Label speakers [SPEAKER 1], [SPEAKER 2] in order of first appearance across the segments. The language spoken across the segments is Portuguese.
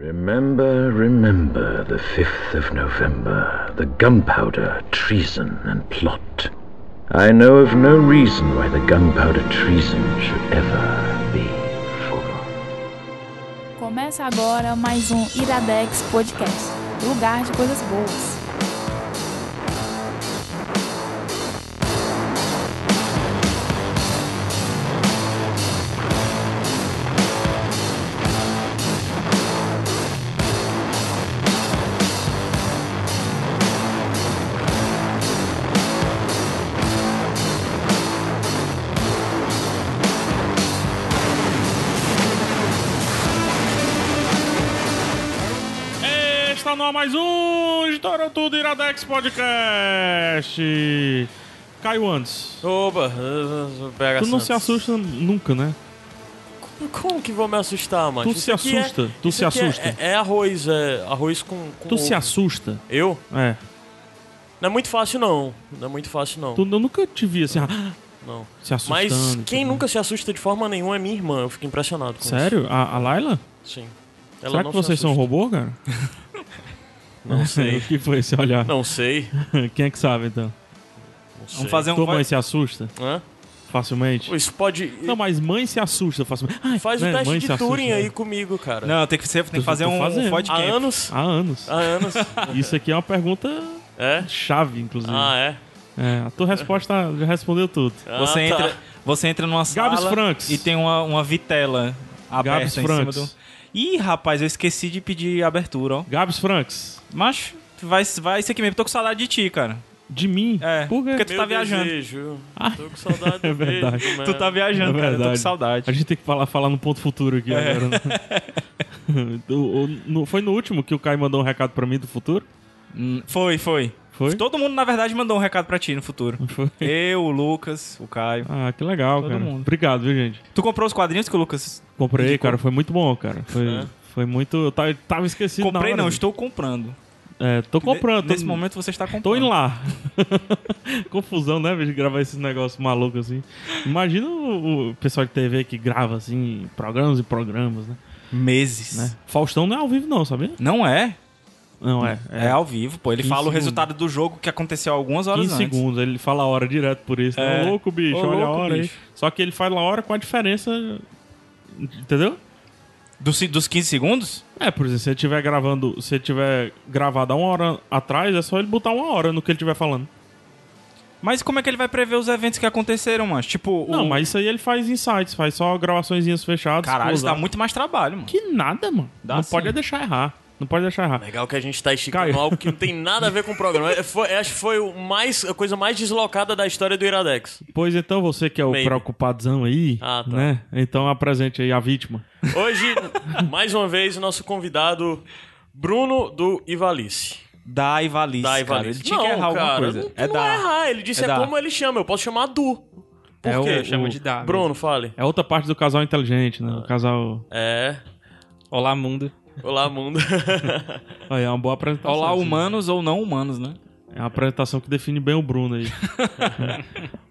[SPEAKER 1] Remember, remember the 5th of November, the gunpowder, treason, and plot. I know of no reason why the gunpowder treason should ever be forgotten.
[SPEAKER 2] Começa agora mais um Iradex Podcast lugar de coisas boas.
[SPEAKER 3] Está no ar mais um Estourou Tudo Iradex Podcast. Caio antes.
[SPEAKER 4] Oba, pega
[SPEAKER 3] Tu não se assusta nunca, né?
[SPEAKER 4] Como que vou me assustar, mano?
[SPEAKER 3] Tu se
[SPEAKER 4] aqui
[SPEAKER 3] assusta,
[SPEAKER 4] é-
[SPEAKER 3] tu
[SPEAKER 4] isso
[SPEAKER 3] se
[SPEAKER 4] aqui é-
[SPEAKER 3] assusta.
[SPEAKER 4] É, é arroz, é arroz com. com
[SPEAKER 3] Tu se
[SPEAKER 4] ovo.
[SPEAKER 3] assusta.
[SPEAKER 4] Eu?
[SPEAKER 3] É.
[SPEAKER 4] Não é muito fácil, não. Não é muito fácil, não.
[SPEAKER 3] Tu, eu nunca te vi assim, ah,
[SPEAKER 4] não.
[SPEAKER 3] se assustando. tipo,
[SPEAKER 4] Mas
[SPEAKER 3] e
[SPEAKER 4] quem
[SPEAKER 3] tudo.
[SPEAKER 4] nunca se assusta de forma nenhuma é minha irmã. Eu fico impressionado com
[SPEAKER 3] Sério? A, a Laila?
[SPEAKER 4] isso. Sim. Ela
[SPEAKER 3] Será
[SPEAKER 4] não
[SPEAKER 3] que
[SPEAKER 4] se
[SPEAKER 3] vocês são
[SPEAKER 4] assusta.
[SPEAKER 3] robô, cara?
[SPEAKER 4] Não sei.
[SPEAKER 3] o que foi esse olhar?
[SPEAKER 4] Não sei.
[SPEAKER 3] Quem é que sabe, então?
[SPEAKER 4] Não sei.
[SPEAKER 5] Vamos fazer um.
[SPEAKER 3] Tua mãe se assusta
[SPEAKER 4] Hã?
[SPEAKER 3] facilmente?
[SPEAKER 4] Isso pode.
[SPEAKER 3] Não, mas mãe se assusta facilmente. Ai,
[SPEAKER 4] Faz
[SPEAKER 3] né,
[SPEAKER 4] o teste
[SPEAKER 3] mãe
[SPEAKER 4] de
[SPEAKER 3] se assusta,
[SPEAKER 4] Turing
[SPEAKER 3] né?
[SPEAKER 4] aí comigo, cara.
[SPEAKER 5] Não, tem que, ser, tem
[SPEAKER 3] Tô-
[SPEAKER 5] que fazer
[SPEAKER 3] tô
[SPEAKER 5] um
[SPEAKER 3] fazendo.
[SPEAKER 4] Há
[SPEAKER 5] podcast.
[SPEAKER 4] anos.
[SPEAKER 3] Há anos.
[SPEAKER 4] Há anos.
[SPEAKER 3] Isso aqui é uma pergunta
[SPEAKER 4] é?
[SPEAKER 3] Chave, inclusive.
[SPEAKER 4] Ah, é?
[SPEAKER 3] é. a tua resposta já respondeu tudo.
[SPEAKER 4] Ah,
[SPEAKER 5] Você,
[SPEAKER 4] tá.
[SPEAKER 5] entra, você entra numa
[SPEAKER 3] Gabs
[SPEAKER 5] sala
[SPEAKER 3] Franks.
[SPEAKER 5] e tem uma, uma vitela aberta
[SPEAKER 3] Gabs
[SPEAKER 5] em
[SPEAKER 3] Franks.
[SPEAKER 5] cima do. Ih, rapaz, eu esqueci de pedir abertura, ó.
[SPEAKER 3] Gabs Franks,
[SPEAKER 5] Mas vai, vai isso aqui mesmo. Tô com saudade de ti, cara.
[SPEAKER 3] de mim.
[SPEAKER 5] É,
[SPEAKER 3] Por quê?
[SPEAKER 5] porque tu
[SPEAKER 4] Meu
[SPEAKER 5] tá viajando.
[SPEAKER 4] desejo.
[SPEAKER 3] Ah,
[SPEAKER 4] Tô com saudade do
[SPEAKER 3] é verdade.
[SPEAKER 4] beijo,
[SPEAKER 5] Tu
[SPEAKER 4] mano.
[SPEAKER 5] tá
[SPEAKER 3] É
[SPEAKER 5] viajando, cara. Eu tô com
[SPEAKER 3] verdade. A
[SPEAKER 5] saudade.
[SPEAKER 3] gente tem que falar, falar no ponto futuro aqui
[SPEAKER 5] É.
[SPEAKER 3] agora. né? O- o- no- foi no último que o Caio mandou um recado pra mim do futuro?
[SPEAKER 5] Hum, Foi, foi.
[SPEAKER 3] Foi?
[SPEAKER 5] Todo mundo, na verdade, mandou um recado pra ti no futuro.
[SPEAKER 3] Foi.
[SPEAKER 5] Eu, o Lucas, o Caio.
[SPEAKER 3] Ah, que legal,
[SPEAKER 5] Todo
[SPEAKER 3] cara.
[SPEAKER 5] mundo.
[SPEAKER 3] Obrigado, viu, gente?
[SPEAKER 5] Tu comprou os quadrinhos que o Lucas.
[SPEAKER 3] Comprei,
[SPEAKER 5] Indicou.
[SPEAKER 3] cara. Foi muito bom, cara. Foi,
[SPEAKER 4] É.
[SPEAKER 3] foi muito... Eu tava, tava esquecido na
[SPEAKER 5] Comprei,
[SPEAKER 3] hora,
[SPEAKER 5] não,
[SPEAKER 3] né?
[SPEAKER 5] estou comprando.
[SPEAKER 3] É, tô comprando.
[SPEAKER 5] Nesse
[SPEAKER 3] tô-
[SPEAKER 5] momento você está comprando.
[SPEAKER 3] Tô indo lá. Confusão, né, bicho, gravar esses negócios malucos assim. Imagina o, o pessoal de TV que grava, assim, programas e programas, né?
[SPEAKER 5] Meses.
[SPEAKER 3] né? Faustão não é ao vivo, não, sabia?
[SPEAKER 5] Não é?
[SPEAKER 3] Não, é.
[SPEAKER 5] É ao vivo, pô. Ele
[SPEAKER 3] 15
[SPEAKER 5] fala o
[SPEAKER 3] segundos.
[SPEAKER 5] resultado do jogo que aconteceu algumas horas
[SPEAKER 3] 15
[SPEAKER 5] antes.
[SPEAKER 3] segundos, ele fala a hora direto por isso. É,
[SPEAKER 5] É.
[SPEAKER 3] Ô, louco, bicho,
[SPEAKER 5] Ô,
[SPEAKER 3] olha a
[SPEAKER 5] louco,
[SPEAKER 3] hora
[SPEAKER 5] bicho.
[SPEAKER 3] aí. Só que ele faz na hora com a diferença. Entendeu?
[SPEAKER 5] Do ci- dos 15 segundos?
[SPEAKER 3] É, por exemplo, se ele tiver gravando, se ele tiver gravado há uma hora atrás, é só ele botar uma hora no que ele tiver falando.
[SPEAKER 5] Mas como é que ele vai prever os eventos que aconteceram, mano? Tipo, o...
[SPEAKER 3] Não, mas isso aí ele faz insights, faz só gravaçõezinhas fechadas.
[SPEAKER 5] Caralho, tá isso dá
[SPEAKER 3] close-up.
[SPEAKER 5] muito mais trabalho, mano.
[SPEAKER 3] Que nada, mano.
[SPEAKER 5] Dá
[SPEAKER 3] não
[SPEAKER 5] sim.
[SPEAKER 3] pode é deixar errar. Não pode deixar errar.
[SPEAKER 4] Legal que a gente tá esticando
[SPEAKER 3] Caio.
[SPEAKER 4] algo que não tem nada a ver com o programa. É, foi- acho que foi o mais, a coisa mais deslocada da história do Iradex.
[SPEAKER 3] Pois então, você que é o
[SPEAKER 4] Maybe.
[SPEAKER 3] preocupadão aí,
[SPEAKER 4] Ah, tá.
[SPEAKER 3] né? Então apresente aí a vítima.
[SPEAKER 4] Hoje, mais uma vez, o nosso convidado Bruno do Ivalice.
[SPEAKER 5] Dá e valise,
[SPEAKER 4] Da
[SPEAKER 5] cara.
[SPEAKER 4] Ivalice.
[SPEAKER 5] Ele tinha que errar alguma coisa.
[SPEAKER 4] Não,
[SPEAKER 5] é
[SPEAKER 4] não
[SPEAKER 5] dá.
[SPEAKER 4] é errar. Ele disse
[SPEAKER 5] É
[SPEAKER 4] é,
[SPEAKER 5] dar.
[SPEAKER 4] como ele chama. Eu posso chamar Du. Por
[SPEAKER 5] É o-
[SPEAKER 4] quê?
[SPEAKER 5] chama de dar.
[SPEAKER 4] Bruno, fale.
[SPEAKER 3] É outra parte do casal inteligente, né? O casal.
[SPEAKER 4] É.
[SPEAKER 5] Olá, mundo.
[SPEAKER 4] Ah. Olá, mundo.
[SPEAKER 3] Aí, é uma boa apresentação.
[SPEAKER 5] Olá,
[SPEAKER 3] assim.
[SPEAKER 5] humanos ou não humanos, né?
[SPEAKER 3] É uma apresentação que define bem o Bruno aí.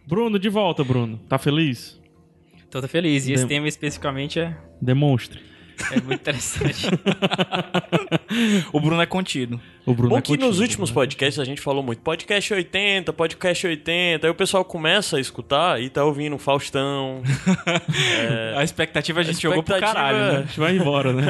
[SPEAKER 3] Bruno, de volta, Bruno. Tá feliz?
[SPEAKER 6] Então tô feliz. E esse
[SPEAKER 3] Dem-
[SPEAKER 6] tema especificamente é,
[SPEAKER 3] Demonstre.
[SPEAKER 6] é muito interessante.
[SPEAKER 5] O Bruno é contido.
[SPEAKER 3] O Bruno
[SPEAKER 4] Bom
[SPEAKER 3] é
[SPEAKER 4] que
[SPEAKER 3] contigo,
[SPEAKER 4] nos últimos
[SPEAKER 3] né?
[SPEAKER 4] podcasts a gente falou muito podcast 80, podcast 80. Aí o pessoal começa a escutar e tá ouvindo Faustão.
[SPEAKER 5] A expectativa a gente jogou pro
[SPEAKER 4] Expectativa-
[SPEAKER 5] caralho,
[SPEAKER 3] A
[SPEAKER 5] né?
[SPEAKER 3] gente vai embora, né?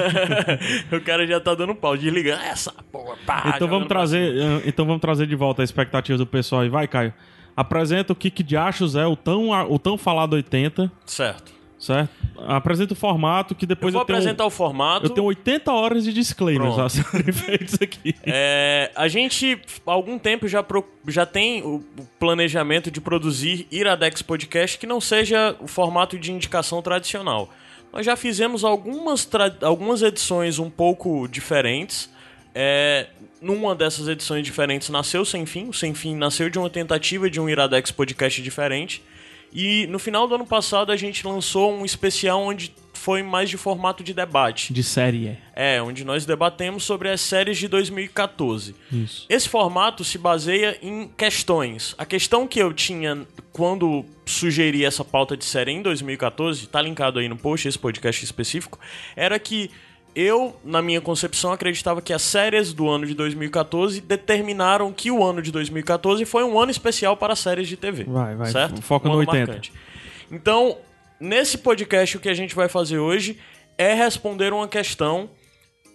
[SPEAKER 4] o cara já tá dando pau, desligando essa porra. pá,
[SPEAKER 3] Então
[SPEAKER 4] jogando
[SPEAKER 3] vamos
[SPEAKER 4] assim.
[SPEAKER 3] trazer, eh, então vamos trazer de volta a expectativa do pessoal aí. Vai, Caio. Apresenta o que que de achos é o tão, o tão falado 80,
[SPEAKER 4] pra- Certo.
[SPEAKER 3] certo? Apresenta o formato que
[SPEAKER 4] Eu
[SPEAKER 3] depois
[SPEAKER 4] vou
[SPEAKER 3] eu, tenho, um-
[SPEAKER 4] apresentar o formato.
[SPEAKER 3] eu tenho 80 horas de disclaimers
[SPEAKER 4] Pronto.
[SPEAKER 3] a serem feitos aqui.
[SPEAKER 4] É, a gente, há algum tempo, já, pro- já tem o o planejamento de produzir Iradex Podcast que não seja o formato de indicação tradicional. Nós já fizemos algumas, tra- algumas edições um pouco diferentes. É, numa dessas edições diferentes nasceu o Sem Fim. O Sem Fim nasceu de uma tentativa de um Iradex Podcast diferente. E no final do ano passado a gente lançou um especial onde foi mais de formato de debate.
[SPEAKER 3] De série, é.
[SPEAKER 4] É, onde nós debatemos sobre as séries de 2014.
[SPEAKER 3] Isso.
[SPEAKER 4] Esse formato se baseia em questões. A questão que eu tinha quando sugeri essa pauta de série em 2014, tá linkado aí no post, esse podcast específico, era que eu, na minha concepção, acreditava que as séries do ano de 2014 determinaram que o ano de 2014 foi um ano especial para as séries de TV.
[SPEAKER 3] Vai, vai,
[SPEAKER 4] Certo?
[SPEAKER 3] foca
[SPEAKER 4] Um
[SPEAKER 3] no
[SPEAKER 4] ano
[SPEAKER 3] 80.
[SPEAKER 4] Então, nesse podcast, o que a gente vai fazer hoje é responder uma questão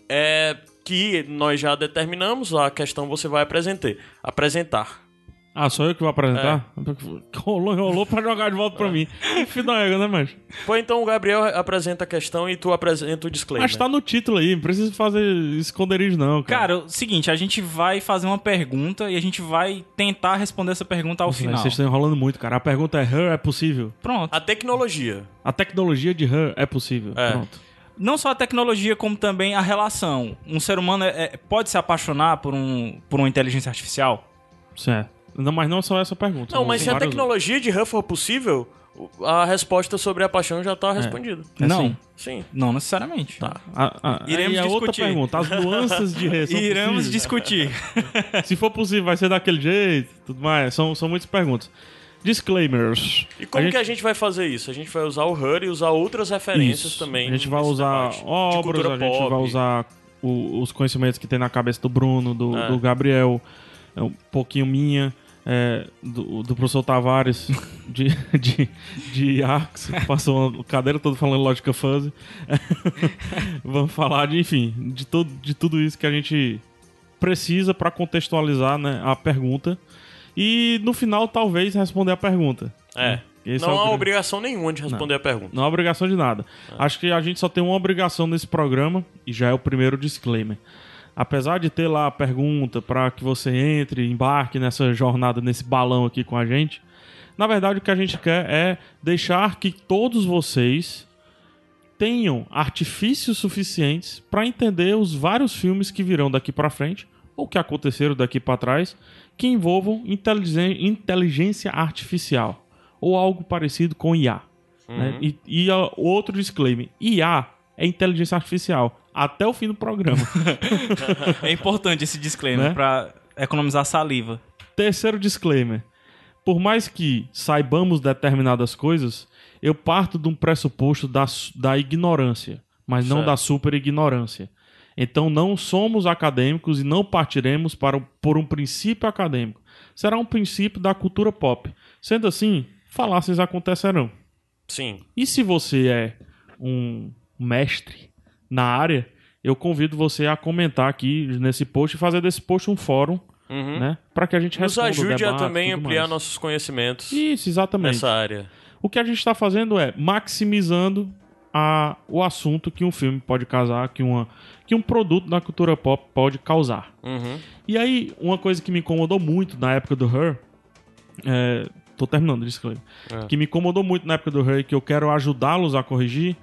[SPEAKER 4] é, que nós já determinamos. A questão você vai apresentar. apresentar.
[SPEAKER 3] Ah, sou eu que vou apresentar?
[SPEAKER 4] É.
[SPEAKER 3] Então, Rolou, rolou pra jogar de volta pra mim. Que Fidalgo, né, macho?
[SPEAKER 4] Pois então o Gabriel apresenta a questão e tu apresenta o disclaimer.
[SPEAKER 3] Mas tá no título aí, não precisa fazer esconderijo, não, cara.
[SPEAKER 5] Cara, o seguinte, a gente vai fazer uma pergunta e a gente vai tentar responder essa pergunta ao final.
[SPEAKER 3] Vocês estão enrolando muito, cara. A pergunta é: Her é possível?
[SPEAKER 5] Pronto.
[SPEAKER 4] A tecnologia.
[SPEAKER 3] A tecnologia de Her é possível.
[SPEAKER 4] É.
[SPEAKER 3] Pronto.
[SPEAKER 5] Não só a tecnologia, como também a relação. Um ser humano é- é- pode se apaixonar por, um, por uma inteligência artificial?
[SPEAKER 3] Certo. Não, mas não é só essa pergunta.
[SPEAKER 4] Não,
[SPEAKER 3] são
[SPEAKER 4] mas se a
[SPEAKER 3] várias outras.
[SPEAKER 4] tecnologia de RAM for possível, o- a resposta sobre a paixão já tá respondida.
[SPEAKER 3] É
[SPEAKER 5] não,
[SPEAKER 3] sim.
[SPEAKER 4] Sim.
[SPEAKER 5] não necessariamente.
[SPEAKER 3] Ah, ah,
[SPEAKER 5] Iremos
[SPEAKER 3] aí a outra
[SPEAKER 5] discutir.
[SPEAKER 3] pergunta, as nuances de
[SPEAKER 5] é
[SPEAKER 3] re- são
[SPEAKER 5] Iremos
[SPEAKER 3] possíveis?
[SPEAKER 5] discutir.
[SPEAKER 3] Se for possível, vai ser daquele jeito, tudo mais. São, são muitas perguntas. Disclaimers.
[SPEAKER 4] E como
[SPEAKER 3] A gente-
[SPEAKER 4] que a gente vai fazer isso? A gente vai usar o HUD e usar outras referências
[SPEAKER 3] Isso.
[SPEAKER 4] também.
[SPEAKER 3] A gente vai
[SPEAKER 4] nesse
[SPEAKER 3] usar
[SPEAKER 4] debate. De
[SPEAKER 3] obras,
[SPEAKER 4] cultura
[SPEAKER 3] a gente
[SPEAKER 4] pop.
[SPEAKER 3] vai usar o- os conhecimentos que tem na cabeça do Bruno, do,
[SPEAKER 4] É.
[SPEAKER 3] do Gabriel, é um pouquinho minha, é, do, do professor Tavares, de, de, de Arx, passou a cadeira toda falando lógica fuzzy. Vamos falar de, enfim, de, todo, de tudo isso que a gente precisa para contextualizar né, a pergunta. E no final, talvez, responder a pergunta.
[SPEAKER 4] É.
[SPEAKER 3] Esse
[SPEAKER 4] não
[SPEAKER 3] é o
[SPEAKER 4] há
[SPEAKER 3] grande-
[SPEAKER 4] obrigação nenhuma de responder a pergunta.
[SPEAKER 3] não é obrigação de nada. Acho que a gente só tem uma obrigação nesse programa, e já é o primeiro disclaimer. Apesar de ter lá a pergunta para que você entre, embarque nessa jornada, nesse balão aqui com a gente, na verdade o que a gente quer é deixar que todos vocês tenham artifícios suficientes para entender os vários filmes que virão daqui para frente ou que aconteceram daqui para trás que envolvam inteligen- inteligência artificial ou algo parecido com IA. né? E, e ó, outro disclaimer: IA é inteligência artificial até o fim do programa.
[SPEAKER 5] É importante esse disclaimer
[SPEAKER 3] Né?
[SPEAKER 5] pra economizar saliva.
[SPEAKER 3] Terceiro disclaimer: por mais que saibamos determinadas coisas, eu parto de um pressuposto da, su- da ignorância, mas não
[SPEAKER 4] Certo.
[SPEAKER 3] da super ignorância. Então não somos acadêmicos e não partiremos para, o- por um princípio acadêmico. Será um princípio da cultura pop. Sendo assim, falácias acontecerão.
[SPEAKER 4] Sim.
[SPEAKER 3] E se você é um mestre na área, eu convido você a comentar aqui nesse post e fazer desse post um fórum,
[SPEAKER 4] Uhum.
[SPEAKER 3] né? Para que a gente
[SPEAKER 4] Nos
[SPEAKER 3] responda o
[SPEAKER 4] ajude a
[SPEAKER 3] debate,
[SPEAKER 4] também
[SPEAKER 3] tudo
[SPEAKER 4] ampliar
[SPEAKER 3] mais.
[SPEAKER 4] nossos conhecimentos
[SPEAKER 3] Isso, exatamente.
[SPEAKER 4] nessa área.
[SPEAKER 3] O que a gente está fazendo é maximizando a, o assunto que um filme pode causar, que, uma, que um produto da cultura pop pode causar.
[SPEAKER 4] Uhum.
[SPEAKER 3] E aí, uma coisa que me incomodou muito na época do Her. É, tô terminando, disclaimer.
[SPEAKER 4] É.
[SPEAKER 3] Que me incomodou muito na época do Her e que eu quero ajudá-los a corrigir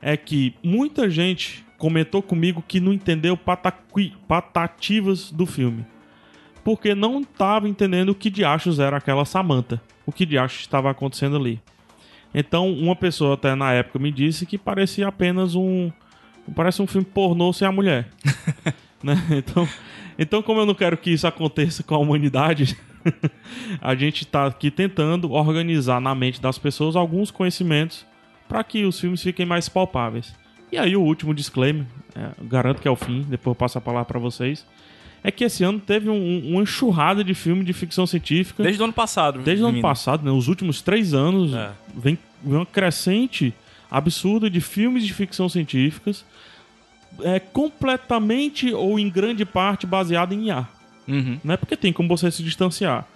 [SPEAKER 3] é que muita gente comentou comigo que não entendeu pataqui, patativas do filme. Porque não estava entendendo o que diachos era aquela Samantha. O que diachos estava acontecendo ali. Então, uma pessoa até na época me disse que parecia apenas um. Parece um filme pornô sem a mulher. né? Então, então, como eu não quero que isso aconteça com a humanidade, a gente tá aqui tentando organizar na mente das pessoas alguns conhecimentos para que os filmes fiquem mais palpáveis. E aí, o último disclaimer, é, garanto que é o fim, depois eu passo a palavra para vocês, é que esse ano teve um- um- uma enxurrada de filme de ficção científica.
[SPEAKER 5] Desde o ano passado.
[SPEAKER 3] Desde o ano
[SPEAKER 5] menino.
[SPEAKER 3] passado, né, os últimos três anos,
[SPEAKER 4] É.
[SPEAKER 3] vem, vem uma crescente absurda de filmes de ficção científicas é, completamente ou em grande parte baseada em IA.
[SPEAKER 5] Uhum.
[SPEAKER 3] Não é porque tem como você se distanciar.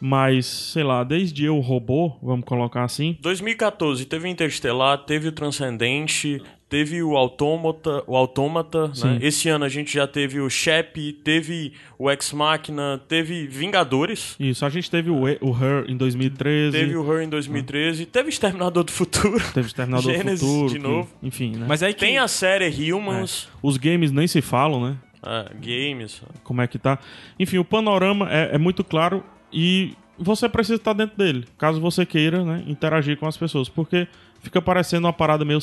[SPEAKER 3] Mas, sei lá, desde Eu Robô, vamos colocar assim,
[SPEAKER 4] 2014 teve Interestelar, teve o Transcendente, teve o Autômata, o Autômata, né?
[SPEAKER 3] Sim.
[SPEAKER 4] Esse ano a gente já teve o Shep, teve o Ex Machina, teve Vingadores,
[SPEAKER 3] isso, a gente teve o, E- o Her em 2013,
[SPEAKER 4] teve o Her em 2013, teve Exterminador do Futuro.
[SPEAKER 3] teve o Terminador do
[SPEAKER 4] Gênesis
[SPEAKER 3] Futuro,
[SPEAKER 4] de
[SPEAKER 3] que-
[SPEAKER 4] novo.
[SPEAKER 3] enfim, né?
[SPEAKER 5] Mas é aí que...
[SPEAKER 4] Tem a série Humans,
[SPEAKER 3] Os games nem se falam, né?
[SPEAKER 4] ah, Games.
[SPEAKER 3] como é que tá. Enfim, o panorama é, é muito claro e você precisa estar dentro dele, caso você queira né, interagir com as pessoas, porque fica parecendo uma parada meio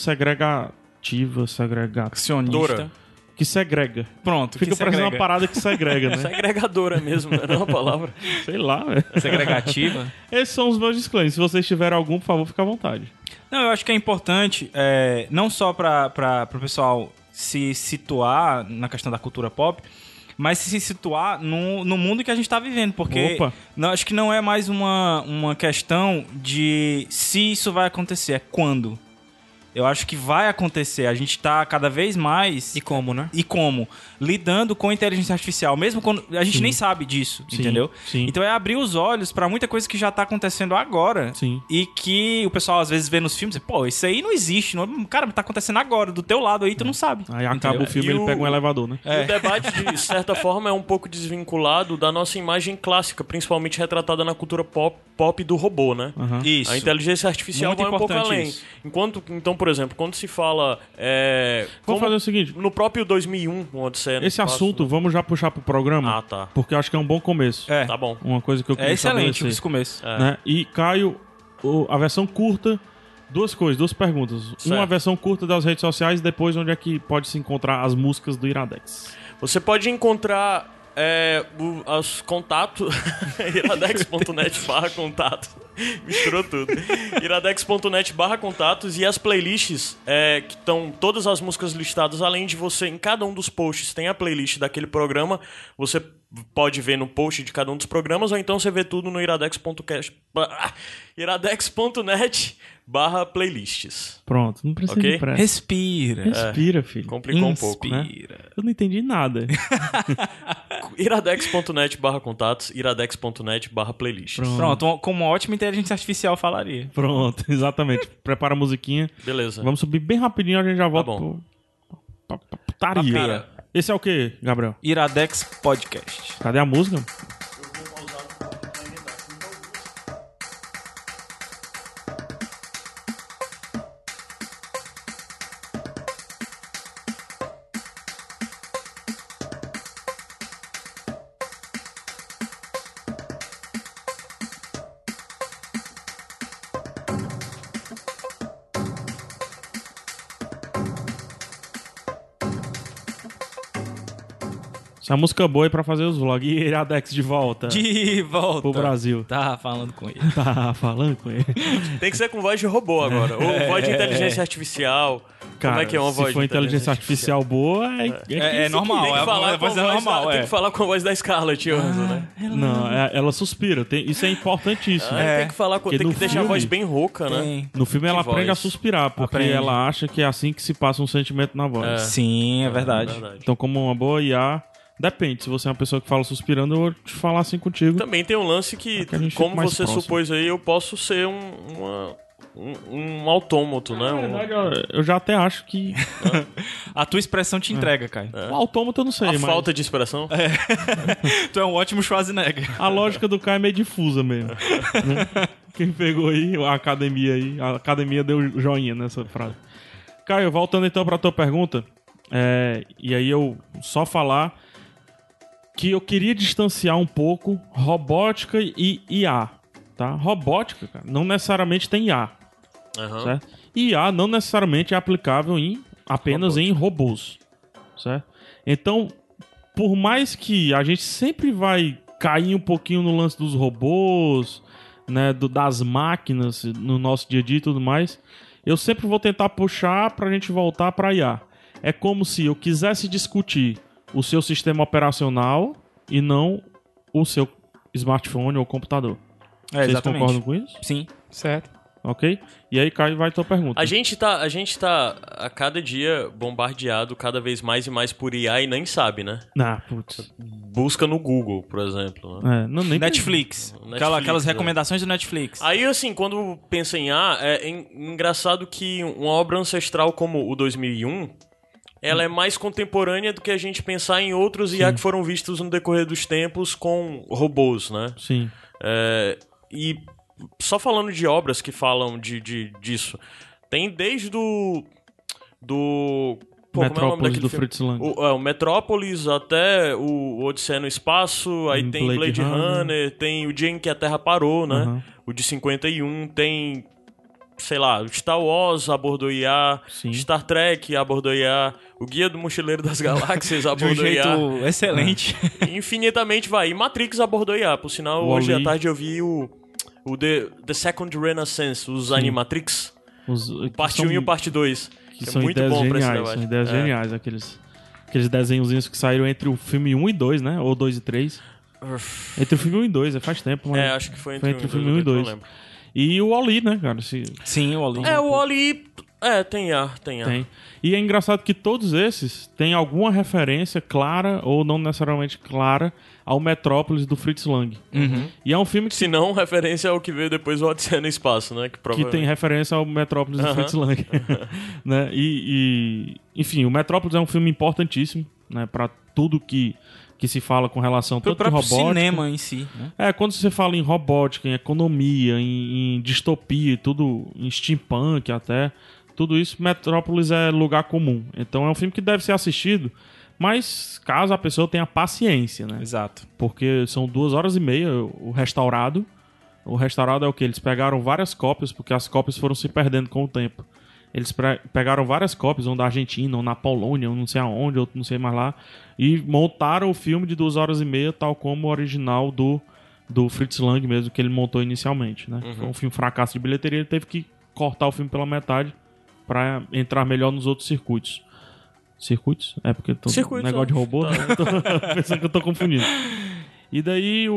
[SPEAKER 3] segregativa, segregada,
[SPEAKER 5] acionista.
[SPEAKER 3] né?
[SPEAKER 4] Dora.
[SPEAKER 3] que segrega.
[SPEAKER 5] Pronto,
[SPEAKER 3] Fica
[SPEAKER 5] que
[SPEAKER 3] parecendo uma
[SPEAKER 5] segrega.
[SPEAKER 3] parada que segrega, né?
[SPEAKER 4] Segregadora é mesmo, né? não é uma palavra.
[SPEAKER 3] Sei lá. velho.
[SPEAKER 5] segregativa.
[SPEAKER 3] Esses são os meus disclaimers. Se vocês tiverem algum, por favor, fica à vontade.
[SPEAKER 5] Não, eu acho que é importante, é, não só para o pessoal se situar na questão da cultura pop, mas se situar no, no mundo que a gente está vivendo, porque
[SPEAKER 3] Opa.
[SPEAKER 5] não, acho que não é mais uma, uma questão de se isso vai acontecer, é quando. Eu acho que vai acontecer. A gente está cada vez mais
[SPEAKER 6] E como, né?
[SPEAKER 5] e como lidando com inteligência artificial, mesmo quando a gente
[SPEAKER 3] Sim.
[SPEAKER 5] nem sabe disso,
[SPEAKER 3] Sim,
[SPEAKER 5] entendeu?
[SPEAKER 3] sim.
[SPEAKER 5] Então é abrir os olhos pra muita coisa que já tá acontecendo agora.
[SPEAKER 3] Sim.
[SPEAKER 5] E que o pessoal às vezes vê nos filmes, e, pô, isso aí não existe, não- cara, tá acontecendo agora, do teu lado aí tu não sabe.
[SPEAKER 3] Aí acaba
[SPEAKER 5] Entendeu? É.
[SPEAKER 3] o filme
[SPEAKER 4] E
[SPEAKER 3] ele
[SPEAKER 4] o-
[SPEAKER 3] pega um elevador, né?
[SPEAKER 4] E É. o debate, de certa forma, é um pouco desvinculado da nossa imagem clássica, principalmente retratada na cultura pop, pop do robô, né?
[SPEAKER 3] Aham.
[SPEAKER 5] Isso.
[SPEAKER 4] A inteligência artificial
[SPEAKER 5] Muito
[SPEAKER 4] vai um pouco
[SPEAKER 5] importante
[SPEAKER 4] além.
[SPEAKER 5] isso.
[SPEAKER 4] Enquanto, então, por exemplo, quando se fala. É, como
[SPEAKER 3] Vamos fazer o seguinte:
[SPEAKER 4] No próprio 2001, no um, Odisseia. no
[SPEAKER 3] esse
[SPEAKER 4] espaço-
[SPEAKER 3] assunto vamos já puxar pro programa,
[SPEAKER 4] Ah, tá.
[SPEAKER 3] porque eu acho que é um bom começo.
[SPEAKER 5] É,
[SPEAKER 4] Tá bom.
[SPEAKER 3] Uma coisa que eu
[SPEAKER 5] é
[SPEAKER 3] queria
[SPEAKER 5] excelente
[SPEAKER 3] estabelecer,
[SPEAKER 5] esse começo.
[SPEAKER 4] É.
[SPEAKER 3] né? E Caio, o- a versão curta, duas coisas, duas perguntas. Uma
[SPEAKER 4] Certo.
[SPEAKER 3] versão curta das redes sociais, depois onde é que pode se encontrar as músicas do Iradex.
[SPEAKER 4] Você pode encontrar é, o- os contatos iradex.net barra contato misturou tudo iradex.net barra contatos e as playlists é, que estão todas as músicas listadas além de você em cada um dos posts tem a playlist daquele programa você pode ver no post de cada um dos programas ou então você vê tudo no iradex.cast ba- iradex.net barra playlists
[SPEAKER 3] Pronto, não precisa
[SPEAKER 4] Ok.
[SPEAKER 3] de pressa.
[SPEAKER 5] Respira.
[SPEAKER 3] Respira, filho.
[SPEAKER 4] É. complicou um pouco
[SPEAKER 5] Inspira.
[SPEAKER 3] Eu não entendi nada.
[SPEAKER 4] iradex.net barra contatos iradex.net barra playlists
[SPEAKER 5] Pronto, como uma ótima inteligência artificial falaria.
[SPEAKER 3] Pronto, exatamente. Prepara a musiquinha.
[SPEAKER 4] Beleza.
[SPEAKER 3] Vamos subir bem rapidinho, a gente já volta
[SPEAKER 4] Tá. bom.
[SPEAKER 3] pro... pra, pra putaria.
[SPEAKER 5] Ah, cara.
[SPEAKER 3] Esse é o quê, Gabriel?
[SPEAKER 5] Iradex Podcast.
[SPEAKER 3] Cadê a música? Essa música é boa aí pra fazer os vlogs. E Iradex de volta
[SPEAKER 4] É.
[SPEAKER 5] De volta.
[SPEAKER 3] pro Brasil.
[SPEAKER 6] Tá falando com ele.
[SPEAKER 3] Tá falando com ele.
[SPEAKER 4] Tem que ser com voz de robô agora. Ou voz de inteligência artificial.
[SPEAKER 3] É. Cara,
[SPEAKER 4] Como é que é uma
[SPEAKER 3] se
[SPEAKER 4] voz de
[SPEAKER 3] for inteligência artificial, boa, é, é,
[SPEAKER 5] É, é
[SPEAKER 3] isso
[SPEAKER 5] normal,
[SPEAKER 4] Tem
[SPEAKER 5] é
[SPEAKER 4] que,
[SPEAKER 5] a
[SPEAKER 4] falar com a
[SPEAKER 5] voz é
[SPEAKER 4] voz
[SPEAKER 5] normal,
[SPEAKER 4] da- tem
[SPEAKER 5] é.
[SPEAKER 4] que falar com a voz da Scarlett Johansson, né?
[SPEAKER 3] aqui. Não, é- ela suspira. Tem- isso é importantíssimo.
[SPEAKER 4] Ah, Tem que falar com,
[SPEAKER 3] é. Porque
[SPEAKER 4] tem que
[SPEAKER 3] no
[SPEAKER 4] deixar a
[SPEAKER 3] filme-
[SPEAKER 4] voz bem rouca, né?
[SPEAKER 5] Tem.
[SPEAKER 3] No filme ela
[SPEAKER 4] Que
[SPEAKER 3] aprende a
[SPEAKER 4] voz.
[SPEAKER 3] suspirar, porque
[SPEAKER 5] Aprende.
[SPEAKER 3] ela acha que é assim que se passa um sentimento na voz.
[SPEAKER 5] Sim, é verdade.
[SPEAKER 4] Verdade.
[SPEAKER 3] Então, como uma boa IA, depende. Se você é uma pessoa que fala suspirando, eu vou te falar assim contigo.
[SPEAKER 4] Também tem um lance que,
[SPEAKER 3] que a gente fica
[SPEAKER 4] como
[SPEAKER 3] mais
[SPEAKER 4] você
[SPEAKER 3] próximo.
[SPEAKER 4] supôs aí, eu posso ser um, uma- um, um autômato, né?
[SPEAKER 3] Na
[SPEAKER 4] Um-
[SPEAKER 3] É verdade, eu- eu já até acho que.
[SPEAKER 5] A tua expressão
[SPEAKER 4] É.
[SPEAKER 5] te entrega, Caio.
[SPEAKER 3] O autômato eu não sei,
[SPEAKER 4] a
[SPEAKER 3] mas. É.
[SPEAKER 4] falta de expressão.
[SPEAKER 5] Tu é um ótimo Schwarzenegger.
[SPEAKER 3] A lógica do Kai é meio difusa mesmo. né? Quem pegou aí, a academia aí. A academia deu joinha nessa frase. Caio, voltando então pra tua pergunta. é, e aí eu só falar que eu queria distanciar um pouco robótica e IA. Tá? Robótica, cara, não necessariamente tem IA.
[SPEAKER 4] Aham.
[SPEAKER 3] certo? IA não necessariamente é aplicável em apenas em robôs, certo? Então, por mais que a gente sempre vai cair um pouquinho no lance dos robôs, né, do- das máquinas no nosso dia a dia e tudo mais, eu sempre vou tentar puxar pra gente voltar pra IA. É como se eu quisesse discutir o seu sistema operacional e não o seu smartphone ou computador.
[SPEAKER 5] É,
[SPEAKER 3] Vocês concordam com isso?
[SPEAKER 5] Sim.
[SPEAKER 6] Certo.
[SPEAKER 3] Ok? E aí, Caio, vai tua pergunta.
[SPEAKER 4] A gente tá, a gente tá a cada dia bombardeado cada vez mais e mais por IA e nem sabe, né?
[SPEAKER 3] Ah, putz.
[SPEAKER 4] Busca no Google, por exemplo. né?
[SPEAKER 3] É, não, nem
[SPEAKER 5] Netflix.
[SPEAKER 4] Netflix,
[SPEAKER 5] Aquela- aquelas
[SPEAKER 4] é.
[SPEAKER 5] recomendações do Netflix.
[SPEAKER 3] Ah,
[SPEAKER 4] Aí, assim, quando pensa em A, é en- engraçado que uma obra ancestral como o 2001, ela é mais contemporânea do que a gente pensar em outros IA que foram vistos no decorrer dos tempos com robôs, né?
[SPEAKER 3] Sim.
[SPEAKER 4] É, e só falando de obras que falam de, de- disso, tem desde do... do pô, como é o nome
[SPEAKER 3] Metrópolis
[SPEAKER 4] daquele
[SPEAKER 3] do
[SPEAKER 4] filme?
[SPEAKER 3] Fritz Lang.
[SPEAKER 4] O, é, o Metrópolis até o Odisseia no Espaço, aí
[SPEAKER 3] Em
[SPEAKER 4] tem
[SPEAKER 3] Blade
[SPEAKER 4] Blade,
[SPEAKER 3] Runner.
[SPEAKER 4] Runner, tem o dia em que a Terra parou, né?
[SPEAKER 3] Aham.
[SPEAKER 4] O de 51, tem, sei lá, Star Wars abordou IA,
[SPEAKER 3] Sim.
[SPEAKER 4] Star Trek abordou IA, o Guia do Mochileiro das Galáxias
[SPEAKER 5] de um
[SPEAKER 4] abordou
[SPEAKER 5] jeito
[SPEAKER 4] IA.
[SPEAKER 3] É.
[SPEAKER 5] excelente.
[SPEAKER 4] Infinitamente vai. E Matrix abordou IA, por sinal, hoje
[SPEAKER 3] Wall-E.
[SPEAKER 4] à tarde eu vi o, o The, The Second Renaissance, os Animatrix,
[SPEAKER 3] Os, que
[SPEAKER 4] parte
[SPEAKER 3] são
[SPEAKER 4] 1 e o parte 2.
[SPEAKER 3] Que
[SPEAKER 4] É
[SPEAKER 3] são
[SPEAKER 4] muito
[SPEAKER 3] ideias
[SPEAKER 4] bom pra esse
[SPEAKER 3] geniais.
[SPEAKER 4] debate.
[SPEAKER 3] São ideias
[SPEAKER 4] É.
[SPEAKER 3] geniais, aqueles, aqueles desenhozinhos que saíram entre o filme 1 e 2, né? Ou 2 e 3. Entre o filme 1 e 2, é faz tempo, mas.
[SPEAKER 4] É, acho que foi
[SPEAKER 3] Foi
[SPEAKER 4] entre,
[SPEAKER 3] entre
[SPEAKER 4] um
[SPEAKER 3] o filme um e
[SPEAKER 4] dois,
[SPEAKER 3] dois.
[SPEAKER 4] eu não lembro.
[SPEAKER 3] E o Oli, né, cara? Se...
[SPEAKER 5] Sim, o Ali.
[SPEAKER 4] É, o Oli. É, tem ar, tem ar.
[SPEAKER 3] um Tem. E é engraçado que todos esses têm alguma referência clara ou não necessariamente clara ao Metrópolis do Fritz Lang.
[SPEAKER 4] Uhum.
[SPEAKER 3] E é um filme que,
[SPEAKER 4] Se não, referência ao que veio depois o Odisseia no Espaço, né?
[SPEAKER 3] que
[SPEAKER 4] Que,
[SPEAKER 3] tem
[SPEAKER 4] provavelmente...
[SPEAKER 3] referência ao Metrópolis do
[SPEAKER 4] Aham.
[SPEAKER 3] Fritz Lang. né? e, e- enfim, o Metrópolis é um filme importantíssimo né, para tudo que, que se fala com relação
[SPEAKER 5] Pro
[SPEAKER 3] tanto de
[SPEAKER 5] próprio
[SPEAKER 3] robótica-
[SPEAKER 5] cinema em si. né?
[SPEAKER 3] É, quando você fala em robótica, em economia, em, em distopia, e tudo, em steampunk até, tudo isso, Metrópolis é lugar comum. Então é um filme que deve ser assistido, mas caso a pessoa tenha paciência, né?
[SPEAKER 5] Exato.
[SPEAKER 3] Porque são duas horas e meia o restaurado. O restaurado é o que? Eles pegaram várias cópias, porque as cópias foram se perdendo com o tempo. Eles pre- pegaram várias cópias, um da Argentina, um na Polônia, um não sei aonde, outro não sei mais lá, e montaram o filme de duas horas e meia, tal como o original do, do Fritz Lang mesmo, que ele montou inicialmente, né? Foi um filme fracasso de bilheteria, ele teve que cortar o filme pela metade para entrar melhor nos outros circuitos. Circuitos? É porque tô
[SPEAKER 4] Circuitos,
[SPEAKER 3] negócio de
[SPEAKER 4] ó. Tá.
[SPEAKER 3] robô, né? Tô pensando que eu tô confundindo. E daí o,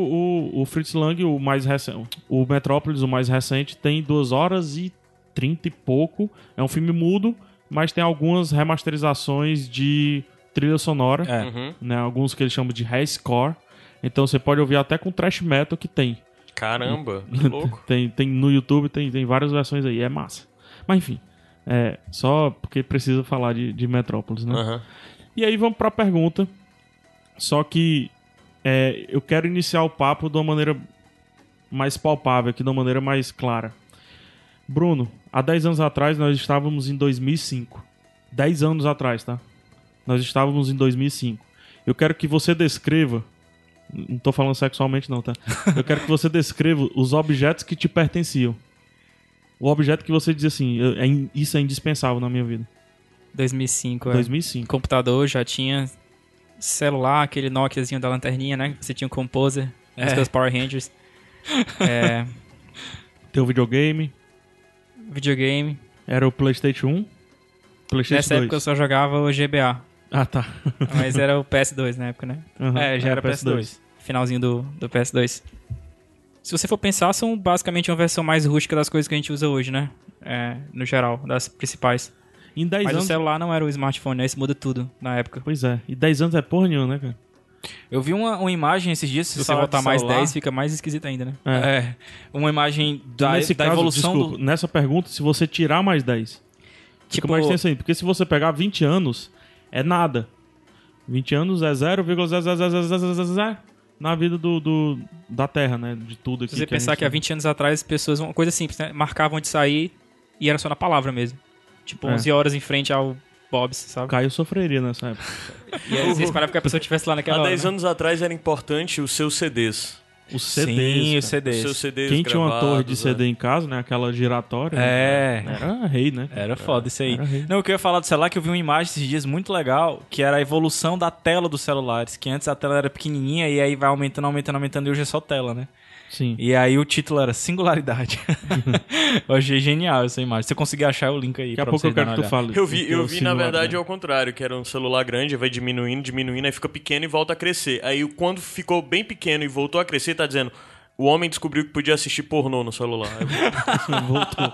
[SPEAKER 3] o, o Fritz Lang, o mais recente, o Metrópolis, o mais recente, tem 2 horas e 30 e pouco. É um filme mudo, mas tem algumas remasterizações de trilha sonora,
[SPEAKER 5] É.
[SPEAKER 4] Uhum.
[SPEAKER 3] né? Alguns que eles chamam de high score. Então você pode ouvir até com trash metal que tem.
[SPEAKER 4] Caramba, que louco.
[SPEAKER 3] Tem, tem no YouTube, tem, tem várias versões aí, é massa. Mas enfim, é só porque precisa falar de, de Metrópolis, né?
[SPEAKER 4] Aham.
[SPEAKER 3] E aí vamos pra pergunta. Só que é, eu quero iniciar o papo de uma maneira mais palpável, aqui de uma maneira mais clara. Bruno, há 10 anos atrás nós estávamos em 2005. 10 anos atrás, tá? Nós estávamos em 2005. Eu quero que você descreva. Não tô falando sexualmente, não, tá? Eu quero que você descreva os objetos que te pertenciam. O objeto que você diz assim, eu- é in- isso é indispensável na minha vida.
[SPEAKER 6] 2005, é.
[SPEAKER 3] 2005.
[SPEAKER 6] Computador já tinha celular, aquele Nokiazinho da lanterninha, né? Você tinha um composer, os seus Power Rangers. É,
[SPEAKER 3] Teu videogame,
[SPEAKER 6] videogame.
[SPEAKER 3] Era o PlayStation 1? PlayStation
[SPEAKER 6] Nessa
[SPEAKER 3] 2.
[SPEAKER 6] época eu só jogava o GBA,
[SPEAKER 3] Ah, tá.
[SPEAKER 6] mas era o PS2 na época, né?
[SPEAKER 3] Aham.
[SPEAKER 6] É, já era PS2. Finalzinho do, do PS2. Se você for pensar, são basicamente uma versão mais rústica das coisas que a gente usa hoje, né? É, no geral, das principais.
[SPEAKER 3] Em 10
[SPEAKER 6] Mas é um
[SPEAKER 3] anos.
[SPEAKER 6] o celular não era o smartphone, né? Isso muda tudo na época.
[SPEAKER 3] Pois é. E 10 anos é porra nenhuma, né, cara?
[SPEAKER 5] Eu vi uma, uma imagem esses dias,
[SPEAKER 6] Se você
[SPEAKER 5] falar de
[SPEAKER 6] botar mais
[SPEAKER 5] celular.
[SPEAKER 6] 10, fica mais esquisito ainda, né?
[SPEAKER 3] É.
[SPEAKER 5] É. Uma imagem da,
[SPEAKER 3] Então, Nesse
[SPEAKER 5] da
[SPEAKER 3] caso,
[SPEAKER 5] evolução
[SPEAKER 3] desculpa,
[SPEAKER 5] do.
[SPEAKER 3] nessa pergunta, se você tirar mais 10,
[SPEAKER 6] Tipo,
[SPEAKER 3] fica mais tenso ainda. Porque se você pegar 20 anos, é nada. 20 anos é 0,0000 na vida do, do, da Terra, né? De tudo aqui.
[SPEAKER 6] se você pensar
[SPEAKER 3] gente-
[SPEAKER 6] que é há 20 anos atrás, as pessoas, uma coisa simples, né? Marcavam de sair e era só na palavra mesmo. Tipo,
[SPEAKER 3] É.
[SPEAKER 6] 11 horas em frente ao Bob's, sabe?
[SPEAKER 3] Caio sofreria nessa época.
[SPEAKER 6] E às vezes parava que a pessoa estivesse lá naquela
[SPEAKER 4] Há
[SPEAKER 6] hora,
[SPEAKER 4] 10
[SPEAKER 6] né?
[SPEAKER 4] anos atrás era importante os seus CDs.
[SPEAKER 3] Os CDs.
[SPEAKER 5] Sim,
[SPEAKER 3] cara.
[SPEAKER 5] os CDs.
[SPEAKER 4] Os seus CDs
[SPEAKER 3] Quem tinha uma torre de
[SPEAKER 4] gravados,
[SPEAKER 6] é.
[SPEAKER 3] CD em casa, né? Aquela giratória.
[SPEAKER 5] É.
[SPEAKER 3] né? Era rei, né?
[SPEAKER 5] Era foda isso aí.
[SPEAKER 3] Era horrível.
[SPEAKER 5] Não, o que eu ia falar do celular, que eu vi uma imagem esses dias muito legal, que era a evolução da tela dos celulares, que antes a tela era pequenininha e aí vai aumentando, aumentando, aumentando e hoje é só tela, né?
[SPEAKER 3] Sim.
[SPEAKER 5] E aí o título era Singularidade. eu achei genial essa imagem. Se eu conseguir achar o link aí
[SPEAKER 3] Daqui a
[SPEAKER 5] pra
[SPEAKER 3] pouco
[SPEAKER 5] vocês
[SPEAKER 3] eu quero
[SPEAKER 5] darem
[SPEAKER 3] que
[SPEAKER 5] uma
[SPEAKER 3] tu
[SPEAKER 5] olhada.
[SPEAKER 3] fale.
[SPEAKER 4] Eu vi, eu vi na
[SPEAKER 3] Singular,
[SPEAKER 4] verdade,
[SPEAKER 3] né?
[SPEAKER 4] ao contrário, que era um celular grande, vai diminuindo, diminuindo, aí fica pequeno e volta a crescer. Aí quando ficou bem pequeno e voltou a crescer, tá dizendo... O homem descobriu que podia assistir pornô no celular. Aí
[SPEAKER 3] Voltou.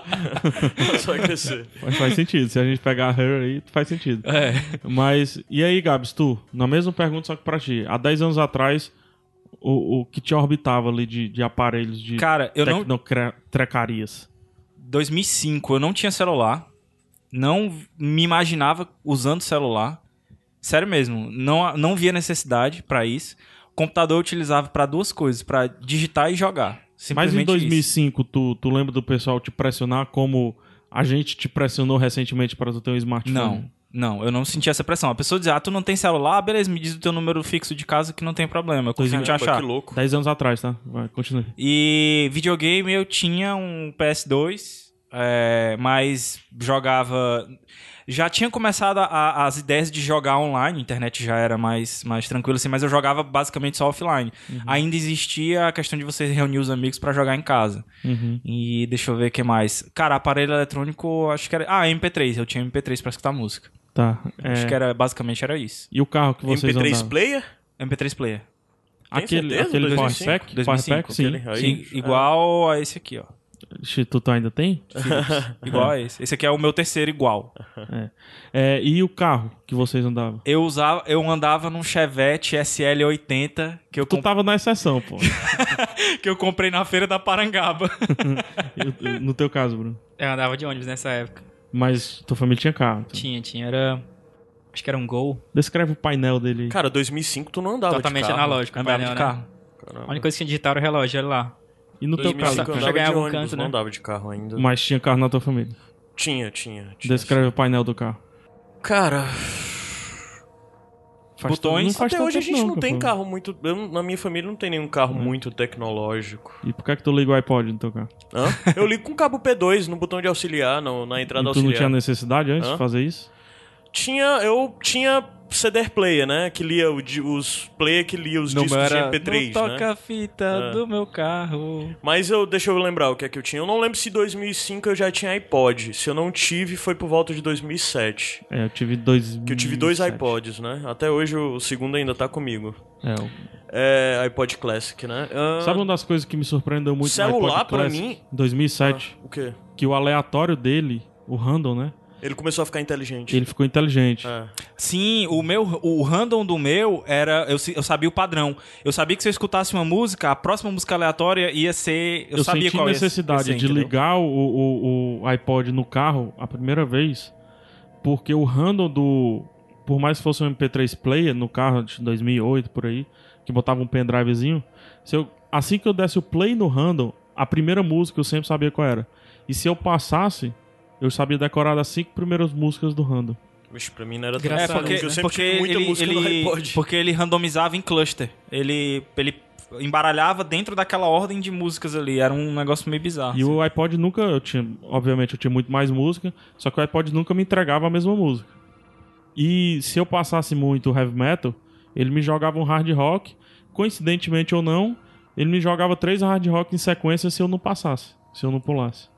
[SPEAKER 4] Só crescer.
[SPEAKER 3] Mas faz sentido. Se a gente pegar a Her aí, faz sentido.
[SPEAKER 5] É.
[SPEAKER 3] Mas, e aí, Gabs, tu? Na mesma pergunta, só que pra ti. Há 10 anos atrás, o, o que te orbitava ali de, de aparelhos de
[SPEAKER 5] Cara, eu não.
[SPEAKER 3] tecnocrecarias?
[SPEAKER 5] 2005, eu não tinha celular. Não me imaginava usando celular. Sério mesmo, não, não via necessidade pra isso. O computador eu utilizava pra duas coisas, pra digitar e jogar.
[SPEAKER 3] Mas em
[SPEAKER 5] Simplesmente isso.
[SPEAKER 3] 2005, tu, tu lembra do pessoal te pressionar como a gente te pressionou recentemente para tu ter um smartphone?
[SPEAKER 5] Não, não, eu não senti essa pressão. A pessoa diz, ah, tu não tem celular, beleza, me diz o teu número fixo de casa que não tem problema, eu consigo te
[SPEAKER 4] Caramba,
[SPEAKER 5] achar.
[SPEAKER 4] que louco.
[SPEAKER 3] 10 anos atrás, tá? Vai, continua.
[SPEAKER 5] E videogame eu tinha um PS2, é, mas jogava. Já tinha começado a- a- as ideias de jogar online, a internet já era mais, mais tranquila, assim, mas eu jogava basicamente só offline. Ainda existia a questão de você reunir os amigos pra jogar em casa.
[SPEAKER 3] Uhum.
[SPEAKER 5] E deixa eu ver o que mais. Cara, aparelho eletrônico, acho que era. Ah, MP3. Eu tinha MP3 pra escutar música.
[SPEAKER 3] Tá.
[SPEAKER 5] Acho
[SPEAKER 3] é,
[SPEAKER 5] que era basicamente era isso.
[SPEAKER 3] E o carro que vocês
[SPEAKER 4] MP3
[SPEAKER 3] andavam?
[SPEAKER 4] player?
[SPEAKER 5] MP3 player.
[SPEAKER 4] Tem
[SPEAKER 3] Aquele,
[SPEAKER 4] certeza?
[SPEAKER 3] aquele
[SPEAKER 4] 2005?
[SPEAKER 3] Powerpack?
[SPEAKER 5] 2005,
[SPEAKER 3] Powerpack, sim.
[SPEAKER 4] aquele-
[SPEAKER 3] sim.
[SPEAKER 5] Sim, igual a esse aqui, ó.
[SPEAKER 3] Ixi, Tu tu ainda tem?
[SPEAKER 5] Igual a esse. Esse aqui é o meu terceiro igual.
[SPEAKER 3] É, e o carro que vocês andavam?
[SPEAKER 5] Eu usava, eu andava num Chevette SL80 que eu,
[SPEAKER 3] Tu
[SPEAKER 5] com-
[SPEAKER 3] tava na exceção, pô.
[SPEAKER 5] que eu comprei na feira da Parangaba.
[SPEAKER 3] Eu- no teu caso, Bruno.
[SPEAKER 6] Eu andava de ônibus nessa época.
[SPEAKER 3] Mas tua família tinha carro. então.
[SPEAKER 6] Tinha, tinha. Era. Acho que era um gol.
[SPEAKER 3] Descreve o painel dele. aí.
[SPEAKER 4] Cara, 2005 tu não andava
[SPEAKER 6] Totalmente
[SPEAKER 4] de carro.
[SPEAKER 6] analógico. o
[SPEAKER 5] Andava
[SPEAKER 6] painel,
[SPEAKER 5] de
[SPEAKER 6] né?
[SPEAKER 5] carro.
[SPEAKER 6] A única coisa que tinha digital era o relógio, olha lá.
[SPEAKER 3] E no teu
[SPEAKER 4] 2005
[SPEAKER 3] caso,
[SPEAKER 4] eu
[SPEAKER 6] pra
[SPEAKER 3] cara?
[SPEAKER 6] andava
[SPEAKER 4] andava
[SPEAKER 6] chegar em
[SPEAKER 4] de
[SPEAKER 6] algum
[SPEAKER 4] ônibus,
[SPEAKER 6] canto,
[SPEAKER 4] não
[SPEAKER 6] né?
[SPEAKER 4] andava de carro ainda.
[SPEAKER 3] mas tinha carro na tua família.
[SPEAKER 4] Tinha, tinha. tinha
[SPEAKER 3] Descreve o painel do carro.
[SPEAKER 4] Cara,
[SPEAKER 3] Faz
[SPEAKER 5] Botões.
[SPEAKER 3] tanto- não faz
[SPEAKER 4] até
[SPEAKER 3] tanto
[SPEAKER 4] hoje a
[SPEAKER 3] tempo
[SPEAKER 4] gente não tem
[SPEAKER 3] pô.
[SPEAKER 4] carro muito... eu não- na minha família não tem nenhum carro
[SPEAKER 6] Hum.
[SPEAKER 4] muito tecnológico.
[SPEAKER 3] E por que é que tu liga o iPod no teu carro?
[SPEAKER 4] Hã? Eu ligo com cabo P2 no botão de auxiliar, no- na
[SPEAKER 3] E
[SPEAKER 4] entrada
[SPEAKER 3] tu não
[SPEAKER 4] auxiliar.
[SPEAKER 3] tinha necessidade antes
[SPEAKER 4] Hã?
[SPEAKER 3] de fazer isso?
[SPEAKER 4] Tinha, eu tinha CD player, né? Que lia o di- os player que lia os discos de MP3,
[SPEAKER 6] não
[SPEAKER 4] né?
[SPEAKER 6] toca a fita do meu carro.
[SPEAKER 4] Mas eu deixa eu lembrar o que é que eu tinha. Eu não lembro se 2005 eu já tinha iPod. Se eu não tive, foi por volta de 2007.
[SPEAKER 3] É, eu tive dois.
[SPEAKER 4] Que eu
[SPEAKER 5] Hum,
[SPEAKER 4] tive dois iPods, né? Até hoje o segundo ainda tá comigo.
[SPEAKER 3] É, o-
[SPEAKER 4] É, iPod Classic, né? Ah,
[SPEAKER 3] Sabe uma das coisas que me surpreendeu muito no
[SPEAKER 4] Celular,
[SPEAKER 3] iPod
[SPEAKER 4] pra
[SPEAKER 3] Classic,
[SPEAKER 4] mim-
[SPEAKER 3] em
[SPEAKER 5] um
[SPEAKER 3] 2007,
[SPEAKER 4] ah, o quê?
[SPEAKER 3] que o aleatório dele, o random, né?
[SPEAKER 4] Ele começou a ficar inteligente.
[SPEAKER 3] Ele ficou inteligente.
[SPEAKER 4] É.
[SPEAKER 5] Sim, o meu, o random do meu era eu, se- eu sabia o padrão. Eu sabia que se eu escutasse uma música, a próxima música aleatória ia ser, eu,
[SPEAKER 3] eu
[SPEAKER 5] sabia
[SPEAKER 3] senti
[SPEAKER 5] qual ia ia
[SPEAKER 3] necessidade
[SPEAKER 5] ser,
[SPEAKER 3] de
[SPEAKER 5] entendeu?
[SPEAKER 3] ligar o, o, o iPod no carro a primeira vez, porque o random do. Por mais que fosse um MP3 player no carro de 2008 por aí, que botava um pendrivezinho, se eu, assim que eu desse o play no random, a primeira música eu sempre sabia qual era. E se eu passasse, eu sabia decorar as cinco primeiras músicas do random.
[SPEAKER 4] Vixe, pra mim não era
[SPEAKER 5] É,
[SPEAKER 6] Engraçado,
[SPEAKER 4] tão
[SPEAKER 5] porque,
[SPEAKER 4] eu sempre
[SPEAKER 5] porque
[SPEAKER 4] tive muita
[SPEAKER 5] ele,
[SPEAKER 4] música no
[SPEAKER 5] ele-
[SPEAKER 4] iPod.
[SPEAKER 5] porque ele randomizava em cluster. Ele, ele embaralhava dentro daquela ordem de músicas ali. Era um negócio meio
[SPEAKER 4] Ah,
[SPEAKER 5] bizarro.
[SPEAKER 3] E o iPod nunca, eu tinha, obviamente eu tinha muito mais música, só que o iPod nunca me entregava a mesma música. E se eu passasse muito heavy metal, ele me jogava um hard rock, coincidentemente ou não, ele me jogava três hard rock em sequência se eu não passasse, se eu não pulasse.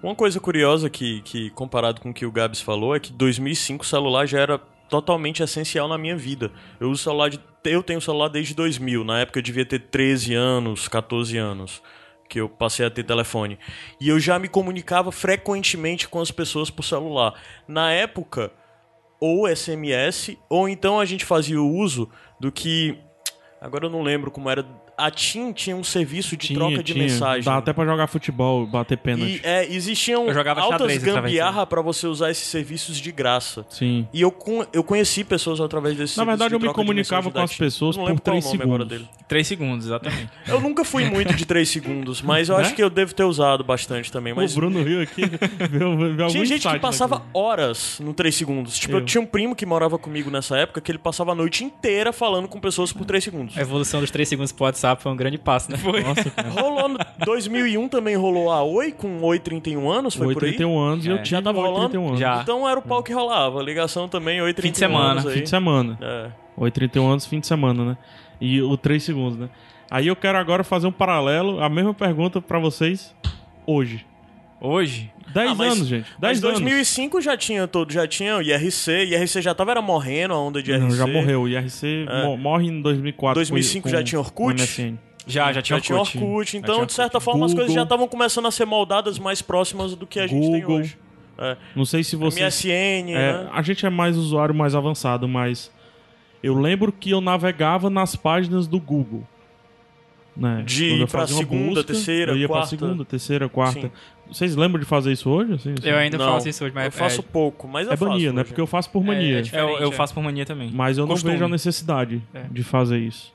[SPEAKER 4] Uma coisa curiosa que, que, comparado com o que o Gabs falou, é que 2005 o celular já era totalmente essencial na minha vida. Eu uso celular de, eu tenho celular desde 2000, na época eu devia ter 13 anos, 14 anos, que eu passei a ter telefone. E eu já me comunicava frequentemente com as pessoas por celular. Na época, ou SMS, ou então a gente fazia o uso do que agora eu não lembro como era, a TIM tinha um serviço de
[SPEAKER 3] Tinha,
[SPEAKER 4] troca de
[SPEAKER 3] tinha.
[SPEAKER 4] mensagem.
[SPEAKER 3] Dava até pra jogar futebol, bater pênalti.
[SPEAKER 4] E é, existiam
[SPEAKER 5] Eu jogava
[SPEAKER 4] altas
[SPEAKER 5] xadrez né? através
[SPEAKER 4] gambiarra pra você usar esses serviços de graça.
[SPEAKER 3] Sim.
[SPEAKER 4] E eu, con- eu conheci pessoas através desses
[SPEAKER 3] Na
[SPEAKER 4] serviços
[SPEAKER 3] verdade,
[SPEAKER 4] de
[SPEAKER 3] eu me
[SPEAKER 4] troca de
[SPEAKER 3] comunicava
[SPEAKER 4] mensagem
[SPEAKER 3] com
[SPEAKER 4] da
[SPEAKER 3] as
[SPEAKER 4] TIM.
[SPEAKER 3] pessoas
[SPEAKER 4] Não
[SPEAKER 3] por
[SPEAKER 4] lembro qual
[SPEAKER 3] três
[SPEAKER 4] o nome agora
[SPEAKER 3] segundos.
[SPEAKER 4] dele.
[SPEAKER 5] Assim. Três segundos, exatamente.
[SPEAKER 4] Eu nunca fui muito de 3 segundos, mas eu acho que eu devo ter usado bastante também. Mas
[SPEAKER 3] Né? O Bruno é Rio aqui viu, viu
[SPEAKER 4] tinha
[SPEAKER 3] algum
[SPEAKER 4] gente que
[SPEAKER 3] insight
[SPEAKER 4] passava
[SPEAKER 3] naquilo.
[SPEAKER 4] horas no 3 segundos. Tipo, eu.
[SPEAKER 3] Eu.
[SPEAKER 4] tinha um primo que morava comigo nessa época que ele passava a noite inteira falando com pessoas por 3 segundos.
[SPEAKER 6] A
[SPEAKER 3] É.
[SPEAKER 6] evolução dos 3 segundos pro WhatsApp foi um grande passo, né? Foi.
[SPEAKER 4] Rolou no 2001 também rolou a Oi com Oi 31 anos, foi
[SPEAKER 3] Oi,
[SPEAKER 4] por aí? É.
[SPEAKER 3] 31 anos e um eu
[SPEAKER 5] Já
[SPEAKER 3] tinha
[SPEAKER 4] tava rolando?
[SPEAKER 3] 31 anos. É.
[SPEAKER 5] Já.
[SPEAKER 4] Então era o pau que rolava. Ligação também, Oi 31
[SPEAKER 5] semana,
[SPEAKER 4] anos aí.
[SPEAKER 3] Fim de semana.
[SPEAKER 4] É.
[SPEAKER 3] 8h31 anos, fim de semana, né? E o 3 segundos, né? Aí eu quero agora fazer um paralelo, a mesma pergunta pra vocês hoje.
[SPEAKER 5] Hoje,
[SPEAKER 3] 10
[SPEAKER 4] Ah, mas-
[SPEAKER 3] anos, gente. 10
[SPEAKER 4] Mas
[SPEAKER 3] anos.
[SPEAKER 4] 2005 já tinha todo, já tinha o IRC, IRC já tava era morrendo a onda de IRC.
[SPEAKER 3] Não, já morreu. O IRC
[SPEAKER 4] É.
[SPEAKER 3] mo- morre em 2004.
[SPEAKER 4] 2005 já tinha Orkut?
[SPEAKER 3] com o MSN.
[SPEAKER 5] já, já tinha
[SPEAKER 4] Já tinha
[SPEAKER 5] Orkut.
[SPEAKER 4] Orkut,
[SPEAKER 5] Já
[SPEAKER 4] então
[SPEAKER 5] tinha
[SPEAKER 4] de certa forma as
[SPEAKER 3] né? Google.
[SPEAKER 4] coisas já estavam começando a ser moldadas mais próximas do que a gente tem
[SPEAKER 3] Google.
[SPEAKER 4] hoje. É.
[SPEAKER 3] Não sei se vocês...
[SPEAKER 4] MSN,
[SPEAKER 3] É,
[SPEAKER 4] né?
[SPEAKER 3] A gente é mais usuário, mais avançado, mas eu lembro que eu navegava nas páginas do Google. Né?
[SPEAKER 4] De
[SPEAKER 3] Quando eu
[SPEAKER 4] ir pra
[SPEAKER 3] fazia uma
[SPEAKER 4] segunda,
[SPEAKER 3] busca,
[SPEAKER 4] terceira,
[SPEAKER 3] eu ia
[SPEAKER 4] quarta.
[SPEAKER 3] Pra segunda, terceira, quarta.
[SPEAKER 4] Sim.
[SPEAKER 3] Vocês lembram de fazer isso hoje? assim?
[SPEAKER 6] Eu ainda
[SPEAKER 4] Não,
[SPEAKER 6] faço isso hoje, mas
[SPEAKER 4] eu faço
[SPEAKER 6] é,
[SPEAKER 4] pouco, mas eu
[SPEAKER 3] É
[SPEAKER 4] faço
[SPEAKER 3] mania, né?
[SPEAKER 4] hoje.
[SPEAKER 3] Porque eu faço por mania.
[SPEAKER 6] diferente.
[SPEAKER 5] É, eu, eu
[SPEAKER 6] é.
[SPEAKER 5] faço por mania também.
[SPEAKER 3] Mas eu não
[SPEAKER 5] Costume.
[SPEAKER 3] vejo a necessidade
[SPEAKER 6] É.
[SPEAKER 3] de fazer isso.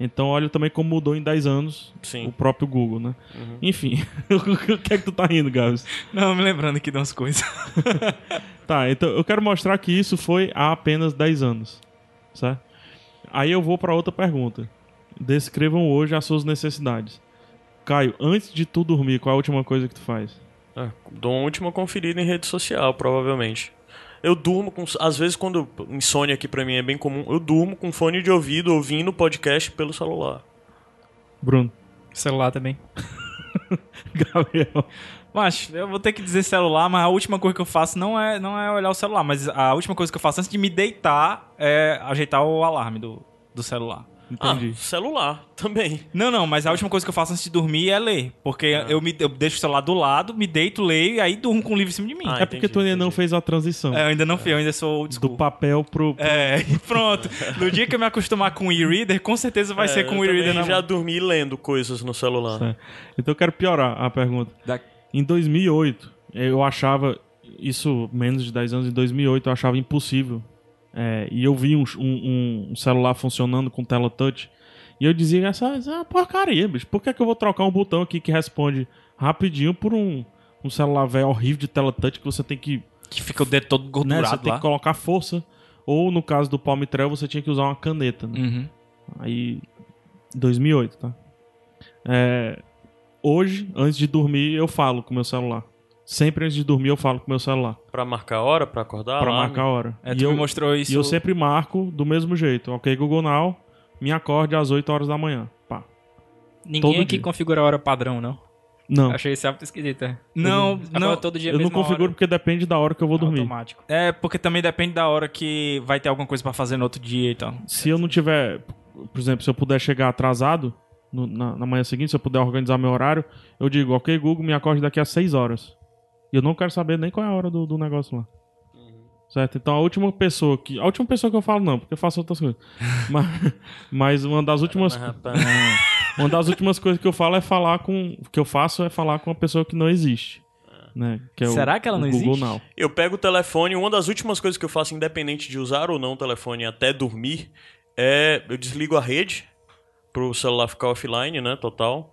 [SPEAKER 3] Então olha também como mudou em 10 anos
[SPEAKER 4] Sim.
[SPEAKER 3] o próprio Google, né? Enfim, o que é que tu tá rindo, Gabs?
[SPEAKER 5] Não, me lembrando aqui de umas coisas.
[SPEAKER 3] Tá, então eu quero mostrar que isso foi há apenas 10 anos, certo? Aí eu vou pra outra pergunta. Descrevam hoje as suas necessidades. Caio, antes de tu
[SPEAKER 4] Ah,
[SPEAKER 3] dormir, qual é a última coisa que tu faz?
[SPEAKER 4] É, dou uma última conferida em rede social, provavelmente. Eu durmo com. Às vezes, quando insônia aqui pra mim é bem comum, eu durmo com fone de ouvido ouvindo podcast pelo celular.
[SPEAKER 3] Bruno.
[SPEAKER 6] Celular também.
[SPEAKER 3] Gabriel.
[SPEAKER 5] Macho, eu vou ter que dizer celular, mas a última coisa que eu faço não é, não é olhar o celular, mas a última coisa que eu faço antes de me deitar é ajeitar o alarme do, do celular.
[SPEAKER 3] Entendi.
[SPEAKER 4] Ah, celular também.
[SPEAKER 5] Não, não, mas a última coisa que eu faço antes de dormir é ler. Porque eu, me, eu deixo o celular do lado, me deito, leio e aí durmo com o livro em cima de mim.
[SPEAKER 4] Ah,
[SPEAKER 3] é porque
[SPEAKER 4] entendi,
[SPEAKER 3] tu ainda não
[SPEAKER 4] entendi.
[SPEAKER 3] fez a transição
[SPEAKER 5] É, eu ainda não fui, eu ainda sou old
[SPEAKER 3] do
[SPEAKER 5] school.
[SPEAKER 3] papel pro.
[SPEAKER 5] É, e pronto. No dia que eu me acostumar com o e-reader, com certeza vai ser
[SPEAKER 4] É,
[SPEAKER 5] com
[SPEAKER 4] eu
[SPEAKER 5] o e-reader
[SPEAKER 4] também
[SPEAKER 5] na
[SPEAKER 4] já
[SPEAKER 5] mão.
[SPEAKER 4] dormi lendo coisas no celular.
[SPEAKER 3] né, Certo. Então eu quero piorar a pergunta.
[SPEAKER 5] Da-
[SPEAKER 3] Em 2008, eu achava isso menos de 10 anos. Em 2008, eu achava impossível. É, e eu vi um, um- um celular funcionando com tela touch. E eu dizia, essa, essa é uma porcaria, bicho. Por que, é que eu vou trocar um botão aqui que responde rapidinho por um, um celular velho horrível de tela touch que você tem que
[SPEAKER 5] Que fica o dedo todo
[SPEAKER 3] né, você
[SPEAKER 5] gordurado
[SPEAKER 3] tem que
[SPEAKER 5] lá.
[SPEAKER 3] colocar força. Ou no caso do Palm Trail, você tinha que usar uma caneta. Né?
[SPEAKER 5] Uhum.
[SPEAKER 3] Aí. 2008, tá? É, hoje, antes de dormir, eu falo com meu celular. Sempre antes de dormir, eu falo com meu celular.
[SPEAKER 4] Pra marcar a hora, pra acordar? né?
[SPEAKER 3] pra
[SPEAKER 4] alarme.
[SPEAKER 3] marcar a hora.
[SPEAKER 5] É,
[SPEAKER 3] e,
[SPEAKER 5] tu
[SPEAKER 3] eu,
[SPEAKER 5] me mostrou isso.
[SPEAKER 3] e eu sempre marco do mesmo jeito. Ok, Google Now, me acorde às 8 horas da manhã. Pá.
[SPEAKER 6] Ninguém
[SPEAKER 3] Todo
[SPEAKER 6] aqui
[SPEAKER 3] dia.
[SPEAKER 6] configura a hora padrão, não.
[SPEAKER 3] Não,
[SPEAKER 6] Achei esse hábito esquisito. é.
[SPEAKER 5] Não,
[SPEAKER 6] Acorda
[SPEAKER 5] não.
[SPEAKER 6] todo dia é a
[SPEAKER 3] eu não
[SPEAKER 6] mesma
[SPEAKER 3] configuro
[SPEAKER 6] hora,
[SPEAKER 3] porque depende da hora que eu vou dormir.
[SPEAKER 6] automático.
[SPEAKER 5] É, porque também depende da hora que vai ter alguma coisa pra fazer no outro dia e tal.
[SPEAKER 3] Se eu não tiver, por exemplo, se eu puder chegar atrasado no- na, na manhã seguinte, se eu puder organizar meu horário, eu digo, ok, Google, me acorde daqui a 6 horas. E eu não quero saber nem qual é a hora do, do negócio lá.
[SPEAKER 4] Uhum.
[SPEAKER 3] Certo? Então a última pessoa que. A última pessoa que eu falo, não, porque eu faço outras coisas. mas, mas uma das últimas.
[SPEAKER 4] Mas, rapaz,
[SPEAKER 3] Uma das últimas coisas que eu falo é falar com. que eu faço é falar com uma pessoa que não existe. Né? Que é o-
[SPEAKER 5] Será que ela
[SPEAKER 3] o
[SPEAKER 5] não
[SPEAKER 3] Google
[SPEAKER 5] existe?
[SPEAKER 3] Now.
[SPEAKER 4] eu pego o telefone, uma das últimas coisas que eu faço, independente de usar ou não o telefone até dormir, é eu desligo a rede pro celular ficar offline, né, total.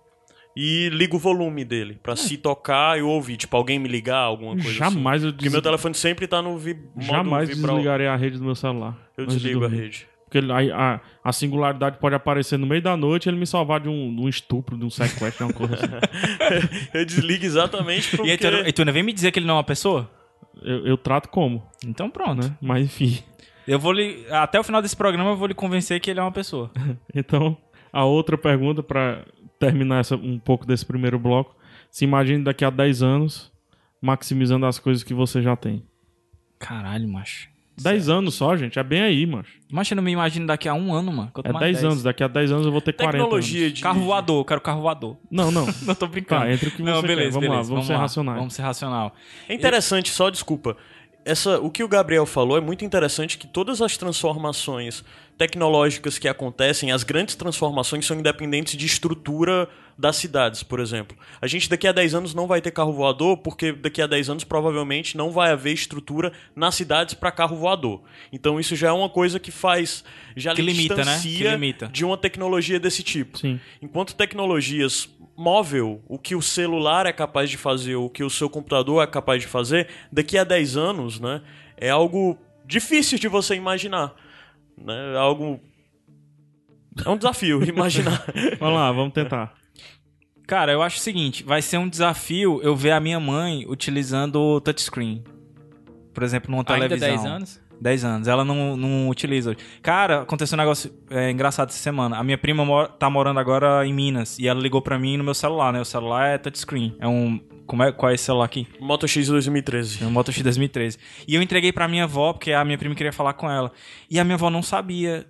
[SPEAKER 4] E ligo o volume dele, pra se tocar eu ouvir, tipo alguém me ligar, alguma coisa assim.
[SPEAKER 3] É. Jamais eu
[SPEAKER 4] Porque
[SPEAKER 3] des...
[SPEAKER 4] meu telefone sempre tá no vi... modo
[SPEAKER 3] Jamais
[SPEAKER 4] vibral.
[SPEAKER 3] desligarei a rede do meu celular.
[SPEAKER 4] Eu
[SPEAKER 3] antes de
[SPEAKER 4] desligo a
[SPEAKER 3] dormir.
[SPEAKER 4] rede.
[SPEAKER 3] Porque ele- a, a, a singularidade pode aparecer no meio da noite e ele me salvar de um, de um estupro, de um sequestro, de uma coisa assim.
[SPEAKER 4] Eu desligo exatamente porque...
[SPEAKER 5] E aí tu, e tu ainda vem me dizer que ele não é uma pessoa?
[SPEAKER 3] Eu, eu trato como,
[SPEAKER 5] Então pronto.
[SPEAKER 3] né? Mas enfim.
[SPEAKER 5] Eu vou lhe. Até o final desse programa eu vou lhe convencer que ele é uma pessoa.
[SPEAKER 3] Então, a outra pergunta, pra terminar essa, um pouco desse primeiro bloco: se imagine daqui a 10 anos maximizando as coisas que você já tem.
[SPEAKER 5] Caralho, macho.
[SPEAKER 3] 10 anos só, gente, é bem aí, mano.
[SPEAKER 5] Macho, eu não me imagino daqui a um ano, mano. que eu tô
[SPEAKER 3] É
[SPEAKER 5] mais
[SPEAKER 3] 10 anos, daqui a 10 anos eu vou ter 40
[SPEAKER 4] Tecnologia
[SPEAKER 3] anos.
[SPEAKER 4] de...
[SPEAKER 5] Carro voador, eu quero carro voador.
[SPEAKER 3] Não, não.
[SPEAKER 5] Não tô brincando.
[SPEAKER 3] Tá, entre o que você
[SPEAKER 5] não, beleza,
[SPEAKER 3] quer. Vamos
[SPEAKER 5] beleza.
[SPEAKER 3] lá, vamos ser racionais.
[SPEAKER 5] Vamos ser racional.
[SPEAKER 4] É interessante, só desculpa. Essa, o que o Gabriel falou é muito interessante que todas as transformações tecnológicas que acontecem, as grandes transformações são independentes de estrutura das cidades, por exemplo. A gente daqui a 10 anos não vai ter carro voador, porque daqui a 10 anos provavelmente não vai haver estrutura nas cidades para carro voador. Então isso já é uma coisa que faz já
[SPEAKER 5] Que
[SPEAKER 4] lhe
[SPEAKER 5] limita, né?
[SPEAKER 4] distancia
[SPEAKER 5] Que limita.
[SPEAKER 4] de uma tecnologia desse tipo.
[SPEAKER 3] Sim.
[SPEAKER 4] Enquanto tecnologias móvel, o que o celular é capaz de fazer, o que o seu computador é capaz de fazer, daqui a 10 anos, né? É algo difícil de você imaginar. Né? É algo. É um desafio imaginar.
[SPEAKER 3] Vamos lá, vamos tentar.
[SPEAKER 5] Cara, eu acho o seguinte: vai ser um desafio eu ver a minha mãe utilizando o touchscreen. Por exemplo, numa
[SPEAKER 6] Ainda
[SPEAKER 5] televisão.
[SPEAKER 6] 10 anos?
[SPEAKER 5] 10 anos. Ela não, não utiliza. Cara, aconteceu um negócio é, engraçado essa semana. A minha prima mora, tá morando agora em Minas e ela ligou pra mim no meu celular, né? O celular é touchscreen. É um. Como é, qual é esse celular aqui?
[SPEAKER 4] Moto X 2013.
[SPEAKER 5] É um Moto X 2013. E eu entreguei pra minha avó, porque a minha prima queria falar com ela. E a minha avó não sabia.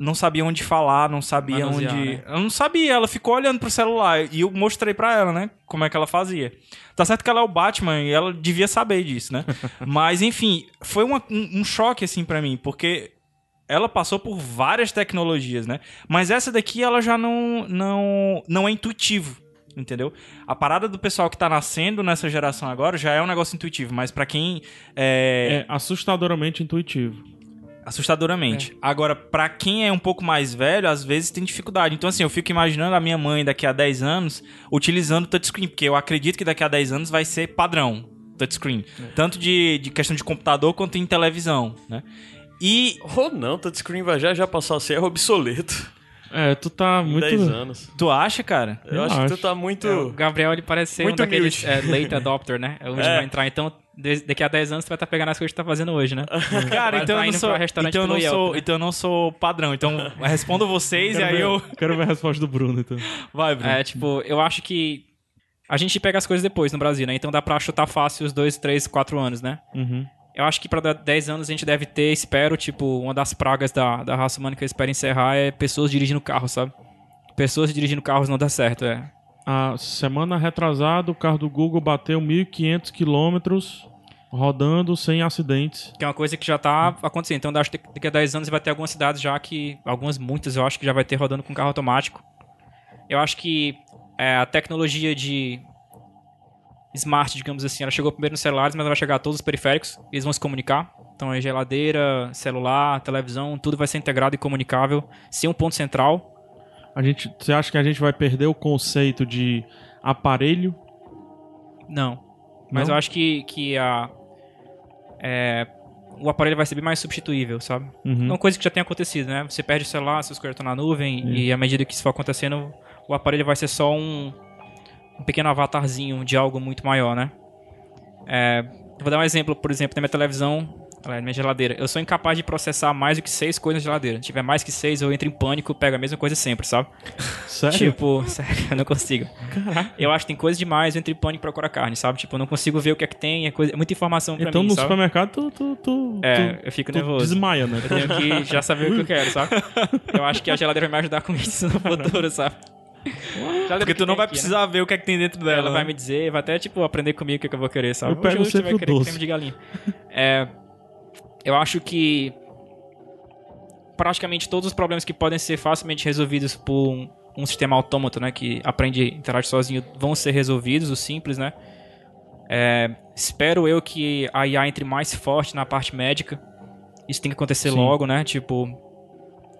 [SPEAKER 5] Não sabia onde falar, não sabia
[SPEAKER 6] Manusear,
[SPEAKER 5] onde.
[SPEAKER 6] né?
[SPEAKER 5] Ela não sabia, ela ficou olhando pro celular. E eu mostrei pra ela, né? Como é que ela fazia. Tá certo que ela é o Batman e ela devia saber disso, né? Mas, enfim, foi uma- um, um choque, assim, pra mim, porque ela passou por várias tecnologias, né? Mas essa daqui, ela já não, não, não é intuitivo, entendeu? A parada do pessoal que tá nascendo nessa geração agora já é um negócio intuitivo, mas pra quem
[SPEAKER 3] É
[SPEAKER 5] é,
[SPEAKER 3] assustadoramente intuitivo.
[SPEAKER 6] É.
[SPEAKER 5] assustadoramente. Agora, pra quem é um pouco mais velho, às vezes tem dificuldade. Então, assim, eu fico imaginando a minha mãe daqui a 10 anos utilizando touchscreen, porque eu acredito que daqui a 10 anos vai ser padrão touchscreen,
[SPEAKER 6] É.
[SPEAKER 5] tanto de, de questão de computador quanto em televisão, né? E
[SPEAKER 4] Ou não, touchscreen vai já, já passar a ser obsoleto.
[SPEAKER 3] É, tu tá muito.
[SPEAKER 4] 10 anos.
[SPEAKER 5] Tu acha, cara?
[SPEAKER 4] Eu,
[SPEAKER 3] Eu
[SPEAKER 4] acho, que
[SPEAKER 3] acho.
[SPEAKER 4] tu tá muito.
[SPEAKER 6] É, O Gabriel, ele parece ser
[SPEAKER 4] Muito
[SPEAKER 6] um daqueles é,
[SPEAKER 4] humilde.
[SPEAKER 6] late adopter, né? É o último
[SPEAKER 4] É.
[SPEAKER 6] a entrar. Então, de- daqui a 10 anos, tu vai estar pegando as coisas que tu tá fazendo hoje, né?
[SPEAKER 5] Cara,
[SPEAKER 6] Vai
[SPEAKER 5] então
[SPEAKER 6] tá
[SPEAKER 5] eu não
[SPEAKER 6] indo
[SPEAKER 5] sou.
[SPEAKER 6] pra restaurante
[SPEAKER 5] Então eu não
[SPEAKER 6] pelo
[SPEAKER 5] sou,
[SPEAKER 6] Yelp, né?
[SPEAKER 5] então eu não sou padrão. Então eu respondo vocês e
[SPEAKER 3] Quero
[SPEAKER 5] aí
[SPEAKER 3] ver-
[SPEAKER 5] eu.
[SPEAKER 3] Quero ver a resposta do Bruno, então.
[SPEAKER 5] Vai, Bruno.
[SPEAKER 6] É, tipo, eu acho que a gente pega as coisas depois no Brasil, né? Então dá pra chutar fácil os 2, 3, 4 anos, né?
[SPEAKER 3] Uhum.
[SPEAKER 6] Eu acho que pra dar 10 anos a gente deve ter, espero, tipo, uma das pragas da, da raça humana que eu espero encerrar é pessoas dirigindo carro, sabe? Pessoas dirigindo carros não dá certo, é.
[SPEAKER 3] A semana retrasada, o carro do Google bateu 1.500 quilômetros rodando sem acidentes.
[SPEAKER 6] Que é uma coisa que já tá acontecendo. Então, acho que daqui a 10 anos vai ter algumas cidades já que. Algumas, muitas, eu acho que já vai ter rodando com carro automático. Eu acho que é, a tecnologia de smart, digamos assim, ela chegou primeiro nos celulares, mas ela vai chegar a todos os periféricos. Eles vão se comunicar. Então, é geladeira, celular, televisão, tudo vai ser integrado e comunicável, sem um ponto central.
[SPEAKER 3] A gente, você acha que a gente vai perder o conceito de aparelho?
[SPEAKER 6] Não. Mas
[SPEAKER 3] Não?
[SPEAKER 6] eu acho que, que a. é, o aparelho vai ser bem mais substituível, sabe?
[SPEAKER 3] Uhum.
[SPEAKER 6] É uma coisa que já tem acontecido, né? Você perde o celular, essas coisas estão na nuvem, e à medida que isso for acontecendo, o aparelho vai ser só um, um pequeno avatarzinho de algo muito maior, né? É, eu vou dar um exemplo, por exemplo, da minha televisão, ela é na minha geladeira. Eu sou incapaz de processar mais do que seis coisas na geladeira. Se tiver mais que seis, eu entro em pânico, pego a mesma coisa sempre, sabe?
[SPEAKER 3] Sério?
[SPEAKER 6] Tipo, sério, eu não consigo. Eu acho que tem coisa demais, eu entro em pânico e procuro a carne, sabe? Tipo, eu não consigo ver o que é que tem, é, coisa, é muita informação pra
[SPEAKER 3] então
[SPEAKER 6] mim,
[SPEAKER 3] no
[SPEAKER 6] sabe?
[SPEAKER 3] supermercado tu, tu, tu,
[SPEAKER 6] É,
[SPEAKER 3] tu-
[SPEAKER 6] eu fico
[SPEAKER 3] tu
[SPEAKER 6] nervoso.
[SPEAKER 3] desmaia, né?
[SPEAKER 6] Eu tenho que já saber o que eu quero, sabe? Eu acho que a geladeira vai me ajudar com isso no futuro, sabe? Geladeira
[SPEAKER 5] Porque
[SPEAKER 6] que
[SPEAKER 5] tu não
[SPEAKER 6] tem
[SPEAKER 5] vai
[SPEAKER 6] aqui, né?
[SPEAKER 5] precisar ver o que é que tem dentro dela.
[SPEAKER 6] Ela vai me dizer, vai até, tipo, aprender comigo o que que eu vou querer, sabe?
[SPEAKER 3] Eu pego
[SPEAKER 6] né? Hoje você
[SPEAKER 3] sempre
[SPEAKER 6] vai
[SPEAKER 3] o
[SPEAKER 6] querer
[SPEAKER 3] doce.
[SPEAKER 6] creme de galinha. É, eu acho que praticamente todos os problemas que podem ser facilmente resolvidos por um, um sistema autômato, né? Que aprende e interage sozinho, vão ser resolvidos, o simples, né? É, espero eu que a IA entre mais forte na parte médica. Isso tem que acontecer
[SPEAKER 3] Sim.
[SPEAKER 6] logo, né? Tipo,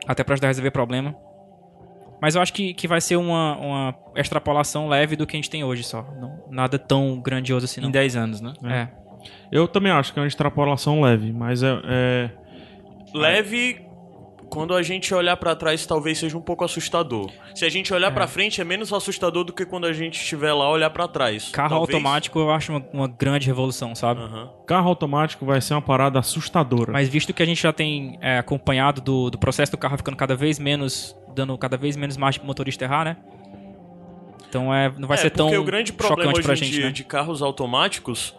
[SPEAKER 6] até pra ajudar a resolver problema. Mas eu acho que, que vai ser uma, uma extrapolação leve do que a gente tem hoje só. Não- nada tão grandioso assim,
[SPEAKER 5] Em
[SPEAKER 6] não.
[SPEAKER 5] 10 anos, né?
[SPEAKER 6] É.
[SPEAKER 3] Eu também acho que é uma extrapolação leve, mas é, é-
[SPEAKER 4] Leve. Quando a gente olhar pra trás, talvez seja um pouco assustador. Se a gente olhar pra frente, é menos assustador do que quando a gente estiver lá olhar pra trás.
[SPEAKER 6] Carro
[SPEAKER 4] Talvez. Ah.
[SPEAKER 6] automático eu acho uma, uma grande revolução, sabe?
[SPEAKER 4] Aham.
[SPEAKER 3] carro automático vai ser uma parada assustadora.
[SPEAKER 6] Mas visto que a gente já tem é, acompanhado do, do processo do carro ficando cada vez menos. dando cada vez menos margem pro motorista errar, né? Então é, não vai
[SPEAKER 4] é,
[SPEAKER 6] ser tão
[SPEAKER 4] porque o grande problema
[SPEAKER 6] chocante
[SPEAKER 4] hoje
[SPEAKER 6] pra
[SPEAKER 4] em
[SPEAKER 6] gente,
[SPEAKER 4] dia
[SPEAKER 6] né?
[SPEAKER 4] de carros automáticos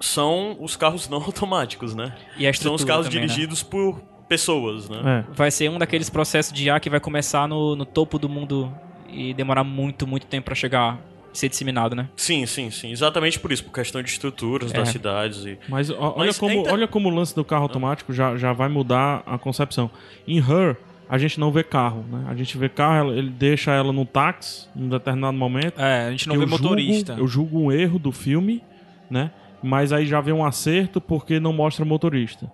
[SPEAKER 4] são os carros não automáticos, né?
[SPEAKER 6] E a
[SPEAKER 4] São os
[SPEAKER 6] estrutura
[SPEAKER 4] carros
[SPEAKER 6] também, né?
[SPEAKER 4] dirigidos por pessoas, né?
[SPEAKER 3] É.
[SPEAKER 6] Vai ser um daqueles processos de IA que vai começar no, no topo do mundo e demorar muito, muito tempo pra chegar e ser disseminado, né?
[SPEAKER 4] Sim, sim, sim. Exatamente por isso, por questão de estruturas das
[SPEAKER 6] É.
[SPEAKER 4] cidades e.
[SPEAKER 3] Mas, ó- olha,
[SPEAKER 4] Mas
[SPEAKER 3] como,
[SPEAKER 4] tenta-
[SPEAKER 3] olha como o lance do carro automático já, já vai mudar a concepção. Em Her, a gente não vê carro, né? A gente vê carro, ela- ele deixa ela num táxi num determinado momento.
[SPEAKER 5] É, a gente não
[SPEAKER 3] Eu
[SPEAKER 5] vê
[SPEAKER 3] julgo-
[SPEAKER 5] motorista.
[SPEAKER 3] eu julgo um erro do filme, né? Mas aí já vem um acerto porque não mostra motorista.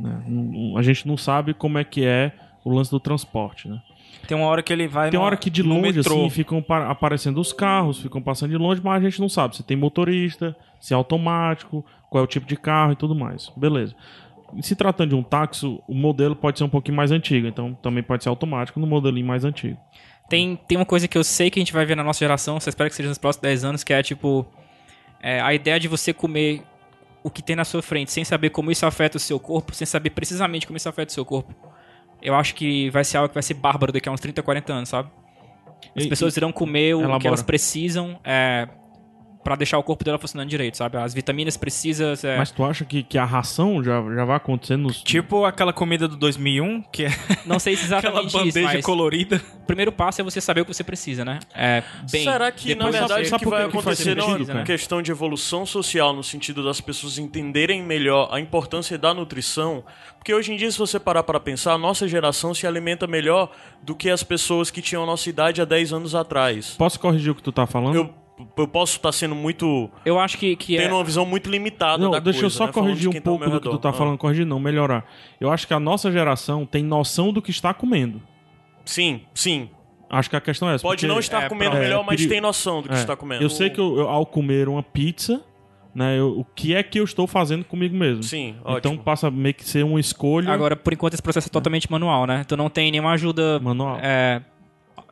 [SPEAKER 3] né? Um- um- A gente não sabe como é que é o lance do transporte, né?
[SPEAKER 5] Tem uma hora que ele vai.
[SPEAKER 3] Tem
[SPEAKER 5] no-
[SPEAKER 3] hora que de
[SPEAKER 5] no
[SPEAKER 3] longe,
[SPEAKER 5] metrô.
[SPEAKER 3] assim, ficam pa- aparecendo os carros, ficam passando de longe, mas a gente não sabe se tem motorista, se é automático, qual é o tipo de carro e tudo mais. Beleza. E Se tratando de um táxi, o modelo pode ser um pouquinho mais antigo, então também pode ser automático no modelinho mais antigo.
[SPEAKER 6] Tem, tem uma coisa que eu sei que a gente vai ver na nossa geração, só espero que seja nos próximos 10 anos, que é tipo. é, a ideia de você comer o que tem na sua frente, sem saber como isso afeta o seu corpo, sem saber precisamente como isso afeta o seu corpo. Eu acho que vai ser algo que vai ser bárbaro daqui a uns 30, 40 anos, sabe? As
[SPEAKER 3] E- é
[SPEAKER 6] pessoas irão comer o
[SPEAKER 3] Elabora.
[SPEAKER 6] que elas precisam é, para deixar o corpo dela funcionando direito, sabe? As vitaminas precisas. é,
[SPEAKER 3] Mas tu acha que, que a ração já, já vai acontecendo nos.
[SPEAKER 5] Tipo aquela comida do 2001, que é
[SPEAKER 6] Não sei se
[SPEAKER 5] aquela
[SPEAKER 6] exatamente isso,
[SPEAKER 5] bandeja
[SPEAKER 6] mas
[SPEAKER 5] colorida.
[SPEAKER 6] o primeiro passo é você saber o que você precisa, né? É, bem,
[SPEAKER 4] Será que, na
[SPEAKER 6] depois
[SPEAKER 3] sabe-
[SPEAKER 4] verdade,
[SPEAKER 6] você-
[SPEAKER 4] o
[SPEAKER 3] sabe
[SPEAKER 4] que
[SPEAKER 3] por
[SPEAKER 4] vai
[SPEAKER 3] que que faz
[SPEAKER 4] acontecer não é
[SPEAKER 3] sentido, né?
[SPEAKER 4] uma
[SPEAKER 6] né?
[SPEAKER 3] cara?
[SPEAKER 4] questão de evolução social, no sentido das pessoas entenderem melhor a importância da nutrição? Porque hoje em dia, se você parar para pensar, a nossa geração se alimenta melhor do que as pessoas que tinham a nossa idade há 10 anos atrás.
[SPEAKER 3] Posso corrigir o que tu tá falando?
[SPEAKER 4] Eu, eu posso estar sendo muito.
[SPEAKER 6] Eu acho que, que é...
[SPEAKER 4] tendo uma visão muito limitada
[SPEAKER 3] Não,
[SPEAKER 4] da
[SPEAKER 3] deixa eu
[SPEAKER 4] coisa,
[SPEAKER 3] só
[SPEAKER 4] né? Falando de
[SPEAKER 3] corrigir um
[SPEAKER 4] quem tá ao
[SPEAKER 3] pouco do
[SPEAKER 4] meu
[SPEAKER 3] que tu
[SPEAKER 4] redor.
[SPEAKER 3] tá
[SPEAKER 4] Ah,
[SPEAKER 3] falando, corrigir não, melhorar. Eu acho que a nossa geração tem noção do que está comendo.
[SPEAKER 4] Sim, sim.
[SPEAKER 3] Acho que a questão é essa.
[SPEAKER 4] Pode
[SPEAKER 3] porque-
[SPEAKER 4] não estar
[SPEAKER 6] é,
[SPEAKER 4] comendo
[SPEAKER 3] pra-
[SPEAKER 4] melhor,
[SPEAKER 3] é,
[SPEAKER 4] mas
[SPEAKER 3] peri-
[SPEAKER 4] tem noção do que tá
[SPEAKER 3] É,
[SPEAKER 4] está comendo.
[SPEAKER 3] Eu sei que eu- eu, ao comer uma pizza, Né? Eu- o que é que eu estou fazendo comigo mesmo?
[SPEAKER 4] Sim,
[SPEAKER 3] Então
[SPEAKER 4] ótimo.
[SPEAKER 3] passa a meio que ser uma escolha
[SPEAKER 6] Agora, por enquanto, esse processo é totalmente manual, né? Tu não tem nenhuma ajuda
[SPEAKER 3] manual.
[SPEAKER 6] é,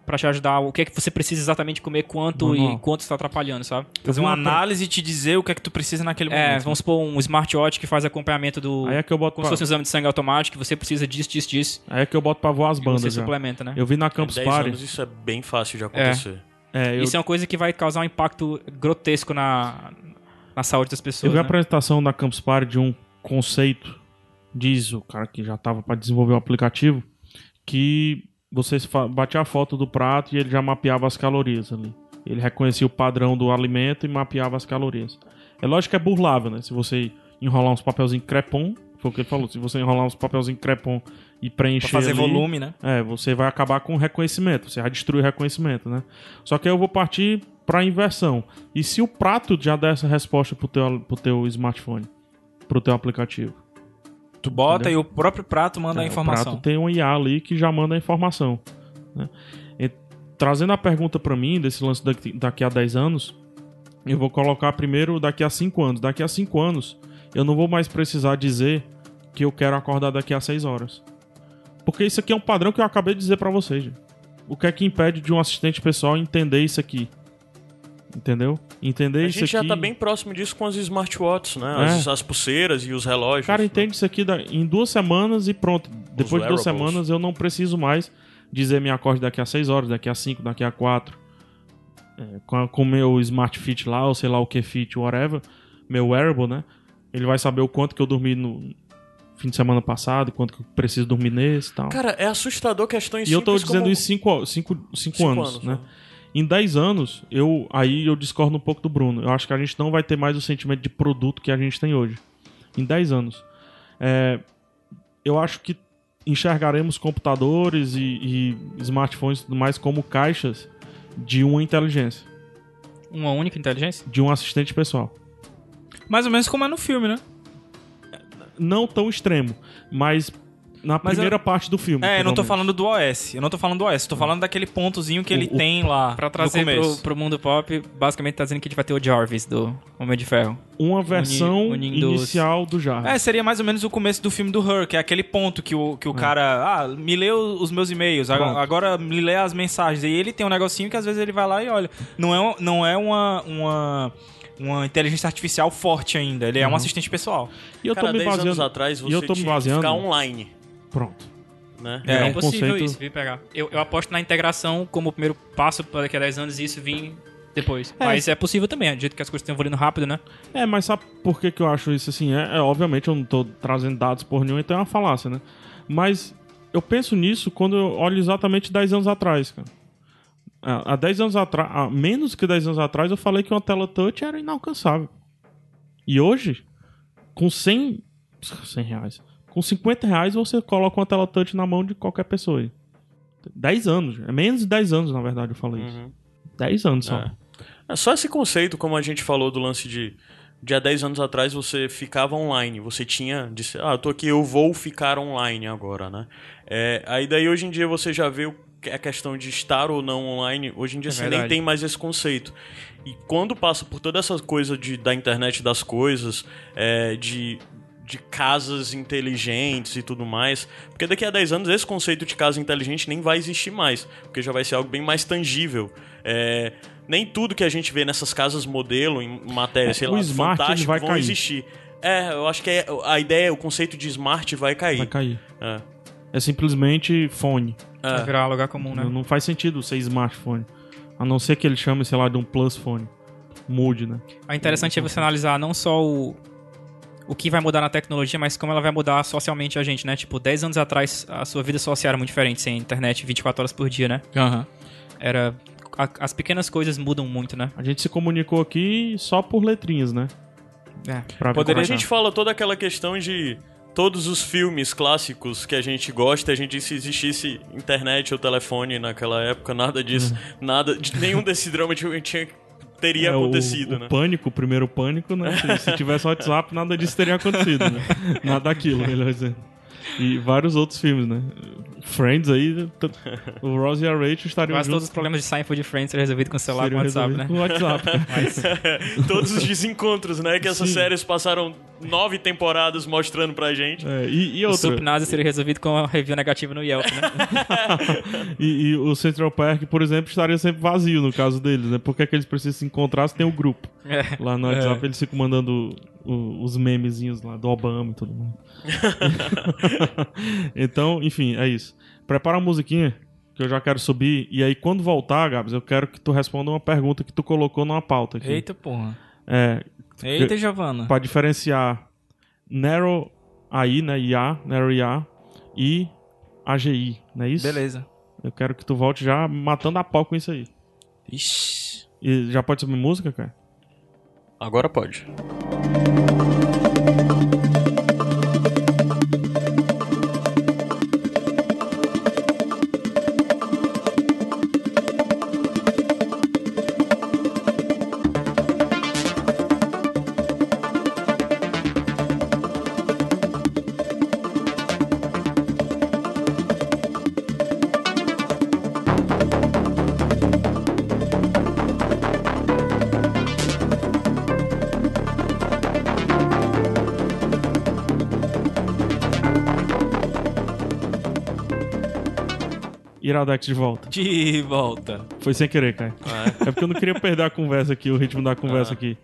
[SPEAKER 6] pra te ajudar. O que é que você precisa exatamente comer, quanto
[SPEAKER 3] Manual.
[SPEAKER 6] e quanto está atrapalhando, sabe?
[SPEAKER 5] Fazer
[SPEAKER 3] vi
[SPEAKER 5] uma
[SPEAKER 3] uma pro-
[SPEAKER 5] análise e te dizer o que é que tu precisa naquele
[SPEAKER 6] É,
[SPEAKER 5] momento.
[SPEAKER 6] vamos supor um smartwatch que faz acompanhamento do.
[SPEAKER 3] Aí é que eu boto
[SPEAKER 6] como se
[SPEAKER 3] pra,
[SPEAKER 6] fosse um exame de sangue automático, você precisa disso, disso, disso.
[SPEAKER 3] aí é que eu boto pra voar as
[SPEAKER 6] e
[SPEAKER 3] bandas.
[SPEAKER 6] você
[SPEAKER 3] já.
[SPEAKER 6] suplementa, né?
[SPEAKER 3] Eu vi na
[SPEAKER 4] Em
[SPEAKER 3] Campus
[SPEAKER 4] 10
[SPEAKER 3] Party.
[SPEAKER 4] anos isso é bem fácil de acontecer.
[SPEAKER 3] É, eu,
[SPEAKER 6] Isso é uma coisa que vai causar um impacto grotesco na, na saúde das
[SPEAKER 3] eu
[SPEAKER 6] pessoas.
[SPEAKER 3] vi a
[SPEAKER 6] Né?
[SPEAKER 3] apresentação da Campus Party de um conceito, diz o cara que já tava pra desenvolver o aplicativo, que você fa- batia a foto do prato e ele já mapeava as calorias ali. Ele reconhecia o padrão do alimento e mapeava as calorias. É lógico que é burlável, né? Se você enrolar uns papelzinhos crepom, foi o que ele falou, se você enrolar uns papelzinhos crepom e preencher
[SPEAKER 5] Pra fazer
[SPEAKER 3] ali,
[SPEAKER 5] volume, né?
[SPEAKER 3] É, você vai acabar com o reconhecimento, você vai destruir o reconhecimento, né? Só que aí eu vou partir pra inversão. E se o prato já der essa resposta pro teu, pro teu smartphone, pro teu aplicativo?
[SPEAKER 5] Tu bota
[SPEAKER 3] Entendeu?
[SPEAKER 5] e o próprio prato manda a
[SPEAKER 3] É, O
[SPEAKER 5] informação.
[SPEAKER 3] prato tem um IA ali que já manda a informação. né? E trazendo a pergunta pra mim desse lance daqui, daqui a 10 anos, eu vou colocar primeiro daqui a 5 anos. Daqui a 5 anos, eu não vou mais precisar dizer que eu quero acordar daqui a 6 horas. Porque isso aqui é um padrão que eu acabei de dizer pra vocês. gente. O que é que impede de um assistente pessoal entender isso aqui? Entendeu? Entender
[SPEAKER 4] A
[SPEAKER 3] isso
[SPEAKER 4] gente já
[SPEAKER 3] aqui.
[SPEAKER 4] tá bem próximo disso com as smartwatches, né?
[SPEAKER 3] É.
[SPEAKER 4] As, as pulseiras e os
[SPEAKER 3] O
[SPEAKER 4] relógios.
[SPEAKER 3] cara então-
[SPEAKER 4] né?
[SPEAKER 3] entende isso aqui da- em duas semanas e pronto. Depois de duas
[SPEAKER 4] wearables.
[SPEAKER 3] semanas eu não preciso mais dizer me acorde daqui a seis horas, daqui a cinco, daqui a quatro. É, com a- com o meu Smart Fit lá, ou sei lá o que Fit, whatever, meu wearable, né? Ele vai saber o quanto que eu dormi no fim de semana passado, quanto que eu preciso dormir nesse e tal.
[SPEAKER 4] Cara, é assustador questões
[SPEAKER 3] e eu tô
[SPEAKER 4] simples
[SPEAKER 3] dizendo
[SPEAKER 4] como...
[SPEAKER 3] isso cinco, cinco, cinco,
[SPEAKER 4] Cinco
[SPEAKER 3] anos, né? Em 10 anos, eu aí eu discordo um pouco do Bruno. Eu acho que a gente não vai ter mais o sentimento de produto que a gente tem hoje. Em 10 anos. É, eu acho que enxergaremos computadores e, e smartphones e tudo mais como caixas de uma inteligência,
[SPEAKER 6] Uma única inteligência?
[SPEAKER 3] de um assistente pessoal.
[SPEAKER 5] Mais ou menos como é no filme, né?
[SPEAKER 3] Não tão extremo, mas na
[SPEAKER 5] Mas
[SPEAKER 3] primeira parte do filme.
[SPEAKER 5] É, eu não tô
[SPEAKER 3] pelo menos.
[SPEAKER 5] falando do OS. Eu não tô falando do OS, tô falando daquele pontozinho que ele
[SPEAKER 3] O- o-
[SPEAKER 5] tem lá.
[SPEAKER 6] Pra
[SPEAKER 5] no
[SPEAKER 6] trazer pro,
[SPEAKER 5] começo.
[SPEAKER 6] pro mundo pop, basicamente tá dizendo que a gente vai ter o Jarvis do Homem de Ferro.
[SPEAKER 3] Uma versão
[SPEAKER 6] unindo os-
[SPEAKER 3] inicial do Jarvis.
[SPEAKER 5] É, seria mais ou menos o começo do filme do Her, que é aquele ponto que o, que o cara. Ah, me lê o- os meus e-mails, a-
[SPEAKER 3] Pronto.
[SPEAKER 5] agora me lê as mensagens. E ele tem um negocinho que às vezes ele vai lá e olha. Não é, um- não é uma, uma, uma inteligência artificial forte ainda, ele é um assistente pessoal.
[SPEAKER 3] e eu
[SPEAKER 4] Cara,
[SPEAKER 3] tô me
[SPEAKER 4] 10 anos
[SPEAKER 3] baseando.
[SPEAKER 4] atrás
[SPEAKER 3] e
[SPEAKER 4] você
[SPEAKER 3] eu tô me
[SPEAKER 4] tinha que
[SPEAKER 3] baseando.
[SPEAKER 4] ficar online,
[SPEAKER 3] Pronto.
[SPEAKER 4] né?
[SPEAKER 5] É,
[SPEAKER 6] É,
[SPEAKER 5] um
[SPEAKER 6] impossível
[SPEAKER 3] conceito-
[SPEAKER 6] isso, vir pegar. Eu, eu aposto na integração como o primeiro passo para daqui a 10 anos e isso vir depois. Mas é possível também, do jeito que as coisas estão evoluindo rápido, né?
[SPEAKER 3] É, mas sabe por que, que eu acho isso assim? É, é, obviamente eu não tô trazendo dados por nenhum, então é uma falácia, né? Mas eu penso nisso quando eu olho exatamente 10 anos atrás, cara. Ah, Há há 10 anos atrás, há menos que 10 anos atrás, eu falei que uma tela touch era inalcançável. E hoje, com 100, 100 reais, com 50 reais você coloca uma tela touch na mão de qualquer pessoa aí. 10 anos, é menos de 10 anos, na verdade, eu falei isso.
[SPEAKER 4] Uhum.
[SPEAKER 3] 10 anos só.
[SPEAKER 4] É. É só esse conceito, como a gente falou do lance de. De há 10 anos atrás você ficava online, você tinha. Disse, ah, eu tô aqui, eu vou ficar online agora, né? É, aí daí hoje em dia você já vê o que- é a questão de estar ou não online. Hoje em dia
[SPEAKER 6] É
[SPEAKER 4] você nem
[SPEAKER 6] verdade.
[SPEAKER 4] tem mais esse conceito. E quando passa por toda essa coisa de, da internet das coisas, é, de, de casas inteligentes e tudo mais. Porque daqui a 10 anos esse conceito de casa inteligente nem vai existir mais. Porque já vai ser algo bem mais tangível. É, nem tudo que a gente vê nessas casas modelo, em matéria, sei
[SPEAKER 3] É, o
[SPEAKER 4] lá,
[SPEAKER 3] smart, ele
[SPEAKER 4] fantástico,
[SPEAKER 3] vai
[SPEAKER 4] vão
[SPEAKER 3] cair.
[SPEAKER 4] existir. É, eu acho que é- a ideia, o conceito de smart vai cair.
[SPEAKER 3] Vai cair.
[SPEAKER 4] É.
[SPEAKER 3] É simplesmente fone.
[SPEAKER 6] Vai virar lugar comum, né?
[SPEAKER 3] Não, não faz sentido ser smartphone. A não ser que ele chame, sei lá, de um plus phone. Mude, né?
[SPEAKER 6] O interessante é você analisar não só o, o que vai mudar na tecnologia, mas como ela vai mudar socialmente a gente, né? Tipo, 10 anos atrás a sua vida social era muito diferente, sem internet 24 horas por dia, né? Era. a- as pequenas coisas mudam muito, né?
[SPEAKER 3] A gente se comunicou aqui só por letrinhas, né?
[SPEAKER 6] É.
[SPEAKER 3] Pra ver
[SPEAKER 4] Quando
[SPEAKER 3] como
[SPEAKER 4] a
[SPEAKER 3] é
[SPEAKER 4] gente
[SPEAKER 3] que
[SPEAKER 4] fala toda aquela questão de todos os filmes clássicos que a gente gosta, a gente se existisse internet ou telefone naquela época, nada disso, nada, de nenhum desse drama tinha, tinha- teria
[SPEAKER 3] Uhum. é, o-
[SPEAKER 4] acontecido,
[SPEAKER 3] o
[SPEAKER 4] né?
[SPEAKER 3] pânico, o primeiro pânico, né? Se, se tivesse WhatsApp, nada disso teria acontecido, né? Nada daquilo, melhor dizendo. E vários outros filmes, né? Friends aí, né? T- o Ross e a Rachel estariam
[SPEAKER 6] Quase todos
[SPEAKER 3] juntos.
[SPEAKER 6] os problemas de Seinfeld e Friends são resolvidos com o celular e com o
[SPEAKER 3] seriam
[SPEAKER 6] WhatsApp,
[SPEAKER 3] resolvidos
[SPEAKER 6] né?
[SPEAKER 3] com o WhatsApp.
[SPEAKER 4] Todos os desencontros, né? Que essas séries passaram nove temporadas mostrando pra gente.
[SPEAKER 3] É, e, e
[SPEAKER 6] O
[SPEAKER 3] outra,
[SPEAKER 6] Supnasa seria resolvido com a review negativa no Yelp, né?
[SPEAKER 3] e, e o Central Park, por exemplo, estaria sempre vazio no caso deles, né? Porque é que eles precisam se encontrar se tem o grupo.
[SPEAKER 6] É.
[SPEAKER 3] Lá no WhatsApp eles ficam mandando o- os memezinhos lá do Obama e todo mundo. então, enfim, é isso. Prepara a musiquinha, que eu já quero subir. E aí, quando voltar, Gabs, eu quero que tu responda uma pergunta que tu colocou numa pauta aqui.
[SPEAKER 5] Eita, porra.
[SPEAKER 3] É,
[SPEAKER 5] Eita, Giovana.
[SPEAKER 3] pra diferenciar Narrow AI, né? IA, Narrow IA e AGI, não é isso?
[SPEAKER 5] Beleza.
[SPEAKER 3] Eu quero que tu volte já matando a pau com isso aí.
[SPEAKER 5] Ixi.
[SPEAKER 3] E já pode subir música, cara?
[SPEAKER 4] Agora pode.
[SPEAKER 3] Iradex de volta.
[SPEAKER 5] De volta.
[SPEAKER 3] Foi sem querer, cara.
[SPEAKER 5] Ah,
[SPEAKER 3] é. porque eu não queria perder a conversa aqui, o ritmo da conversa aqui.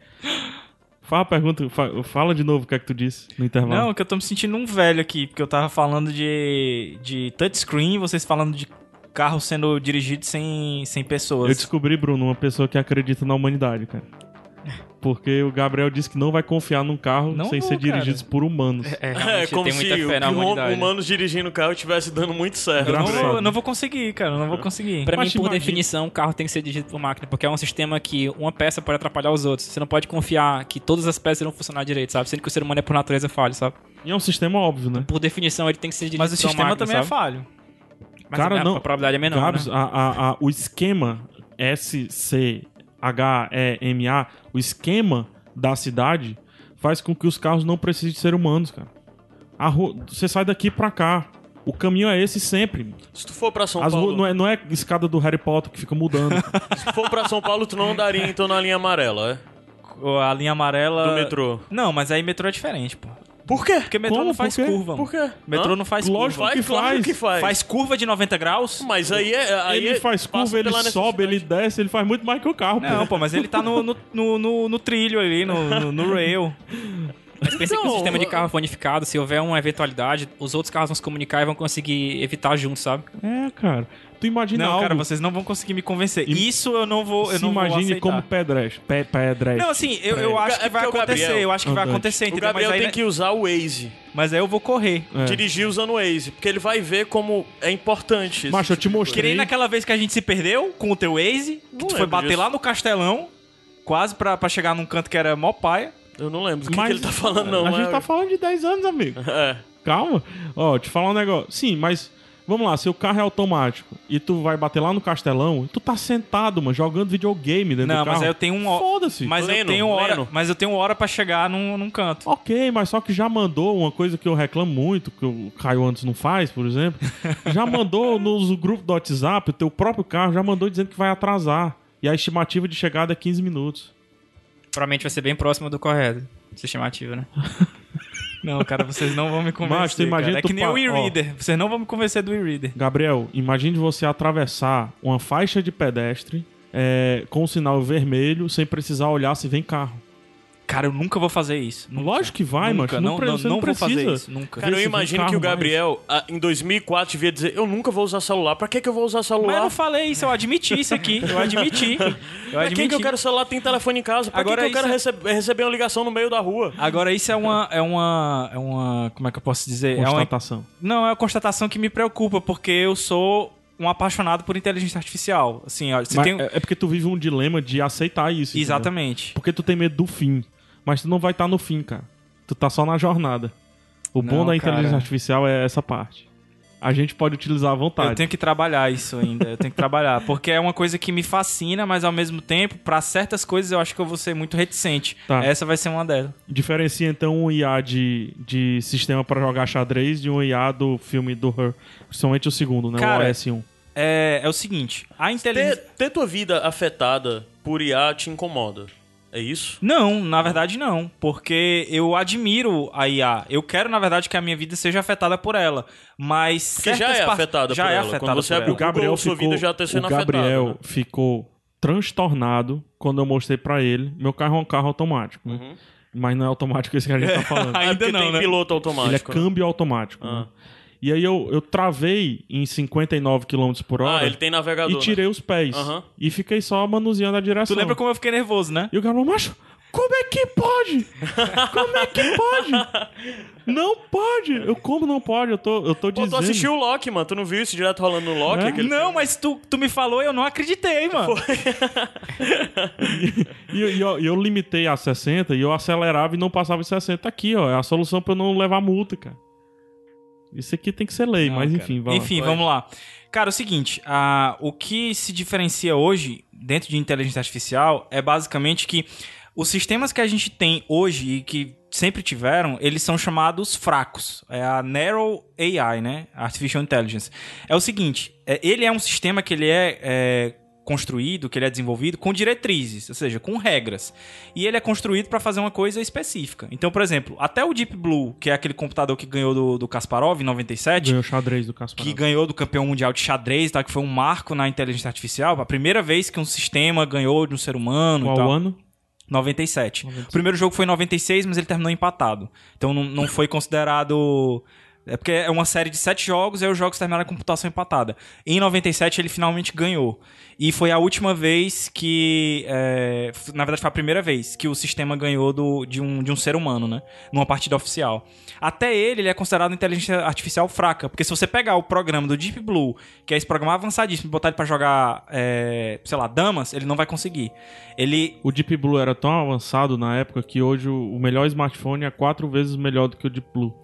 [SPEAKER 3] Fala a pergunta, fa- fala de novo o que é que tu disse no intervalo.
[SPEAKER 5] Não, que eu tô me sentindo um velho aqui, porque eu tava falando de, de touchscreen, vocês falando de carro sendo dirigido sem, sem
[SPEAKER 3] eu
[SPEAKER 5] pessoas.
[SPEAKER 3] descobri, Bruno, uma pessoa que acredita na humanidade, cara. Porque o Gabriel disse que não vai confiar num carro
[SPEAKER 5] Não
[SPEAKER 3] sem
[SPEAKER 5] vou,
[SPEAKER 3] ser
[SPEAKER 5] cara.
[SPEAKER 3] dirigido por humanos.
[SPEAKER 6] É,
[SPEAKER 4] É,
[SPEAKER 6] realmente,
[SPEAKER 4] como
[SPEAKER 6] tem muita
[SPEAKER 4] se
[SPEAKER 6] fé na
[SPEAKER 4] o
[SPEAKER 6] humanidade. né?
[SPEAKER 4] humanos dirigindo o carro estivesse dando muito certo. né?
[SPEAKER 5] eu, não
[SPEAKER 3] Engraçado.
[SPEAKER 5] vou, eu não vou conseguir, cara, eu não vou conseguir.
[SPEAKER 6] Pra mim,
[SPEAKER 3] Mas
[SPEAKER 6] por
[SPEAKER 3] imagina.
[SPEAKER 6] definição, o carro tem que ser dirigido por máquina, porque é um sistema que uma peça pode atrapalhar os outros. Você não pode confiar que todas as peças irão funcionar direito, sabe? Sendo que o ser humano é por natureza falho, sabe?
[SPEAKER 3] E é um sistema óbvio, né?
[SPEAKER 6] Por definição, ele tem que ser dirigido
[SPEAKER 5] Mas o
[SPEAKER 6] por uma
[SPEAKER 5] sistema
[SPEAKER 6] máquina,
[SPEAKER 5] também é
[SPEAKER 6] sabe?
[SPEAKER 5] falho.
[SPEAKER 6] Mas
[SPEAKER 3] Cara,
[SPEAKER 6] a,
[SPEAKER 3] não.
[SPEAKER 6] a probabilidade é menor,
[SPEAKER 3] Gabs,
[SPEAKER 6] né?
[SPEAKER 3] a- a- a- o esquema SCHEMA, o esquema da cidade faz com que os carros não precisem de ser humanos, cara. A rua- você sai daqui pra cá. O caminho é esse sempre.
[SPEAKER 4] Se tu for pra São
[SPEAKER 3] As ruas-
[SPEAKER 4] Paulo,
[SPEAKER 3] não, é, não é escada do Harry Potter que fica mudando.
[SPEAKER 4] se tu for pra São Paulo, tu não andaria então na linha amarela, é?
[SPEAKER 5] A linha amarela...
[SPEAKER 3] Ah,
[SPEAKER 4] Do metrô.
[SPEAKER 5] Não, mas aí metrô é diferente, pô.
[SPEAKER 4] Por quê?
[SPEAKER 5] Porque metrô
[SPEAKER 3] Como?
[SPEAKER 5] não faz
[SPEAKER 3] Por quê?
[SPEAKER 5] curva.
[SPEAKER 4] Por
[SPEAKER 5] mano.
[SPEAKER 4] quê?
[SPEAKER 5] Metrô
[SPEAKER 4] Hã?
[SPEAKER 5] não faz
[SPEAKER 3] Lógico
[SPEAKER 5] curva.
[SPEAKER 4] Vai,
[SPEAKER 3] que
[SPEAKER 4] claro
[SPEAKER 3] faz.
[SPEAKER 4] que faz.
[SPEAKER 5] Faz curva de 90 graus?
[SPEAKER 4] Mas aí é. Aí
[SPEAKER 3] ele
[SPEAKER 4] é-
[SPEAKER 3] faz
[SPEAKER 4] passa
[SPEAKER 3] curva, ele
[SPEAKER 4] pela
[SPEAKER 3] sobe, ele
[SPEAKER 4] necessidade.
[SPEAKER 3] desce, ele faz muito mais que o carro,
[SPEAKER 5] Não,
[SPEAKER 3] pô.
[SPEAKER 5] pô, mas ele tá no, no, no, no- no trilho ali, no, no, no rail.
[SPEAKER 6] Mas pensa que
[SPEAKER 4] Então,
[SPEAKER 6] o sistema de
[SPEAKER 4] eu-
[SPEAKER 6] carro for unificado, se houver uma eventualidade, os outros carros vão se comunicar e vão conseguir evitar juntos, sabe?
[SPEAKER 3] É, cara. Tu imagina
[SPEAKER 5] Não,
[SPEAKER 3] algo,
[SPEAKER 5] cara, vocês não vão conseguir me convencer.
[SPEAKER 3] Im-
[SPEAKER 5] Isso eu não vou, eu
[SPEAKER 3] se
[SPEAKER 5] não vou
[SPEAKER 3] imagine
[SPEAKER 5] aceitar.
[SPEAKER 3] como pedreche. Pe, pedreche.
[SPEAKER 5] Não, assim, eu, eu
[SPEAKER 4] É
[SPEAKER 5] acho que vai
[SPEAKER 4] porque o
[SPEAKER 5] acontecer.
[SPEAKER 4] Gabriel-
[SPEAKER 5] eu acho que vai
[SPEAKER 3] Andante.
[SPEAKER 5] acontecer,
[SPEAKER 4] O
[SPEAKER 5] entendeu?
[SPEAKER 4] Gabriel
[SPEAKER 5] mas, aí,
[SPEAKER 4] tem que usar o Waze.
[SPEAKER 5] mas aí eu vou correr.
[SPEAKER 3] né- É.
[SPEAKER 4] Dirigir usando o Waze. Porque ele vai ver como é importante. esse
[SPEAKER 3] Macho, eu te
[SPEAKER 4] tipo de
[SPEAKER 3] mostrei.
[SPEAKER 5] Que nem naquela vez que a gente se perdeu com o teu Waze, que tu foi
[SPEAKER 4] lembro
[SPEAKER 5] bater
[SPEAKER 4] disso.
[SPEAKER 5] lá no castelão, quase pra, pra chegar num canto que era mó paia.
[SPEAKER 4] coisa. Eu não lembro do que,
[SPEAKER 3] Mas-
[SPEAKER 4] que ele tá
[SPEAKER 5] Ah,
[SPEAKER 4] falando, não.
[SPEAKER 3] a
[SPEAKER 4] é...
[SPEAKER 3] gente tá falando de 10 anos, amigo.
[SPEAKER 4] É.
[SPEAKER 3] Calma. Ó, te falar um negócio. Sim, mas vamos lá, seu carro é automático e tu vai bater lá no castelão, tu tá sentado, mano, jogando videogame dentro
[SPEAKER 5] Não,
[SPEAKER 3] do carro.
[SPEAKER 5] mas aí eu tenho um. ho-
[SPEAKER 3] Foda-se.
[SPEAKER 5] Mas eu
[SPEAKER 4] Leno,
[SPEAKER 5] tenho hora.
[SPEAKER 4] Leno.
[SPEAKER 5] Mas eu tenho hora pra chegar num, num canto.
[SPEAKER 3] Ok, mas só que já mandou uma coisa que eu reclamo muito, que o Caio antes não faz, por exemplo. Já mandou nos grupos do WhatsApp, o teu próprio carro já mandou dizendo que vai atrasar. E a estimativa de chegada é 15 minutos.
[SPEAKER 6] Provavelmente vai ser bem próximo do correto. Estimativa, né?
[SPEAKER 5] Não, cara, vocês não vão me convencer.
[SPEAKER 3] Mas tu imagina
[SPEAKER 5] cara. É
[SPEAKER 3] tu
[SPEAKER 5] que nem
[SPEAKER 3] pa-
[SPEAKER 5] o e-reader. Vocês não vão me convencer do e-reader.
[SPEAKER 3] Gabriel, imagine você atravessar uma faixa de pedestre é, com o sinal vermelho sem precisar olhar se vem carro.
[SPEAKER 5] Cara, eu nunca vou fazer isso. Nunca.
[SPEAKER 3] Lógico que vai,
[SPEAKER 5] nunca.
[SPEAKER 3] mas não,
[SPEAKER 5] Não,
[SPEAKER 3] pre-
[SPEAKER 5] não,
[SPEAKER 3] você
[SPEAKER 5] não
[SPEAKER 3] não
[SPEAKER 5] vou
[SPEAKER 3] precisa.
[SPEAKER 5] fazer isso. Nunca.
[SPEAKER 4] Cara, eu
[SPEAKER 3] Vê se vem
[SPEAKER 4] imagino
[SPEAKER 3] carro
[SPEAKER 4] que o
[SPEAKER 3] mais.
[SPEAKER 4] Gabriel, ah, em 2004, devia dizer: Eu nunca vou usar celular. Pra que, que eu vou usar
[SPEAKER 5] Mas eu
[SPEAKER 4] celular?
[SPEAKER 5] não falei isso, eu admiti isso aqui. Eu admiti. Eu
[SPEAKER 4] Pra que,
[SPEAKER 5] admiti.
[SPEAKER 4] que eu quero celular? Tem telefone em casa. Pra
[SPEAKER 5] Agora
[SPEAKER 4] que, que eu quero
[SPEAKER 3] é-
[SPEAKER 5] isso
[SPEAKER 4] receb- receber uma ligação no meio da
[SPEAKER 3] Ah,
[SPEAKER 4] rua?
[SPEAKER 5] Agora, isso é uma, é uma. É uma. Como é que eu posso dizer? É uma,
[SPEAKER 3] Constatação.
[SPEAKER 5] não, é uma constatação que me preocupa, porque eu sou um apaixonado por inteligência artificial. Assim, ó, você
[SPEAKER 3] Mas
[SPEAKER 5] tem.
[SPEAKER 3] é, é porque tu vive um dilema de aceitar isso. entendeu?
[SPEAKER 5] Exatamente.
[SPEAKER 3] Porque tu tem medo do fim. Mas tu não vai estar no fim, cara. Tu tá só na jornada. O
[SPEAKER 5] Não,
[SPEAKER 3] bom da
[SPEAKER 5] cara.
[SPEAKER 3] inteligência artificial é essa parte. a gente pode utilizar à vontade.
[SPEAKER 5] Eu tenho que trabalhar isso ainda, eu tenho que trabalhar. Porque é uma coisa que me fascina, mas ao mesmo tempo, pra certas coisas eu acho que eu vou ser muito reticente.
[SPEAKER 3] Tá.
[SPEAKER 5] Essa vai ser uma delas.
[SPEAKER 3] Diferencia então um IA de, de sistema pra jogar xadrez de um IA do filme do Her, principalmente o segundo, né?
[SPEAKER 5] Cara,
[SPEAKER 3] o OS1.
[SPEAKER 5] É, é o seguinte, a
[SPEAKER 4] Ter,
[SPEAKER 5] inteligência...
[SPEAKER 4] ter tua vida afetada por IA te incomoda. É isso?
[SPEAKER 5] Não, na verdade não, porque eu admiro a IA. Eu quero, na verdade, que a minha vida seja afetada por ela, mas
[SPEAKER 4] Porque já
[SPEAKER 5] certas
[SPEAKER 4] é
[SPEAKER 5] par-
[SPEAKER 4] afetada
[SPEAKER 5] já
[SPEAKER 4] por
[SPEAKER 5] é
[SPEAKER 4] ela.
[SPEAKER 5] afetada
[SPEAKER 4] Quando você
[SPEAKER 5] por
[SPEAKER 4] abre
[SPEAKER 5] ela.
[SPEAKER 3] O Gabriel,
[SPEAKER 4] Google, sua
[SPEAKER 3] ficou,
[SPEAKER 4] vida já tá sendo
[SPEAKER 3] o Gabriel
[SPEAKER 4] afetada,
[SPEAKER 3] ficou transtornado quando eu mostrei pra ele. Meu carro é um carro automático, né? mas não é automático esse que a gente tá falando.
[SPEAKER 4] Uhum. É porque
[SPEAKER 5] Ainda não,
[SPEAKER 4] tem
[SPEAKER 5] né?
[SPEAKER 3] Ele é
[SPEAKER 4] piloto automático. né?
[SPEAKER 3] câmbio automático.
[SPEAKER 4] Ah.
[SPEAKER 3] né? E aí eu, eu travei em 59 km por hora
[SPEAKER 4] Ah, ele tem navegador.
[SPEAKER 3] e tirei os pés.
[SPEAKER 4] Aham.
[SPEAKER 3] E fiquei só manuseando a
[SPEAKER 5] Tu
[SPEAKER 3] direção.
[SPEAKER 5] lembra como eu fiquei nervoso, né?
[SPEAKER 3] E o Gabriel, macho, como é que pode? Como é que pode? Não pode. Eu como não pode? Eu tô, eu tô
[SPEAKER 4] Né? Pô,
[SPEAKER 3] dizendo.
[SPEAKER 4] tu assistiu o Loki, mano. Tu não viu isso direto rolando no Loki?
[SPEAKER 3] É?
[SPEAKER 4] Aquele-
[SPEAKER 5] Não, mas tu, tu me falou e eu não acreditei, mano.
[SPEAKER 3] E, eu- e eu, e eu limitei a 60 e eu acelerava e não passava de 60. Aqui, ó, é a solução pra eu não levar multa, cara. Isso aqui tem que ser lei,
[SPEAKER 5] Não,
[SPEAKER 3] mas
[SPEAKER 5] cara.
[SPEAKER 3] enfim, vai lá.
[SPEAKER 5] Enfim, vamos lá. Cara, é o seguinte, ah, o que se diferencia hoje dentro de inteligência artificial é basicamente que os sistemas que a gente tem hoje e que sempre tiveram, eles são chamados fracos. É a Narrow AI, né? Artificial Intelligence. É o seguinte, é- ele é um sistema que ele é, é, construído, que ele é desenvolvido com diretrizes, ou seja, com regras. E ele é construído para fazer uma coisa específica. Então, por exemplo, até o Deep Blue, que é aquele computador que ganhou do, do Kasparov em 97,
[SPEAKER 3] Ganhou o xadrez do Caspar.
[SPEAKER 5] que ganhou do campeão mundial de xadrez, tá? Que foi um marco na inteligência artificial. A primeira vez que um sistema ganhou de um ser humano e
[SPEAKER 3] Qual
[SPEAKER 5] tal.
[SPEAKER 3] ano?
[SPEAKER 5] 97. O primeiro jogo foi em 96, mas ele terminou empatado. Então não, não foi considerado. É porque é uma série de sete jogos, e aí os jogos terminaram com computação empatada. Em 97 ele finalmente ganhou. E foi a última vez que. é, f- na verdade, foi a primeira vez que o sistema ganhou do, de, um, de um ser humano, né? Numa partida oficial. Até ele, ele é considerado inteligência artificial fraca. Porque se você pegar o programa do Deep Blue, que é esse programa avançadíssimo, e botar ele pra jogar, é, sei lá, damas, ele não vai conseguir. Ele
[SPEAKER 3] O Deep Blue era tão avançado na época que hoje o o melhor smartphone é quatro vezes melhor do que o Deep Blue.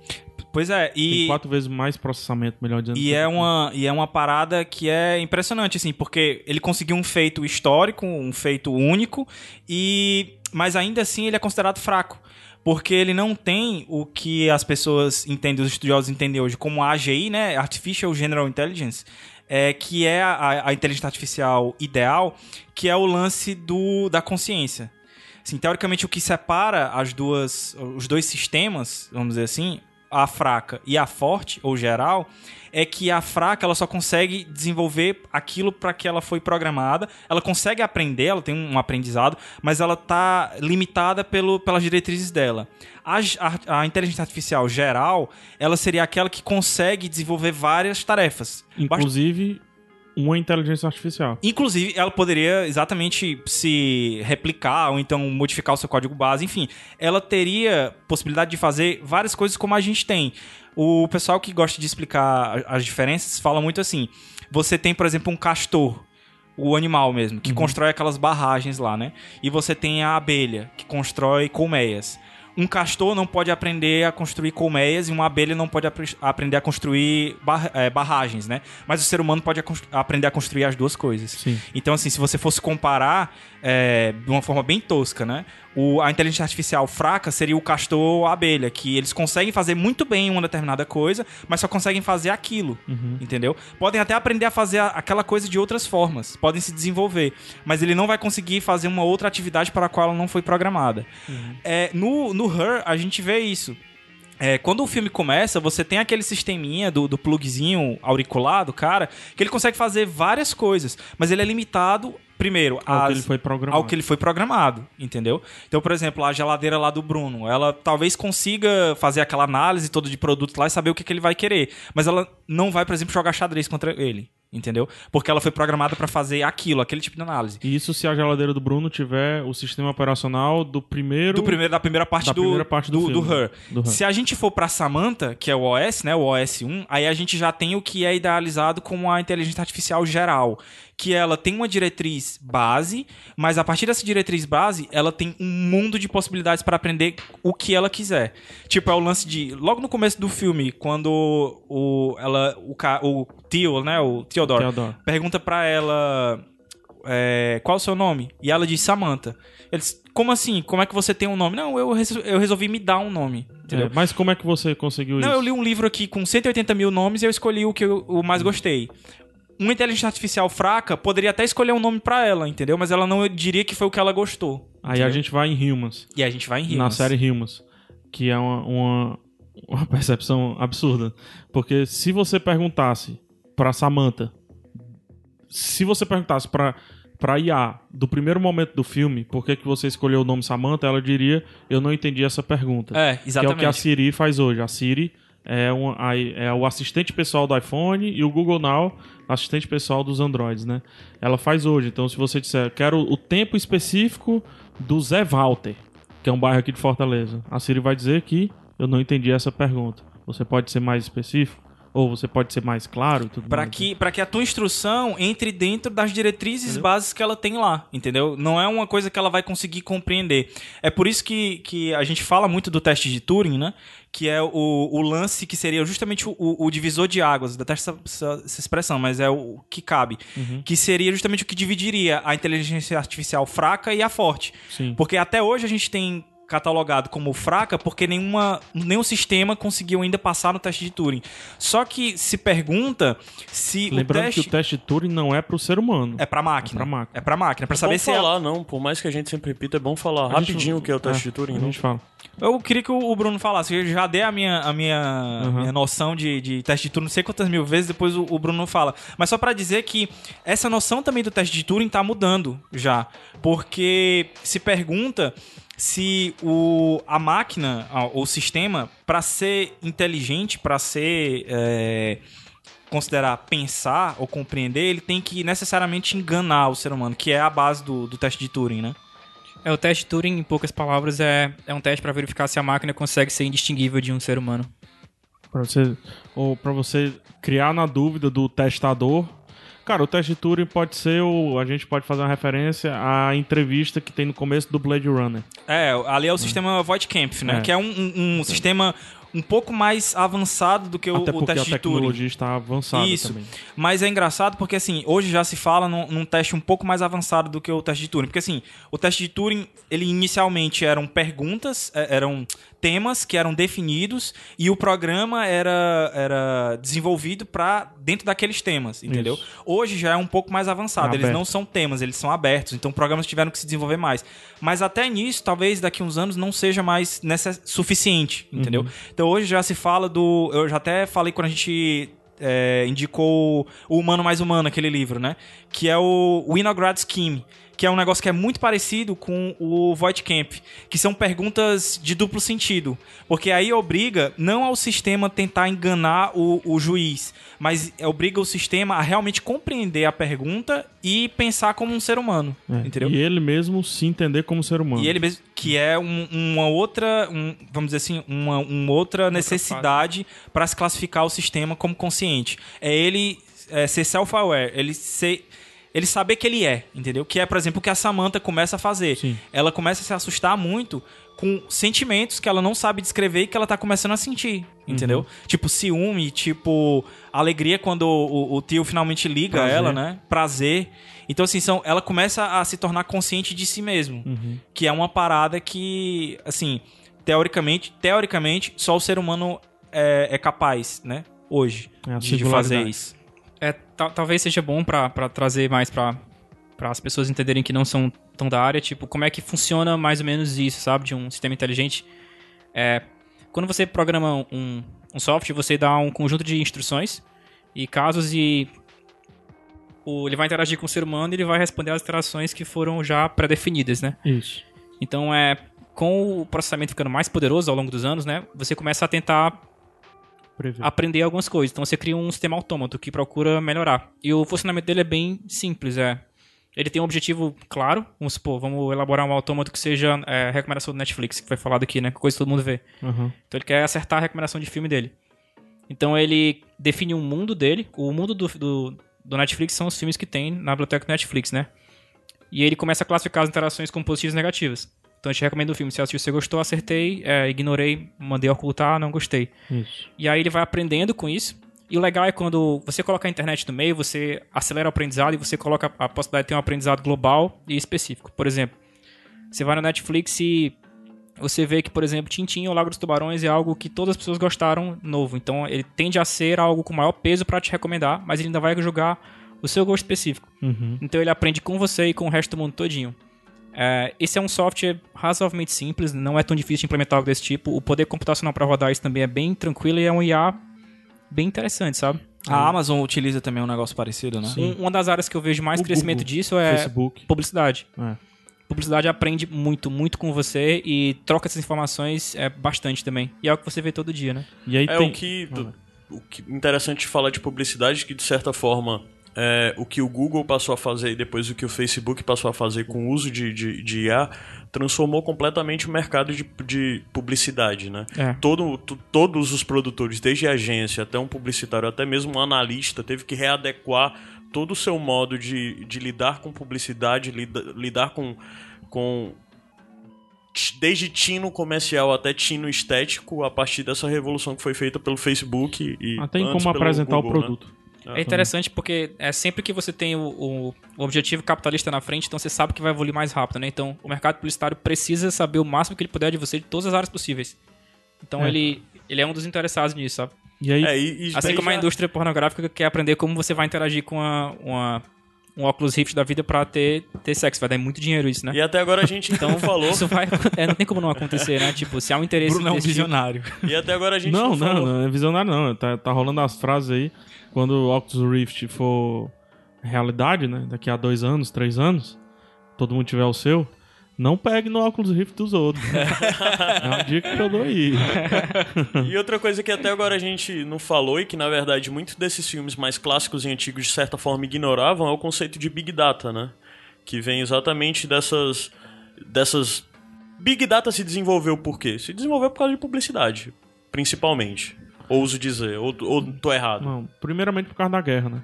[SPEAKER 5] Pois é,
[SPEAKER 3] Tem
[SPEAKER 5] e,
[SPEAKER 3] quatro vezes mais processamento, melhor dizendo.
[SPEAKER 5] e,
[SPEAKER 3] que o
[SPEAKER 5] é
[SPEAKER 3] Deep Blue.
[SPEAKER 5] uma, e é uma parada que é impressionante, assim, porque ele conseguiu um feito histórico, um feito único, e mas ainda assim ele é considerado fraco. Porque ele não tem o que as pessoas entendem, os estudiosos entendem hoje como a AGI, né? Artificial General Intelligence, é, que é a, a inteligência artificial ideal, que é o lance do, da consciência. Assim, teoricamente, o que separa as duas, os dois sistemas, vamos dizer assim, a fraca e a forte, ou geral, é que a fraca ela só consegue desenvolver aquilo para que ela foi programada. Ela consegue aprender, ela tem um aprendizado, mas ela tá limitada pelo, pelas diretrizes dela. A, g- a- a inteligência artificial geral, ela seria aquela que consegue desenvolver várias tarefas. Basta-
[SPEAKER 3] Inclusive, uma inteligência artificial.
[SPEAKER 5] Inclusive, ela poderia exatamente se replicar ou então modificar o seu código base, enfim. Ela teria possibilidade de fazer várias coisas como a gente tem. O pessoal que gosta de explicar a- as diferenças fala muito assim. Você tem, por exemplo, um castor, o animal mesmo, que constrói aquelas barragens lá, né? E você tem a abelha, que constrói colmeias. Um castor não pode aprender a construir colmeias e uma abelha não pode apre- aprender a construir bar- eh, barragens, né? Mas o ser humano pode acon- aprender a construir as duas coisas.
[SPEAKER 3] Sim.
[SPEAKER 5] Então, assim, se você fosse comparar é, de uma forma bem tosca, né? O- a inteligência artificial fraca seria o castor ou a abelha, que eles conseguem fazer muito bem uma determinada coisa, mas só conseguem fazer aquilo, entendeu? Podem até aprender a fazer a- aquela coisa de outras formas, podem se desenvolver, mas ele não vai conseguir fazer uma outra atividade para a qual ela não foi programada. É, no, no Her, a gente vê isso. É, quando o filme começa, você tem aquele sisteminha do, do plugzinho auricular do cara, que ele consegue fazer várias coisas, mas ele é limitado, primeiro,
[SPEAKER 3] Ao que
[SPEAKER 5] às-
[SPEAKER 3] ele foi programado.
[SPEAKER 5] ao que ele foi programado, entendeu? Então, por exemplo, a geladeira lá do Bruno, ela talvez consiga fazer aquela análise toda de produto lá e saber o que, que ele vai querer, mas ela não vai, por exemplo, jogar xadrez contra ele. entendeu? Porque ela foi programada pra fazer aquilo, aquele tipo de análise.
[SPEAKER 3] E isso se a geladeira do Bruno tiver o sistema operacional do primeiro.
[SPEAKER 5] Do primeiro, da primeira parte
[SPEAKER 3] Da
[SPEAKER 5] do
[SPEAKER 3] primeira parte do filme.
[SPEAKER 5] Her.
[SPEAKER 3] Do Her.
[SPEAKER 5] Se a gente for pra Samantha, que é o OS, né, o OS 1, aí a gente já tem o que é idealizado como a inteligência artificial geral, que ela tem uma diretriz base, mas a partir dessa diretriz base, ela tem um mundo de possibilidades pra aprender o que ela quiser. Tipo, é o lance de logo no começo do filme, quando o ela o ca- o Theo, né, o Theodore,
[SPEAKER 3] Theodore.
[SPEAKER 5] pergunta pra ela é, qual o seu nome? E ela diz Samantha. Eles, como assim? Como é que você tem um nome? Não, eu, reso- eu resolvi me dar um nome, entendeu?
[SPEAKER 3] É, mas como é que você conseguiu
[SPEAKER 5] Não,
[SPEAKER 3] isso?
[SPEAKER 5] eu li um livro aqui com 180 mil nomes e eu escolhi o que eu o mais
[SPEAKER 3] Uhum.
[SPEAKER 5] gostei. Uma inteligência artificial fraca poderia até escolher um nome pra ela, entendeu? Mas ela não diria que foi o que ela gostou.
[SPEAKER 3] Aí a
[SPEAKER 5] entendeu?
[SPEAKER 3] gente vai em Humans.
[SPEAKER 5] E a gente vai em rimas.
[SPEAKER 3] na série Humans, que é uma, uma, uma percepção absurda. Porque se você perguntasse pra Samantha, se você perguntasse pra, pra IA do primeiro momento do filme, por que, que você escolheu o nome Samantha, ela diria, eu não entendi essa pergunta.
[SPEAKER 5] É,
[SPEAKER 3] que é o
[SPEAKER 5] exatamente.
[SPEAKER 3] que a Siri faz hoje. A Siri é, um, a- é o assistente pessoal do iPhone e o Google Now, assistente pessoal dos Androids, né? Ela faz hoje. Então, se você disser, quero o tempo específico do Zé Walter, que é um bairro aqui de Fortaleza, a Siri vai dizer que eu não entendi essa pergunta. Você pode ser mais específico? Ou você pode ser mais claro? e Tudo
[SPEAKER 5] Pra
[SPEAKER 3] mais, né?
[SPEAKER 5] que, pra que a tua instrução entre dentro das diretrizes bases que ela tem lá, entendeu? Não é uma coisa que ela vai conseguir compreender. É por isso que, que a gente fala muito do teste de Turing, né? Que é o, o lance que seria justamente o, o- o divisor de águas, detesto essa, essa, essa expressão, mas é o que cabe.
[SPEAKER 3] Uhum.
[SPEAKER 5] Que seria justamente o que dividiria a inteligência artificial fraca e a forte.
[SPEAKER 3] Sim.
[SPEAKER 5] Porque até hoje a gente tem catalogado como fraca porque nenhuma, nenhum sistema conseguiu ainda passar no teste de Turing. Só que se pergunta se
[SPEAKER 3] Lembrando
[SPEAKER 5] o teste
[SPEAKER 3] que o teste Turing não é pro ser humano.
[SPEAKER 5] é pra máquina.
[SPEAKER 3] É pra máquina.
[SPEAKER 5] É pra máquina, pra
[SPEAKER 4] É
[SPEAKER 5] saber
[SPEAKER 4] bom
[SPEAKER 5] se
[SPEAKER 4] falar, não. Por mais que a gente sempre repita, é bom falar
[SPEAKER 3] A gente-
[SPEAKER 4] rapidinho o que é o teste de Turing.
[SPEAKER 3] A
[SPEAKER 4] não?
[SPEAKER 3] gente fala.
[SPEAKER 5] ela... Eu queria que o Bruno falasse. Eu já dei a minha, a minha,
[SPEAKER 3] Uhum.
[SPEAKER 5] minha noção de, de teste de Turing não sei quantas mil vezes, depois o, o Bruno fala. Mas só pra dizer que essa noção também do teste de Turing tá mudando já. Porque se pergunta se o, a máquina, a- o sistema, pra ser inteligente, pra ser... é, considerar pensar ou compreender, ele tem que necessariamente enganar o ser humano, que é a base do, do teste de Turing, né?
[SPEAKER 6] É, o teste Turing, em poucas palavras, é, é um teste pra verificar se a máquina consegue ser indistinguível de um ser humano.
[SPEAKER 3] Pra você, ou para você criar na dúvida do testador. Cara, o teste de Turing pode ser, o, a gente pode fazer uma referência à entrevista que tem no começo do Blade Runner.
[SPEAKER 5] É, ali é o sistema Void Camp, né?
[SPEAKER 3] É.
[SPEAKER 5] Que é um, um- um sistema um pouco mais avançado do que o,
[SPEAKER 3] Até
[SPEAKER 5] o
[SPEAKER 3] porque
[SPEAKER 5] teste
[SPEAKER 3] a
[SPEAKER 5] de Turing.
[SPEAKER 3] tecnologia está avançada
[SPEAKER 5] Isso.
[SPEAKER 3] também.
[SPEAKER 5] Mas é engraçado porque, assim, hoje já se fala num, num teste um pouco mais avançado do que o teste de Turing. Porque, assim, o teste de Turing, ele inicialmente eram perguntas, é, eram temas que eram definidos e o programa era, era desenvolvido para dentro daqueles temas, entendeu? Hoje já é um pouco mais avançado.
[SPEAKER 3] É
[SPEAKER 5] eles não
[SPEAKER 3] aberto.
[SPEAKER 5] são temas, eles são abertos. Então, programas tiveram que se desenvolver mais. Mas até nisso, talvez daqui uns anos não seja mais necess... suficiente, entendeu? Então, hoje já se fala do... Eu já até falei quando a gente é, indicou o Humano Mais Humano, aquele livro, né? Que é o Winograd Scheme, que é um negócio que é muito parecido com o Void Camp, que são perguntas de duplo sentido, porque aí obriga não ao sistema tentar enganar o, o juiz, mas obriga o sistema a realmente compreender a pergunta e pensar como um ser humano,
[SPEAKER 3] É.
[SPEAKER 5] entendeu?
[SPEAKER 3] E ele mesmo se entender como ser humano.
[SPEAKER 5] E ele mesmo, que é um- uma outra, um- vamos dizer assim, uma, uma outra necessidade para se classificar o sistema como consciente. É ele é, ser self-aware, ele ser. Ele saber que ele é, entendeu? Que é, por exemplo, o que a Samantha começa a fazer.
[SPEAKER 3] Sim.
[SPEAKER 5] Ela começa a se assustar muito com sentimentos que ela não sabe descrever e que ela tá começando a sentir,
[SPEAKER 3] Uhum.
[SPEAKER 5] entendeu? Tipo ciúme, tipo alegria quando o, o- o tio finalmente liga a
[SPEAKER 3] Prazer.
[SPEAKER 5] ela, né? Prazer. Então, assim, são, ela começa a se tornar consciente de si mesmo
[SPEAKER 3] Uhum.
[SPEAKER 5] que é uma parada que, assim, teoricamente, teoricamente, só o ser humano é, é capaz, né? Hoje,
[SPEAKER 3] É a
[SPEAKER 5] de, de fazer
[SPEAKER 3] singularidade.
[SPEAKER 5] isso.
[SPEAKER 6] É, ta- talvez seja bom pra pra trazer mais pra para as pessoas entenderem que não são tão da área, tipo, como é que funciona mais ou menos isso, sabe, de um sistema inteligente. É, quando você programa um, um software, você dá um conjunto de instruções e casos e o, ele vai interagir com o ser humano e ele vai responder às interações que foram já pré-definidas, né?
[SPEAKER 3] Isso.
[SPEAKER 6] Então é com o processamento ficando mais poderoso ao longo dos anos, né? Você começa a tentar
[SPEAKER 3] Prever.
[SPEAKER 6] aprender algumas coisas. Então você cria um sistema autômato que procura melhorar. E o funcionamento dele é bem simples, é. Ele tem um objetivo claro, vamos supor, vamos elaborar um autômato que seja é, recomendação do Netflix, que foi falado aqui, né? Que coisa que todo mundo vê.
[SPEAKER 3] Aham.
[SPEAKER 6] Então ele quer acertar a recomendação de filme dele. Então ele define um mundo dele. O mundo do, do, do Netflix são os filmes que tem na biblioteca do Netflix, né? E ele começa a classificar as interações como positivas e negativas. Então a gente recomenda o filme. Se assistiu, você gostou, acertei, é, ignorei, mandei ocultar, não gostei.
[SPEAKER 3] Isso.
[SPEAKER 6] E aí ele vai aprendendo com isso. E o legal é quando você coloca a internet no meio, você acelera o aprendizado e você coloca a possibilidade de ter um aprendizado global e específico. Por exemplo, você vai no Netflix e você vê que, por exemplo, Tintin ou Lago dos Tubarões é algo que todas as pessoas gostaram novo. Então ele tende a ser algo com maior peso pra te recomendar, mas ele ainda vai julgar o seu gosto específico.
[SPEAKER 3] Uhum.
[SPEAKER 6] Então ele aprende com você e com o resto do mundo todinho. É, esse é um software razoavelmente simples, não é tão difícil de implementar algo desse tipo. O poder computacional para rodar isso também é bem tranquilo e é um IA bem interessante, sabe?
[SPEAKER 5] A Amazon utiliza também um negócio parecido, né?
[SPEAKER 6] Um- uma das áreas que eu vejo mais
[SPEAKER 3] O
[SPEAKER 6] crescimento
[SPEAKER 3] Google,
[SPEAKER 6] disso é
[SPEAKER 3] Facebook.
[SPEAKER 6] publicidade.
[SPEAKER 3] É.
[SPEAKER 6] Publicidade aprende muito, muito com você e troca essas informações é, bastante também. E é o que você vê todo dia, né?
[SPEAKER 3] E aí
[SPEAKER 4] É
[SPEAKER 3] tem.
[SPEAKER 4] o que. do- o que interessante falar de publicidade que, de certa forma, é, o que o Google passou a fazer e depois o que o Facebook passou a fazer com o uso de, de, de IA transformou completamente o mercado de, de publicidade, né?
[SPEAKER 6] É.
[SPEAKER 4] Todo, tu- todos os produtores, desde a agência até um publicitário, até mesmo um analista, teve que readequar todo o seu modo de, de lidar com publicidade, lida- lidar com, com, desde tino comercial até tino estético, a partir dessa revolução que foi feita pelo Facebook e
[SPEAKER 3] Ah, tem
[SPEAKER 4] antes
[SPEAKER 3] como
[SPEAKER 4] pelo
[SPEAKER 3] apresentar
[SPEAKER 4] Google,
[SPEAKER 3] o
[SPEAKER 4] né?
[SPEAKER 3] produto.
[SPEAKER 6] É interessante porque é sempre que você tem o, o- o objetivo capitalista na frente, então você sabe que vai evoluir mais rápido, né? Então o mercado publicitário precisa saber o máximo que ele puder de você de todas as áreas possíveis. Então
[SPEAKER 3] É.
[SPEAKER 6] ele, ele é um dos interessados nisso, sabe?
[SPEAKER 3] E aí.
[SPEAKER 4] É, e- e
[SPEAKER 6] Assim
[SPEAKER 4] daí
[SPEAKER 6] como a
[SPEAKER 4] já-
[SPEAKER 6] indústria pornográfica quer aprender como você vai interagir com a- uma- um óculos rift da vida pra ter, ter sexo. Vai dar muito dinheiro isso, né?
[SPEAKER 4] E até agora a gente não falou.
[SPEAKER 6] Isso vai. é, não tem como não acontecer, né? Tipo, se há um interesse.
[SPEAKER 5] Bruno é um
[SPEAKER 6] desse tipo-
[SPEAKER 5] visionário.
[SPEAKER 4] E até agora a gente não,
[SPEAKER 3] Não, não,
[SPEAKER 4] falou.
[SPEAKER 3] não, é visionário não. Tá, tá rolando as frases aí. Quando o Oculus Rift for realidade, né? Daqui a dois anos, três anos, todo mundo tiver o seu, não pegue no Oculus Rift dos outros. é um dica que eu dou aí.
[SPEAKER 4] E outra coisa que até agora a gente não falou e que, na verdade, muitos desses filmes mais clássicos e antigos, de certa forma, ignoravam é o conceito de Big Data, né? Que vem exatamente dessas. dessas. Big Data se desenvolveu por quê? Se desenvolveu por causa de publicidade, principalmente. Ouso dizer, ou, ou tô errado.
[SPEAKER 3] Não, primeiramente por causa da guerra, né?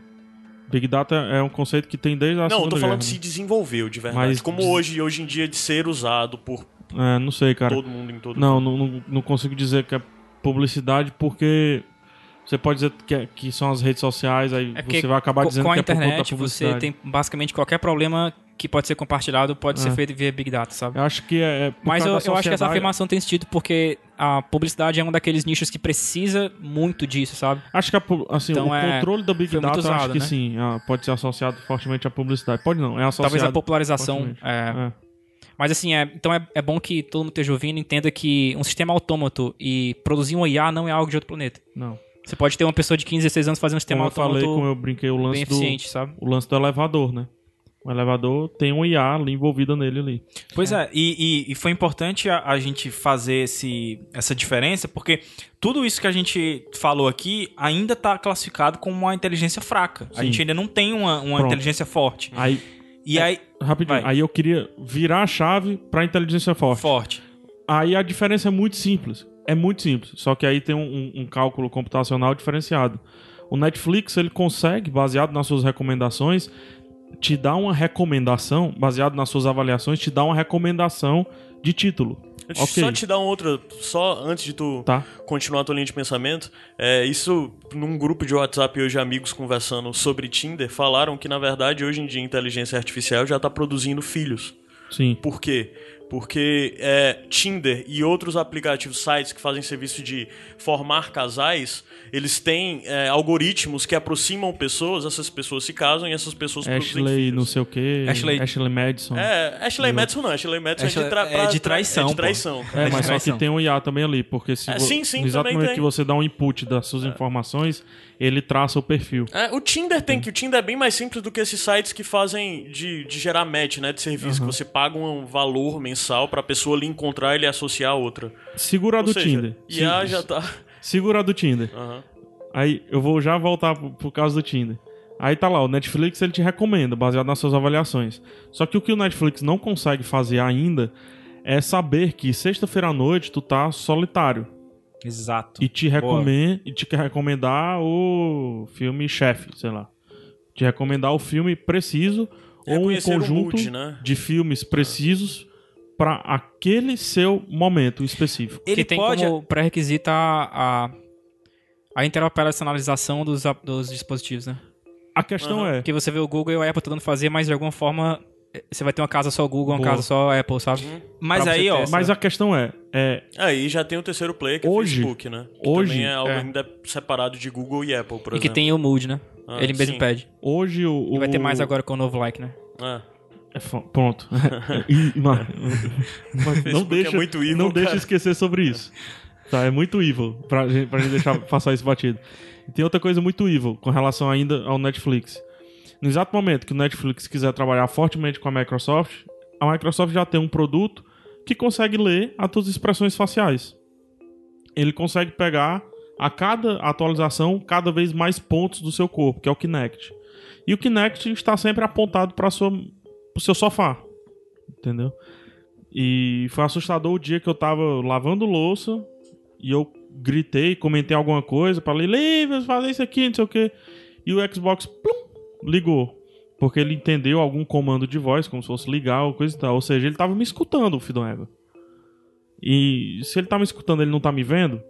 [SPEAKER 3] Big Data é um conceito que tem desde a
[SPEAKER 4] Não, eu
[SPEAKER 3] Segunda
[SPEAKER 4] tô falando
[SPEAKER 3] Guerra,
[SPEAKER 4] que se desenvolveu de verdade.
[SPEAKER 3] né? Mas
[SPEAKER 4] como
[SPEAKER 3] des-
[SPEAKER 4] hoje, hoje em dia, de ser usado por
[SPEAKER 3] né? É, não sei, cara.
[SPEAKER 4] todo mundo em todo
[SPEAKER 3] Não, não, não- não consigo dizer que é publicidade porque você pode dizer que, é- que são as redes sociais, aí
[SPEAKER 6] É porque
[SPEAKER 3] você vai acabar
[SPEAKER 6] co-
[SPEAKER 3] dizendo
[SPEAKER 6] com a
[SPEAKER 3] que é por conta da
[SPEAKER 6] internet você
[SPEAKER 3] publicidade.
[SPEAKER 6] tem basicamente qualquer problema que pode ser compartilhado, pode
[SPEAKER 3] É.
[SPEAKER 6] ser feito via Big Data, sabe?
[SPEAKER 3] Eu acho que é. é por causa
[SPEAKER 6] Mas eu,
[SPEAKER 3] da
[SPEAKER 6] eu acho que essa
[SPEAKER 3] sociedade-
[SPEAKER 6] afirmação tem sentido porque a publicidade é um daqueles nichos que precisa muito disso, sabe?
[SPEAKER 3] Acho que a pu- assim,
[SPEAKER 6] Então
[SPEAKER 3] o
[SPEAKER 6] é-
[SPEAKER 3] controle da Big
[SPEAKER 6] foi muito
[SPEAKER 3] Data, eu acho
[SPEAKER 6] usado,
[SPEAKER 3] que
[SPEAKER 6] né?
[SPEAKER 3] sim, ah, pode ser associado fortemente à publicidade. Pode não, é associado.
[SPEAKER 6] Talvez a popularização.
[SPEAKER 3] fortemente.
[SPEAKER 6] é,
[SPEAKER 3] É.
[SPEAKER 6] Mas assim, é, então é, é bom que todo mundo esteja ouvindo e entenda que um sistema autômato e produzir um IA não é algo de outro planeta.
[SPEAKER 3] Não.
[SPEAKER 6] Você pode ter uma pessoa de 15, 16 anos fazendo um
[SPEAKER 3] Como
[SPEAKER 6] sistema
[SPEAKER 3] eu
[SPEAKER 6] autômato
[SPEAKER 3] falei, como eu brinquei, o
[SPEAKER 6] bem
[SPEAKER 3] lance, do,
[SPEAKER 6] eficiente, sabe?
[SPEAKER 3] o lance do elevador, né? O elevador tem um IA ali envolvida nele ali.
[SPEAKER 5] Pois
[SPEAKER 6] né?
[SPEAKER 5] é, e, e- e foi importante a, a gente fazer esse, essa diferença, porque tudo isso que a gente falou aqui ainda está classificado como uma inteligência fraca. A
[SPEAKER 3] Sim.
[SPEAKER 5] gente ainda não tem uma, uma
[SPEAKER 3] Pronto.
[SPEAKER 5] inteligência forte.
[SPEAKER 3] Aí,
[SPEAKER 6] É
[SPEAKER 5] E aí,
[SPEAKER 3] rapidinho,
[SPEAKER 5] Vai.
[SPEAKER 3] aí eu queria virar a chave pra inteligência forte.
[SPEAKER 5] forte.
[SPEAKER 3] Aí a diferença é muito simples. É muito simples. Só que aí tem um, um- um cálculo computacional diferenciado. O Netflix, ele consegue, baseado nas suas recomendações, te dar uma recomendação, baseado nas suas avaliações, te dar uma recomendação de título.
[SPEAKER 4] Deixa eu
[SPEAKER 3] Ok.
[SPEAKER 4] Só te dar um outro, só antes de tu
[SPEAKER 3] Tá.
[SPEAKER 4] continuar a tua linha de pensamento. É, isso, num grupo de WhatsApp hoje, amigos conversando sobre Tinder, falaram que, na verdade, hoje em dia, a inteligência artificial já tá produzindo filhos.
[SPEAKER 3] Sim.
[SPEAKER 4] Por quê? Porque é, Tinder e outros aplicativos, sites que fazem serviço de formar casais, eles têm é, algoritmos que aproximam pessoas, essas pessoas se casam e essas pessoas produzem
[SPEAKER 3] Ashley,
[SPEAKER 4] filhos.
[SPEAKER 3] não sei o quê.
[SPEAKER 5] Ashley-
[SPEAKER 3] Madison.
[SPEAKER 4] É, Ashley Madison não, Ashley Madison é
[SPEAKER 5] Ashley-
[SPEAKER 4] de, tra-
[SPEAKER 5] é
[SPEAKER 4] pra-
[SPEAKER 5] de traição,
[SPEAKER 4] É de
[SPEAKER 5] pô.
[SPEAKER 4] traição.
[SPEAKER 3] É, mas só
[SPEAKER 5] Traição.
[SPEAKER 3] que tem um IA também ali, porque se
[SPEAKER 4] É,
[SPEAKER 3] vo-
[SPEAKER 4] sim, sim,
[SPEAKER 3] no exato
[SPEAKER 4] também
[SPEAKER 3] momento
[SPEAKER 4] tem.
[SPEAKER 3] que você dá um input das suas informações, ele traça o perfil.
[SPEAKER 4] É, o Tinder tem
[SPEAKER 3] Uhum.
[SPEAKER 4] que. O Tinder é bem mais simples do que esses sites que fazem de, de gerar match, né? De serviço,
[SPEAKER 3] Uhum.
[SPEAKER 4] que você paga um valor mensal pra pessoa lhe encontrar e lhe associar a outra.
[SPEAKER 3] Segura a
[SPEAKER 4] Ou
[SPEAKER 3] do
[SPEAKER 4] seja,
[SPEAKER 3] Tinder.
[SPEAKER 4] IA
[SPEAKER 3] Simples.
[SPEAKER 4] já tá.
[SPEAKER 3] Segura a do Tinder.
[SPEAKER 4] Aham.
[SPEAKER 3] Aí eu vou já voltar pro- por causa do Tinder. Aí tá lá, o Netflix ele te recomenda, baseado nas suas avaliações. Só que o que o Netflix não consegue fazer ainda é saber que sexta-feira à noite tu tá solitário
[SPEAKER 5] Exato.
[SPEAKER 3] e te, recomen- e te quer recomendar o filme Chefe, sei lá. Te recomendar o filme preciso ou um
[SPEAKER 4] Reconhecer É o
[SPEAKER 3] conjunto
[SPEAKER 4] mood, né?
[SPEAKER 3] de filmes precisos pra aquele seu momento específico.
[SPEAKER 5] Ele
[SPEAKER 6] que tem
[SPEAKER 5] pode.
[SPEAKER 6] como pré-requisito a, a, a interoperacionalização dos, ap- dos dispositivos, né?
[SPEAKER 3] A questão
[SPEAKER 4] Aham.
[SPEAKER 3] é,
[SPEAKER 6] Porque você vê o Google e a Apple tentando fazer, mas de alguma forma eh, você vai ter uma casa só Google, uma
[SPEAKER 3] Boa.
[SPEAKER 6] casa só Apple, sabe?
[SPEAKER 5] Mas
[SPEAKER 6] pra você
[SPEAKER 5] aí, ó.
[SPEAKER 6] ter
[SPEAKER 4] né?
[SPEAKER 3] mas a questão é, é
[SPEAKER 4] Aí já tem o terceiro player, que
[SPEAKER 3] Hoje-
[SPEAKER 4] é o Facebook, né? Que
[SPEAKER 3] hoje-
[SPEAKER 4] também é algo
[SPEAKER 6] é.
[SPEAKER 4] ainda separado de Google e Apple, por
[SPEAKER 6] e
[SPEAKER 4] exemplo.
[SPEAKER 6] que tem o mood, né?
[SPEAKER 4] Ah,
[SPEAKER 6] Ele mesmo
[SPEAKER 4] sim.
[SPEAKER 6] pede.
[SPEAKER 3] hoje é. o,
[SPEAKER 6] E vai ter mais
[SPEAKER 3] o-
[SPEAKER 6] agora com o novo like, né?
[SPEAKER 4] É.
[SPEAKER 3] É fo- pronto. E- mas- mas não
[SPEAKER 4] Facebook é
[SPEAKER 3] deixa,
[SPEAKER 4] muito evil,
[SPEAKER 3] não deixa
[SPEAKER 4] cara.
[SPEAKER 3] esquecer sobre isso. Tá, é muito evil pra gente, pra gente deixar passar isso batido. E tem outra coisa muito evil com relação ainda ao Netflix. No exato momento que o Netflix quiser trabalhar fortemente com a Microsoft, a Microsoft já tem um produto que consegue ler as tuas expressões faciais. Ele consegue pegar a cada atualização cada vez mais pontos do seu corpo, que é o Kinect. E o Kinect está sempre apontado para sua pro seu sofá. Entendeu? E foi assustador o dia que eu tava lavando louça e eu gritei, comentei alguma coisa, falei, Livres, fazer isso aqui, não sei o quê. E o Xbox plum, ligou. Porque ele entendeu algum comando de voz, como se fosse ligar ou coisa e tal. Ou seja, ele tava me escutando, o Fidonega. E se ele tá me escutando, ele não tá me vendo?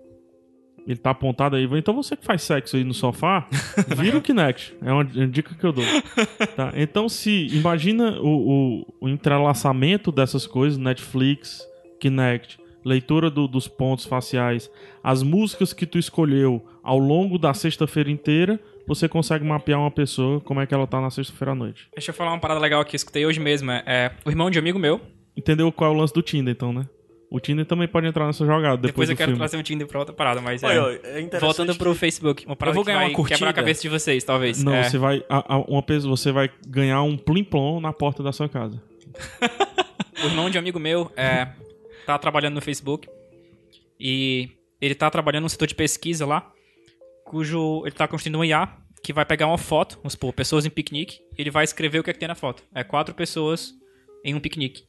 [SPEAKER 3] Ele tá apontado aí, então você que faz sexo aí no sofá, vira o Kinect. É uma uma dica que eu dou. Tá, então se imagina o, o- o entrelaçamento dessas coisas, Netflix, Kinect, leitura do- dos pontos faciais, as músicas que tu escolheu ao longo da sexta-feira inteira, você consegue mapear uma pessoa como é que ela tá na sexta-feira à noite.
[SPEAKER 6] Deixa eu falar uma parada legal que eu escutei hoje mesmo. É, é, o irmão de um amigo meu,
[SPEAKER 3] Entendeu qual é o lance do Tinder, então, né? O Tinder também pode entrar nessa jogada depois,
[SPEAKER 6] depois, eu
[SPEAKER 3] do
[SPEAKER 6] quero
[SPEAKER 3] filme.
[SPEAKER 6] trazer o Tinder pra outra parada, mas é.
[SPEAKER 4] Olha, olha, é interessante.
[SPEAKER 6] Voltando pro Facebook, uma parada
[SPEAKER 5] vou
[SPEAKER 6] que
[SPEAKER 5] ganhar
[SPEAKER 6] vai
[SPEAKER 5] uma curtida?
[SPEAKER 6] quebrar a cabeça de vocês, talvez.
[SPEAKER 3] Não,
[SPEAKER 6] É.
[SPEAKER 3] você vai. a- a- uma pessoa, você vai ganhar um plim-plom na porta da sua casa.
[SPEAKER 6] O irmão de um amigo meu é, tá trabalhando no Facebook e ele tá trabalhando num setor de pesquisa lá, cujo ele tá construindo um IA que vai pegar uma foto, vamos supor, pessoas em piquenique, e ele vai escrever o que é que tem na foto. É quatro pessoas em um piquenique.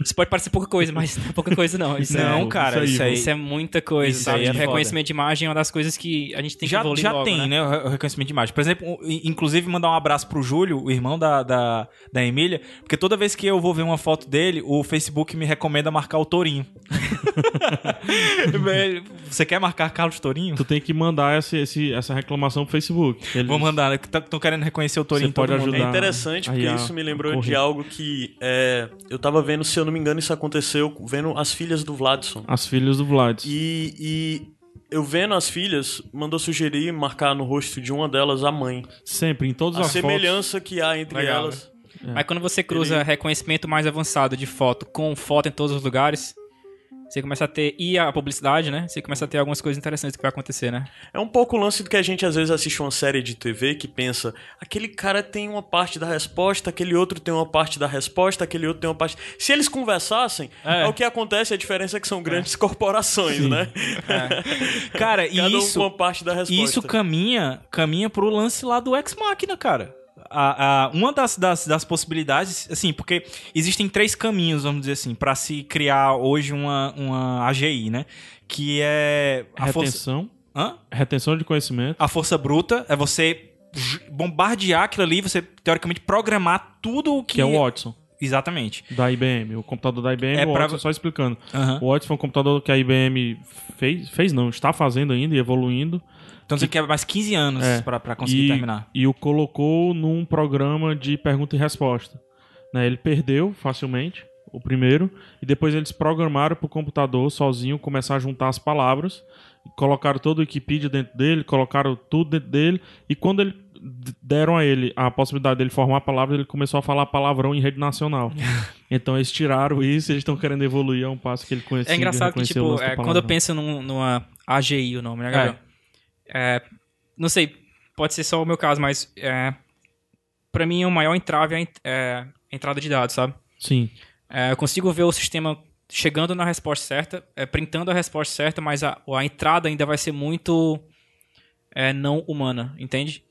[SPEAKER 6] Isso pode parecer pouca coisa, mas não é pouca coisa não. Isso
[SPEAKER 5] Não,
[SPEAKER 6] é,
[SPEAKER 5] cara,
[SPEAKER 3] isso
[SPEAKER 5] isso aí.
[SPEAKER 6] Isso é muita coisa,
[SPEAKER 5] Isso
[SPEAKER 6] sabe?
[SPEAKER 5] aí é
[SPEAKER 6] Reconhecimento de imagem é uma das coisas que a gente tem que
[SPEAKER 5] já
[SPEAKER 6] evoluir
[SPEAKER 5] já
[SPEAKER 6] logo,
[SPEAKER 5] tem, né? o reconhecimento de imagem. Por exemplo, um- in- inclusive mandar um abraço pro Júlio, o irmão da, da, da Emília, porque toda vez que eu vou ver uma foto dele, o Facebook me recomenda marcar o Tourinho. Velho, Você quer marcar Carlos Tourinho?
[SPEAKER 3] Tu tem que mandar esse- esse- essa reclamação pro Facebook. Eles-
[SPEAKER 5] Vou mandar, né, estão querendo reconhecer o Tourinho.
[SPEAKER 3] Você pode
[SPEAKER 5] todo mundo.
[SPEAKER 3] ajudar.
[SPEAKER 4] É interessante
[SPEAKER 3] Aí
[SPEAKER 4] porque
[SPEAKER 3] a-
[SPEAKER 4] isso me lembrou
[SPEAKER 3] a
[SPEAKER 4] de
[SPEAKER 3] corrida.
[SPEAKER 4] algo que é, eu tava vendo, se eu não me engano, isso aconteceu vendo as filhas do Vladson.
[SPEAKER 3] As filhas do Vlad.
[SPEAKER 4] E, e eu vendo as filhas, mandou sugerir marcar no rosto de uma delas a mãe.
[SPEAKER 3] Sempre, em todas
[SPEAKER 4] a
[SPEAKER 3] as fotos.
[SPEAKER 4] semelhança que há entre
[SPEAKER 6] Legal,
[SPEAKER 4] elas.
[SPEAKER 5] né?
[SPEAKER 6] Aí quando você cruza reconhecimento mais avançado de foto com foto em todos os lugares, você começa a ter. E a publicidade, né? Você começa a ter algumas coisas interessantes que vai acontecer, né?
[SPEAKER 4] É um pouco o lance do que a gente às vezes assiste uma série de TV que pensa, aquele cara tem uma parte da resposta, aquele outro tem uma parte da resposta, aquele outro tem uma parte. Se eles conversassem, é. o que acontece, a diferença é que são grandes corporações, né?
[SPEAKER 5] É. Cara, e
[SPEAKER 4] Cada
[SPEAKER 5] isso,
[SPEAKER 4] um com uma parte da resposta.
[SPEAKER 5] e isso caminha, caminha pro lance lá do Ex Machina, cara. A, a- uma das, das, das possibilidades, assim, porque existem três caminhos, vamos dizer assim, pra se criar hoje uma, uma AGI, né? Que é a força,
[SPEAKER 3] Retenção.
[SPEAKER 5] Hã?
[SPEAKER 3] Retenção de conhecimento.
[SPEAKER 5] a força bruta, é você j- bombardear aquilo ali, você teoricamente programar tudo o que.
[SPEAKER 3] Que é o Watson,
[SPEAKER 5] Exatamente.
[SPEAKER 3] da IBM. O computador da IBM,
[SPEAKER 5] É
[SPEAKER 3] o
[SPEAKER 5] pra-
[SPEAKER 3] Watson, só explicando.
[SPEAKER 5] Aham.
[SPEAKER 3] O Watson é um computador que a IBM fez, fez não, está fazendo ainda e evoluindo.
[SPEAKER 5] Então você quer mais 15 anos
[SPEAKER 3] É.
[SPEAKER 5] pra, pra conseguir
[SPEAKER 3] e,
[SPEAKER 5] terminar.
[SPEAKER 3] E o colocou num programa de pergunta e resposta. né? Ele perdeu facilmente o primeiro, e depois eles programaram para o computador sozinho começar a juntar as palavras, colocaram todo o Wikipedia dentro dele, colocaram tudo dentro dele, e quando ele d- deram a ele a possibilidade dele formar palavras, ele começou a falar palavrão em rede nacional. então eles tiraram isso, eles estão querendo evoluir a um passo que ele conhecia.
[SPEAKER 6] É engraçado que,
[SPEAKER 3] reconhecer o
[SPEAKER 6] tipo,
[SPEAKER 3] lance do
[SPEAKER 6] é, quando eu
[SPEAKER 3] palavrão.
[SPEAKER 6] penso num- numa AGI, o nome, né, Gabriel? É, não sei, pode ser só o meu caso, mas é, pra mim o maior entrave é a en- é a entrada de dados, sabe?
[SPEAKER 3] Sim.
[SPEAKER 6] É, eu consigo ver o sistema chegando na resposta certa, é, printando a resposta certa, mas a, a entrada ainda vai ser muito é, não humana, entende?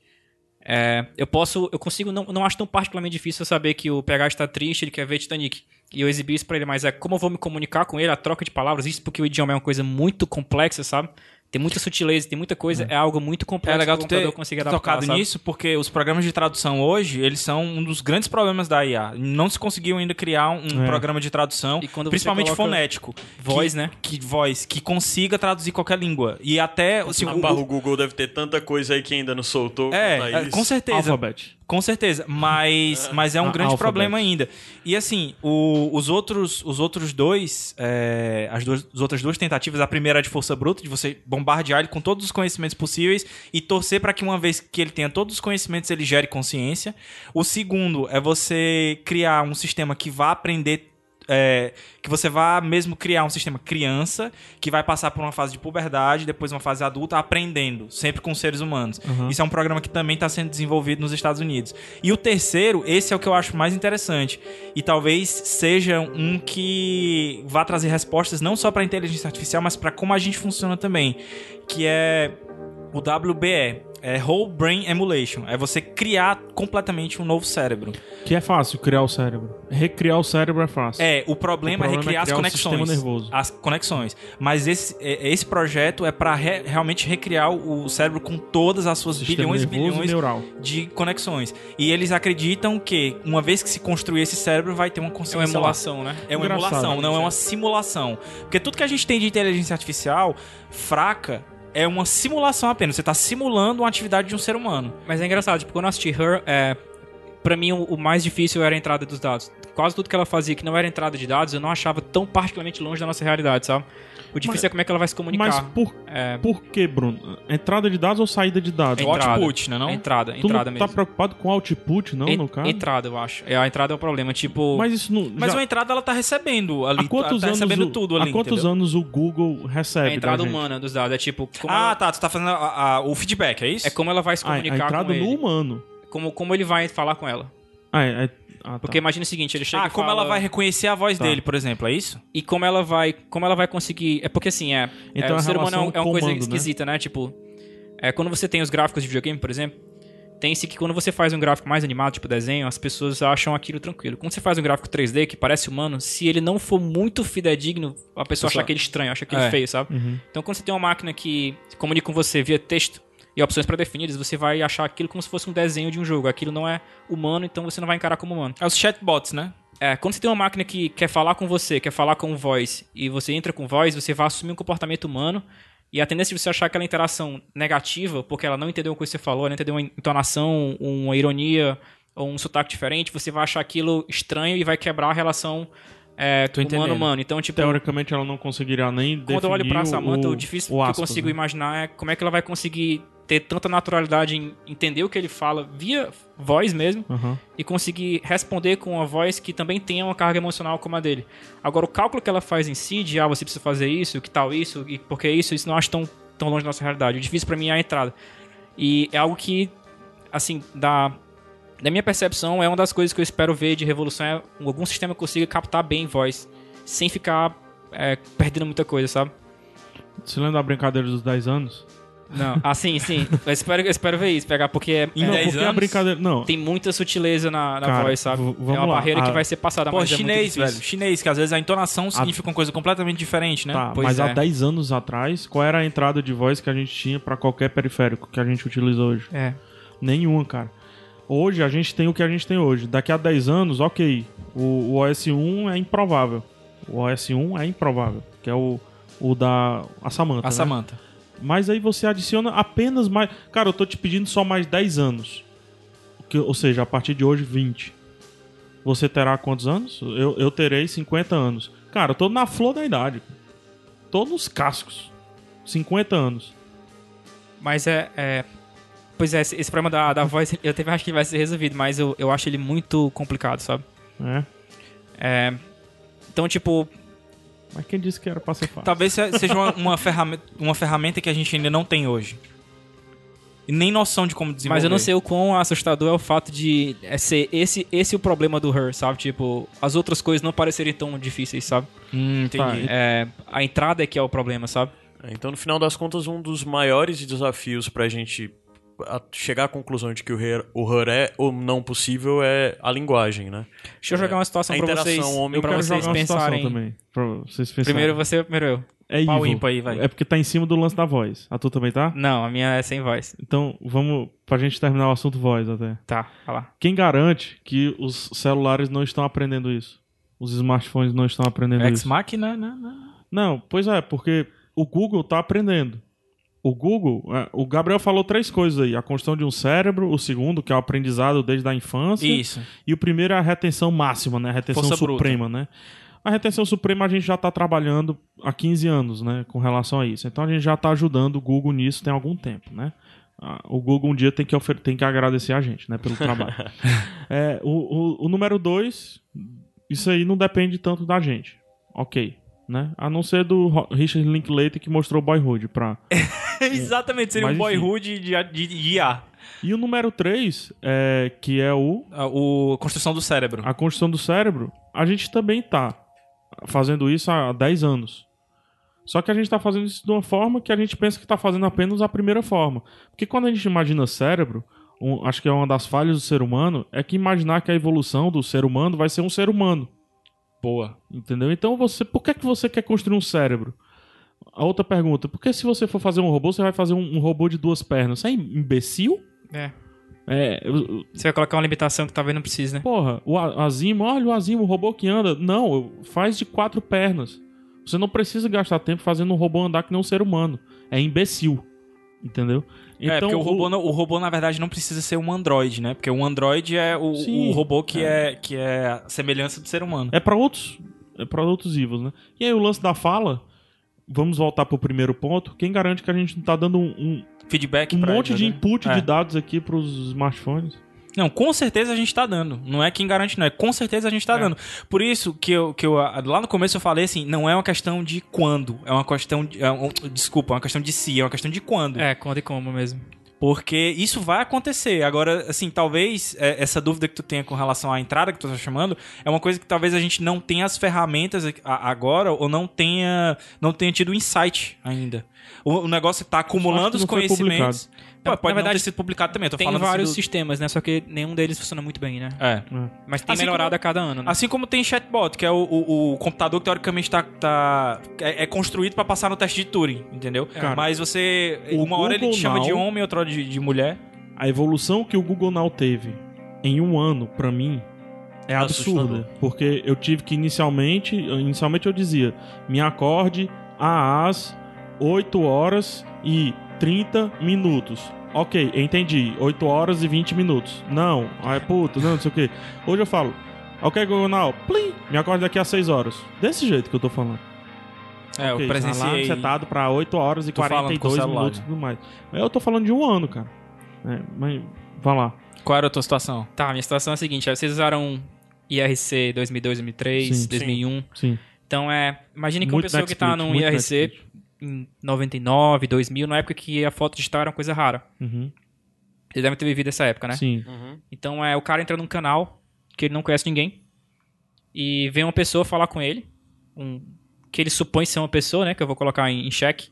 [SPEAKER 6] É, eu posso, eu consigo, não, não acho tão particularmente difícil eu saber que o PH está triste, ele quer ver Titanic. E eu exibi isso pra ele, mas é como eu vou me comunicar com ele, a troca de palavras, isso porque o idioma é uma coisa muito complexa, sabe? Tem muita sutileza, tem muita coisa, é, algo muito complexo
[SPEAKER 5] É legal
[SPEAKER 6] que o
[SPEAKER 5] tu ter
[SPEAKER 6] computador consiga adaptar,
[SPEAKER 5] tocado
[SPEAKER 6] sabe?
[SPEAKER 5] nisso, porque os programas de tradução hoje, eles são um dos grandes problemas da IA. Não se conseguiu ainda criar um
[SPEAKER 3] É.
[SPEAKER 5] programa de tradução,
[SPEAKER 6] E quando você
[SPEAKER 5] principalmente
[SPEAKER 6] coloca
[SPEAKER 5] fonético.
[SPEAKER 6] voz,
[SPEAKER 5] que,
[SPEAKER 6] né?
[SPEAKER 5] Que voz, que consiga traduzir qualquer língua. E até... assim, o-
[SPEAKER 4] Rapaz, Ah, o Google deve ter tanta coisa aí que ainda não soltou. tá quanto a
[SPEAKER 5] é, é,
[SPEAKER 4] isso.
[SPEAKER 5] com certeza.
[SPEAKER 3] Alphabet.
[SPEAKER 5] Com certeza, mas, mas é um
[SPEAKER 3] Ah,
[SPEAKER 5] grande
[SPEAKER 3] Alphabet.
[SPEAKER 5] problema ainda. E assim, o- os, outros, os outros dois, é, as, duas, as outras duas tentativas, a primeira é de força bruta, de você bombardear ele com todos os conhecimentos possíveis e torcer para que uma vez que ele tenha todos os conhecimentos, ele gere consciência. O segundo é você criar um sistema que vá aprender. é, que você vá mesmo criar um sistema criança que vai passar por uma fase de puberdade, depois uma fase adulta, aprendendo, sempre com seres humanos.
[SPEAKER 3] Uhum.
[SPEAKER 5] Isso é um programa que também está sendo desenvolvido nos Estados Unidos. E o terceiro, esse é o que eu acho mais interessante. E talvez seja um que vá trazer respostas não só para inteligência artificial, mas para como a gente funciona também. Que é o WBE. É Whole Brain Emulation. É você criar completamente um novo cérebro.
[SPEAKER 3] Que é fácil criar o cérebro. Recriar o cérebro é fácil.
[SPEAKER 5] É,
[SPEAKER 3] O
[SPEAKER 5] o problema,
[SPEAKER 3] problema
[SPEAKER 5] é recriar
[SPEAKER 3] é
[SPEAKER 5] as
[SPEAKER 3] criar o
[SPEAKER 5] conexões.
[SPEAKER 3] sistema nervoso.
[SPEAKER 5] As conexões. Mas esse, é- esse projeto é para realmente recriar o cérebro com todas as suas
[SPEAKER 3] Sistema
[SPEAKER 5] bilhões e
[SPEAKER 3] nervoso e
[SPEAKER 5] bilhões
[SPEAKER 3] neural.
[SPEAKER 5] de conexões. E eles acreditam que, uma vez que se construir esse cérebro, vai ter uma
[SPEAKER 6] É uma
[SPEAKER 5] consciência.
[SPEAKER 6] emulação, né?
[SPEAKER 5] É uma
[SPEAKER 3] Engraçado.
[SPEAKER 5] emulação, não é uma simulação. Porque tudo que a gente tem de inteligência artificial fraca é uma simulação apenas. Você está simulando uma atividade de um ser humano.
[SPEAKER 6] Mas é engraçado, tipo, quando eu assisti Her, é, pra mim o, o mais difícil era a entrada dos dados. Quase tudo que ela fazia que não era entrada de dados, eu não achava tão particularmente longe da nossa realidade, sabe? O difícil é como é que ela vai se comunicar.
[SPEAKER 3] Mas por, por que, Bruno? Entrada de dados ou saída de dados?
[SPEAKER 6] É
[SPEAKER 5] O
[SPEAKER 6] Entrada.
[SPEAKER 5] output, né? Não?
[SPEAKER 6] Entrada,
[SPEAKER 3] tu
[SPEAKER 6] entrada
[SPEAKER 3] não tá
[SPEAKER 6] mesmo.
[SPEAKER 3] preocupado com output, não,
[SPEAKER 6] En-
[SPEAKER 3] no caso?
[SPEAKER 6] Entrada, eu acho. É, a entrada é o problema. Tipo,
[SPEAKER 3] Mas isso não.
[SPEAKER 5] Mas
[SPEAKER 3] já-
[SPEAKER 5] uma entrada ela tá recebendo ali.
[SPEAKER 3] há quantos
[SPEAKER 5] tá
[SPEAKER 3] anos
[SPEAKER 5] recebendo
[SPEAKER 3] o,
[SPEAKER 5] tudo ali.
[SPEAKER 3] Há quantos
[SPEAKER 5] entendeu?
[SPEAKER 3] anos o Google
[SPEAKER 6] é
[SPEAKER 3] recebe?
[SPEAKER 6] a entrada
[SPEAKER 3] da gente?
[SPEAKER 6] humana dos dados. É tipo, como
[SPEAKER 5] Ah,
[SPEAKER 6] ela,
[SPEAKER 5] tá. Tu tá fazendo a- a- o feedback, é isso?
[SPEAKER 6] é como ela vai se
[SPEAKER 3] Ah, a
[SPEAKER 6] comunicar
[SPEAKER 3] entrada
[SPEAKER 6] com
[SPEAKER 3] no
[SPEAKER 6] ele.
[SPEAKER 3] humano.
[SPEAKER 6] Como, como ele vai falar com ela.
[SPEAKER 3] Ah, é, é- ah, tá.
[SPEAKER 6] Porque imagina o seguinte, ele chega
[SPEAKER 5] Ah,
[SPEAKER 6] e
[SPEAKER 5] como
[SPEAKER 6] fala-
[SPEAKER 5] ela vai reconhecer a voz
[SPEAKER 3] Tá.
[SPEAKER 5] dele, por exemplo, é isso?
[SPEAKER 6] E como ela vai. Como ela vai conseguir. É porque assim, é.
[SPEAKER 3] Então
[SPEAKER 6] é,
[SPEAKER 3] a
[SPEAKER 6] o ser humano é,
[SPEAKER 3] relação
[SPEAKER 6] um- é uma coisa
[SPEAKER 3] comando, né?
[SPEAKER 6] esquisita, né? Tipo. É, quando você tem os gráficos de videogame, por exemplo, tem-se que quando você faz um gráfico mais animado, tipo desenho, as pessoas acham aquilo tranquilo. Quando você faz um gráfico 3D que parece humano, se ele não for muito fidedigno, a pessoa acha
[SPEAKER 5] Pessoal.
[SPEAKER 6] aquele estranho, acha aquele
[SPEAKER 5] É.
[SPEAKER 6] feio, sabe? Então quando você tem uma máquina que se comunica com você via texto e opções pré-definidas, você vai achar aquilo como se fosse um desenho de um jogo. Aquilo não é humano, então você não vai encarar como humano.
[SPEAKER 5] É os chatbots, né?
[SPEAKER 6] É, quando você tem uma máquina que quer falar com você, quer falar com o voz, e você entra com o voz, você vai assumir um comportamento humano, e a tendência de você achar aquela interação negativa, porque ela não entendeu o que você falou, ela não entendeu uma entonação, uma ironia, ou um sotaque diferente, você vai achar aquilo estranho e vai quebrar a relação é,
[SPEAKER 5] entendendo.
[SPEAKER 6] humano-humano. Então, tipo,
[SPEAKER 3] Teoricamente ela não conseguirá nem
[SPEAKER 6] quando eu olho pra Samantha, o, difícil que eu
[SPEAKER 3] aspas,
[SPEAKER 6] consigo
[SPEAKER 3] né?
[SPEAKER 6] imaginar é como é que ela vai conseguir ter tanta naturalidade em entender o que ele fala via voz mesmo,
[SPEAKER 3] Aham.
[SPEAKER 6] e conseguir responder com uma voz que também tenha uma carga emocional como a dele. Agora, o cálculo que ela faz em si, de ah, você precisa fazer isso, que tal isso, e por que isso, isso não acho tão, tão longe da nossa realidade. O difícil pra mim é a entrada. E é algo que, assim, da, da minha percepção, é uma das coisas que eu espero ver de revolução, é algum sistema que consiga captar bem voz, sem ficar é, perdendo muita coisa, sabe?
[SPEAKER 3] Você lembra da brincadeira dos 10 anos?
[SPEAKER 6] Não. Ah, sim, sim. Eu espero, eu espero ver isso, pegar, porque é-
[SPEAKER 5] Em
[SPEAKER 6] é-
[SPEAKER 3] não,
[SPEAKER 5] 10
[SPEAKER 3] porque a
[SPEAKER 5] anos?
[SPEAKER 3] brincadeira. Não,
[SPEAKER 6] tem muita sutileza na, na
[SPEAKER 3] Cara,
[SPEAKER 6] voz, sabe?
[SPEAKER 3] v- vamos
[SPEAKER 6] é uma
[SPEAKER 3] lá.
[SPEAKER 6] barreira que
[SPEAKER 3] A-
[SPEAKER 6] vai ser passada,
[SPEAKER 5] Ah, Pô,
[SPEAKER 6] mas é muito
[SPEAKER 5] chinês,
[SPEAKER 6] difícil. Ah.
[SPEAKER 5] velho. Chinês, que às vezes a entonação significa uma coisa completamente diferente, né?
[SPEAKER 3] tá,
[SPEAKER 6] pois
[SPEAKER 3] mas
[SPEAKER 6] é.
[SPEAKER 3] há 10 anos atrás, qual era a entrada de voz que a gente tinha pra qualquer periférico que a gente utiliza hoje?
[SPEAKER 6] É.
[SPEAKER 3] Nenhuma, cara. Hoje a gente tem o que a gente tem hoje. Daqui a 10 anos, ok. O, o OS 1 é improvável. O OS 1 é improvável. Que é o, o da. A Samantha.
[SPEAKER 5] A
[SPEAKER 3] né?
[SPEAKER 6] Uhum.
[SPEAKER 5] Samantha.
[SPEAKER 3] Mas aí você adiciona apenas mais. Cara, eu tô te pedindo só mais 10 anos. O que- ou seja, a partir de hoje, 20. Você terá quantos anos? Eu, eu terei 50 anos. Cara, eu tô na flor da idade. Tô nos cascos. 50 anos.
[SPEAKER 6] Mas é. é- Pois é, esse esse problema da, da voz, eu até acho que vai ser resolvido, mas eu, eu acho ele muito complicado, sabe?
[SPEAKER 3] É.
[SPEAKER 6] É, Então, tipo,
[SPEAKER 3] Mas quem disse que era
[SPEAKER 6] Tá
[SPEAKER 3] pra ser fácil?
[SPEAKER 5] Talvez se- seja uma, uma ferramenta, uma ferramenta que a gente ainda não tem hoje. E nem noção de como desenvolver.
[SPEAKER 6] Mas eu não sei o quão assustador é o fato de é, ser esse, esse o problema do Her, sabe? Tipo, as outras coisas não parecerem tão difíceis, sabe?
[SPEAKER 5] Hum, entendi.
[SPEAKER 6] É, a entrada é que é o problema, sabe?
[SPEAKER 4] É, Então, no final das contas, um dos maiores desafios pra gente a- chegar à conclusão de que o Her, o Her é ou não possível é a linguagem, né?
[SPEAKER 6] Deixa eu
[SPEAKER 5] É.
[SPEAKER 6] jogar uma situação
[SPEAKER 4] A
[SPEAKER 6] pra
[SPEAKER 4] interação
[SPEAKER 6] vocês,
[SPEAKER 4] homem-
[SPEAKER 3] Eu
[SPEAKER 6] pra
[SPEAKER 3] quero
[SPEAKER 6] vocês
[SPEAKER 3] jogar uma
[SPEAKER 6] pensarem.
[SPEAKER 3] situação também. Pra vocês pensarem.
[SPEAKER 6] Primeiro você, primeiro eu.
[SPEAKER 3] é
[SPEAKER 5] pau
[SPEAKER 3] evil.
[SPEAKER 5] ímpar aí, vai.
[SPEAKER 3] É porque tá em cima do lance da voz. A tu também tá?
[SPEAKER 6] Não, a minha é sem voz.
[SPEAKER 3] Então, vamos pra gente terminar o assunto voz até.
[SPEAKER 6] Tá, vai lá.
[SPEAKER 3] Quem garante que os celulares não estão aprendendo isso? Os smartphones não estão aprendendo
[SPEAKER 5] Ex
[SPEAKER 3] isso?
[SPEAKER 5] Machina, né? né?
[SPEAKER 3] Não, pois é, porque o Google tá aprendendo. O Google, é, o Gabriel falou três coisas aí: a construção de um cérebro, o segundo, que é o aprendizado desde a infância,
[SPEAKER 5] Isso.
[SPEAKER 3] e o primeiro é a retenção máxima, né? A retenção
[SPEAKER 5] Força bruta.
[SPEAKER 3] suprema, né? A retenção suprema a gente já tá trabalhando há 15 anos, né, com relação a isso. Então a gente já tá ajudando o Google nisso tem algum tempo, né? Ah, O Google um dia tem que, ofer- tem que agradecer a gente, né, pelo trabalho. É, o, o- o número dois, isso aí não depende tanto da gente. Ok. Né? A não ser do Ro- Richard Linklater que mostrou Boyhood pra...
[SPEAKER 5] Exatamente, seria
[SPEAKER 3] Mas
[SPEAKER 5] um
[SPEAKER 3] enfim.
[SPEAKER 5] boyhood de, de, de IA.
[SPEAKER 3] E o número três, é, que é o...
[SPEAKER 5] Ah, O, construção do cérebro.
[SPEAKER 3] A construção do cérebro, a gente também tá fazendo isso há 10 anos. Só que a gente tá fazendo isso de uma forma que a gente pensa que tá fazendo apenas a primeira forma. Porque quando a gente imagina cérebro, um- acho que é uma das falhas do ser humano, é que imaginar que a evolução do ser humano vai ser um ser humano.
[SPEAKER 5] Boa.
[SPEAKER 3] Entendeu? Então você, por que, que você quer construir um cérebro? A outra pergunta, por que se você for fazer um robô, você vai fazer um, um robô de duas pernas? Você é imbecil?
[SPEAKER 6] É.
[SPEAKER 3] É, eu-
[SPEAKER 6] Você vai colocar uma limitação que talvez não precise, né?
[SPEAKER 3] Porra, o A- Azimo, olha o Azimo, o robô que anda. Não, eu- faz de quatro pernas. Você não precisa gastar tempo fazendo um robô andar que nem um ser humano. É imbecil. Entendeu? Então,
[SPEAKER 5] é, porque
[SPEAKER 6] Então,
[SPEAKER 5] o robô, não- o robô, na verdade, não precisa ser um android, né? Porque um android é o,
[SPEAKER 3] Sim.
[SPEAKER 5] o robô que é. que é a semelhança do ser humano.
[SPEAKER 3] É pra outros. É pra outros evils, né? E aí o lance da fala. Vamos voltar pro primeiro ponto. Quem garante que a gente não tá dando um, um-
[SPEAKER 6] É.
[SPEAKER 5] Feedback
[SPEAKER 3] um
[SPEAKER 5] pra
[SPEAKER 3] monte
[SPEAKER 5] ele,
[SPEAKER 3] de
[SPEAKER 5] né?
[SPEAKER 3] input
[SPEAKER 5] É.
[SPEAKER 3] de dados aqui pros smartphones?
[SPEAKER 5] Não, com certeza a gente tá dando. Não é quem garante, não. É com certeza a gente tá dando. Por isso que eu, que eu. ah, Lá no começo eu falei assim: não é uma questão de quando. É uma questão. De, é um- desculpa, é uma questão de se. É uma questão de quando.
[SPEAKER 6] É, quando e como mesmo.
[SPEAKER 5] Porque isso vai acontecer. Agora, assim, talvez é, essa dúvida que tu tenha com relação à entrada que tu tá chamando é uma coisa que talvez a gente não tenha as ferramentas a- agora ou não tenha não tenha tido insight ainda. O, o negócio tá
[SPEAKER 3] Acho
[SPEAKER 5] acumulando
[SPEAKER 3] que
[SPEAKER 5] os
[SPEAKER 3] não foi
[SPEAKER 5] conhecimentos. Pô,
[SPEAKER 6] Na-
[SPEAKER 5] pode
[SPEAKER 6] na
[SPEAKER 5] não ter
[SPEAKER 6] verdade,
[SPEAKER 5] sido publicado também. Eu tô
[SPEAKER 6] Tem
[SPEAKER 5] falando assim
[SPEAKER 6] vários
[SPEAKER 5] do-
[SPEAKER 6] sistemas, né? Só que nenhum deles funciona muito bem, né?
[SPEAKER 5] É.
[SPEAKER 6] Mas tem
[SPEAKER 5] Assim
[SPEAKER 6] melhorado a cada ano, né?
[SPEAKER 5] Assim como tem chatbot, que é o, o- o computador que teoricamente tá, tá- é, é construído pra passar no teste de Turing, entendeu?
[SPEAKER 3] Cara,
[SPEAKER 5] Mas você.
[SPEAKER 3] o
[SPEAKER 5] Uma hora ele te
[SPEAKER 3] Google
[SPEAKER 5] chama de
[SPEAKER 3] Now-
[SPEAKER 5] homem, outra hora de, de mulher.
[SPEAKER 3] A evolução que o Google Now teve em um ano, pra mim, é
[SPEAKER 4] Assustador.
[SPEAKER 3] absurda. Porque eu tive que inicialmente, inicialmente eu dizia, me acorde às 8 horas e 30 minutos. Ok, entendi. 8 horas e 20 minutos. Não, ai puta, não, não sei o que. Hoje eu falo, ok, Google Now, plim, me acorde daqui a 6 horas. Desse jeito que eu tô falando.
[SPEAKER 5] É,
[SPEAKER 3] Ok,
[SPEAKER 5] eu presenciei.
[SPEAKER 3] Alarme setado pra 8 horas e
[SPEAKER 5] Tô falando com o
[SPEAKER 3] 42
[SPEAKER 5] celular,
[SPEAKER 3] minutos e
[SPEAKER 5] né?
[SPEAKER 3] tudo mais. Mas Eu tô falando de um ano, cara. É, mas vai lá.
[SPEAKER 5] Qual era a tua situação?
[SPEAKER 6] Tá, minha situação é a seguinte: é, vocês usaram IRC 2002, 2003,
[SPEAKER 3] Sim, sim.
[SPEAKER 6] 2001.
[SPEAKER 3] Sim.
[SPEAKER 6] Então é. Imagine que uma
[SPEAKER 3] Muito
[SPEAKER 6] pessoa que tá
[SPEAKER 3] Netspeed,
[SPEAKER 6] num
[SPEAKER 3] muito
[SPEAKER 6] IRC
[SPEAKER 3] Netspeed.
[SPEAKER 6] em 99, 2000, na época que a foto digital era uma coisa rara.
[SPEAKER 3] Uhum.
[SPEAKER 6] Vocês devem ter vivido essa época, né?
[SPEAKER 3] Sim.
[SPEAKER 6] Então é o cara entra num canal que ele não conhece ninguém e vem uma pessoa falar com ele, um- que ele supõe ser uma pessoa, né? Que eu vou colocar em, em xeque.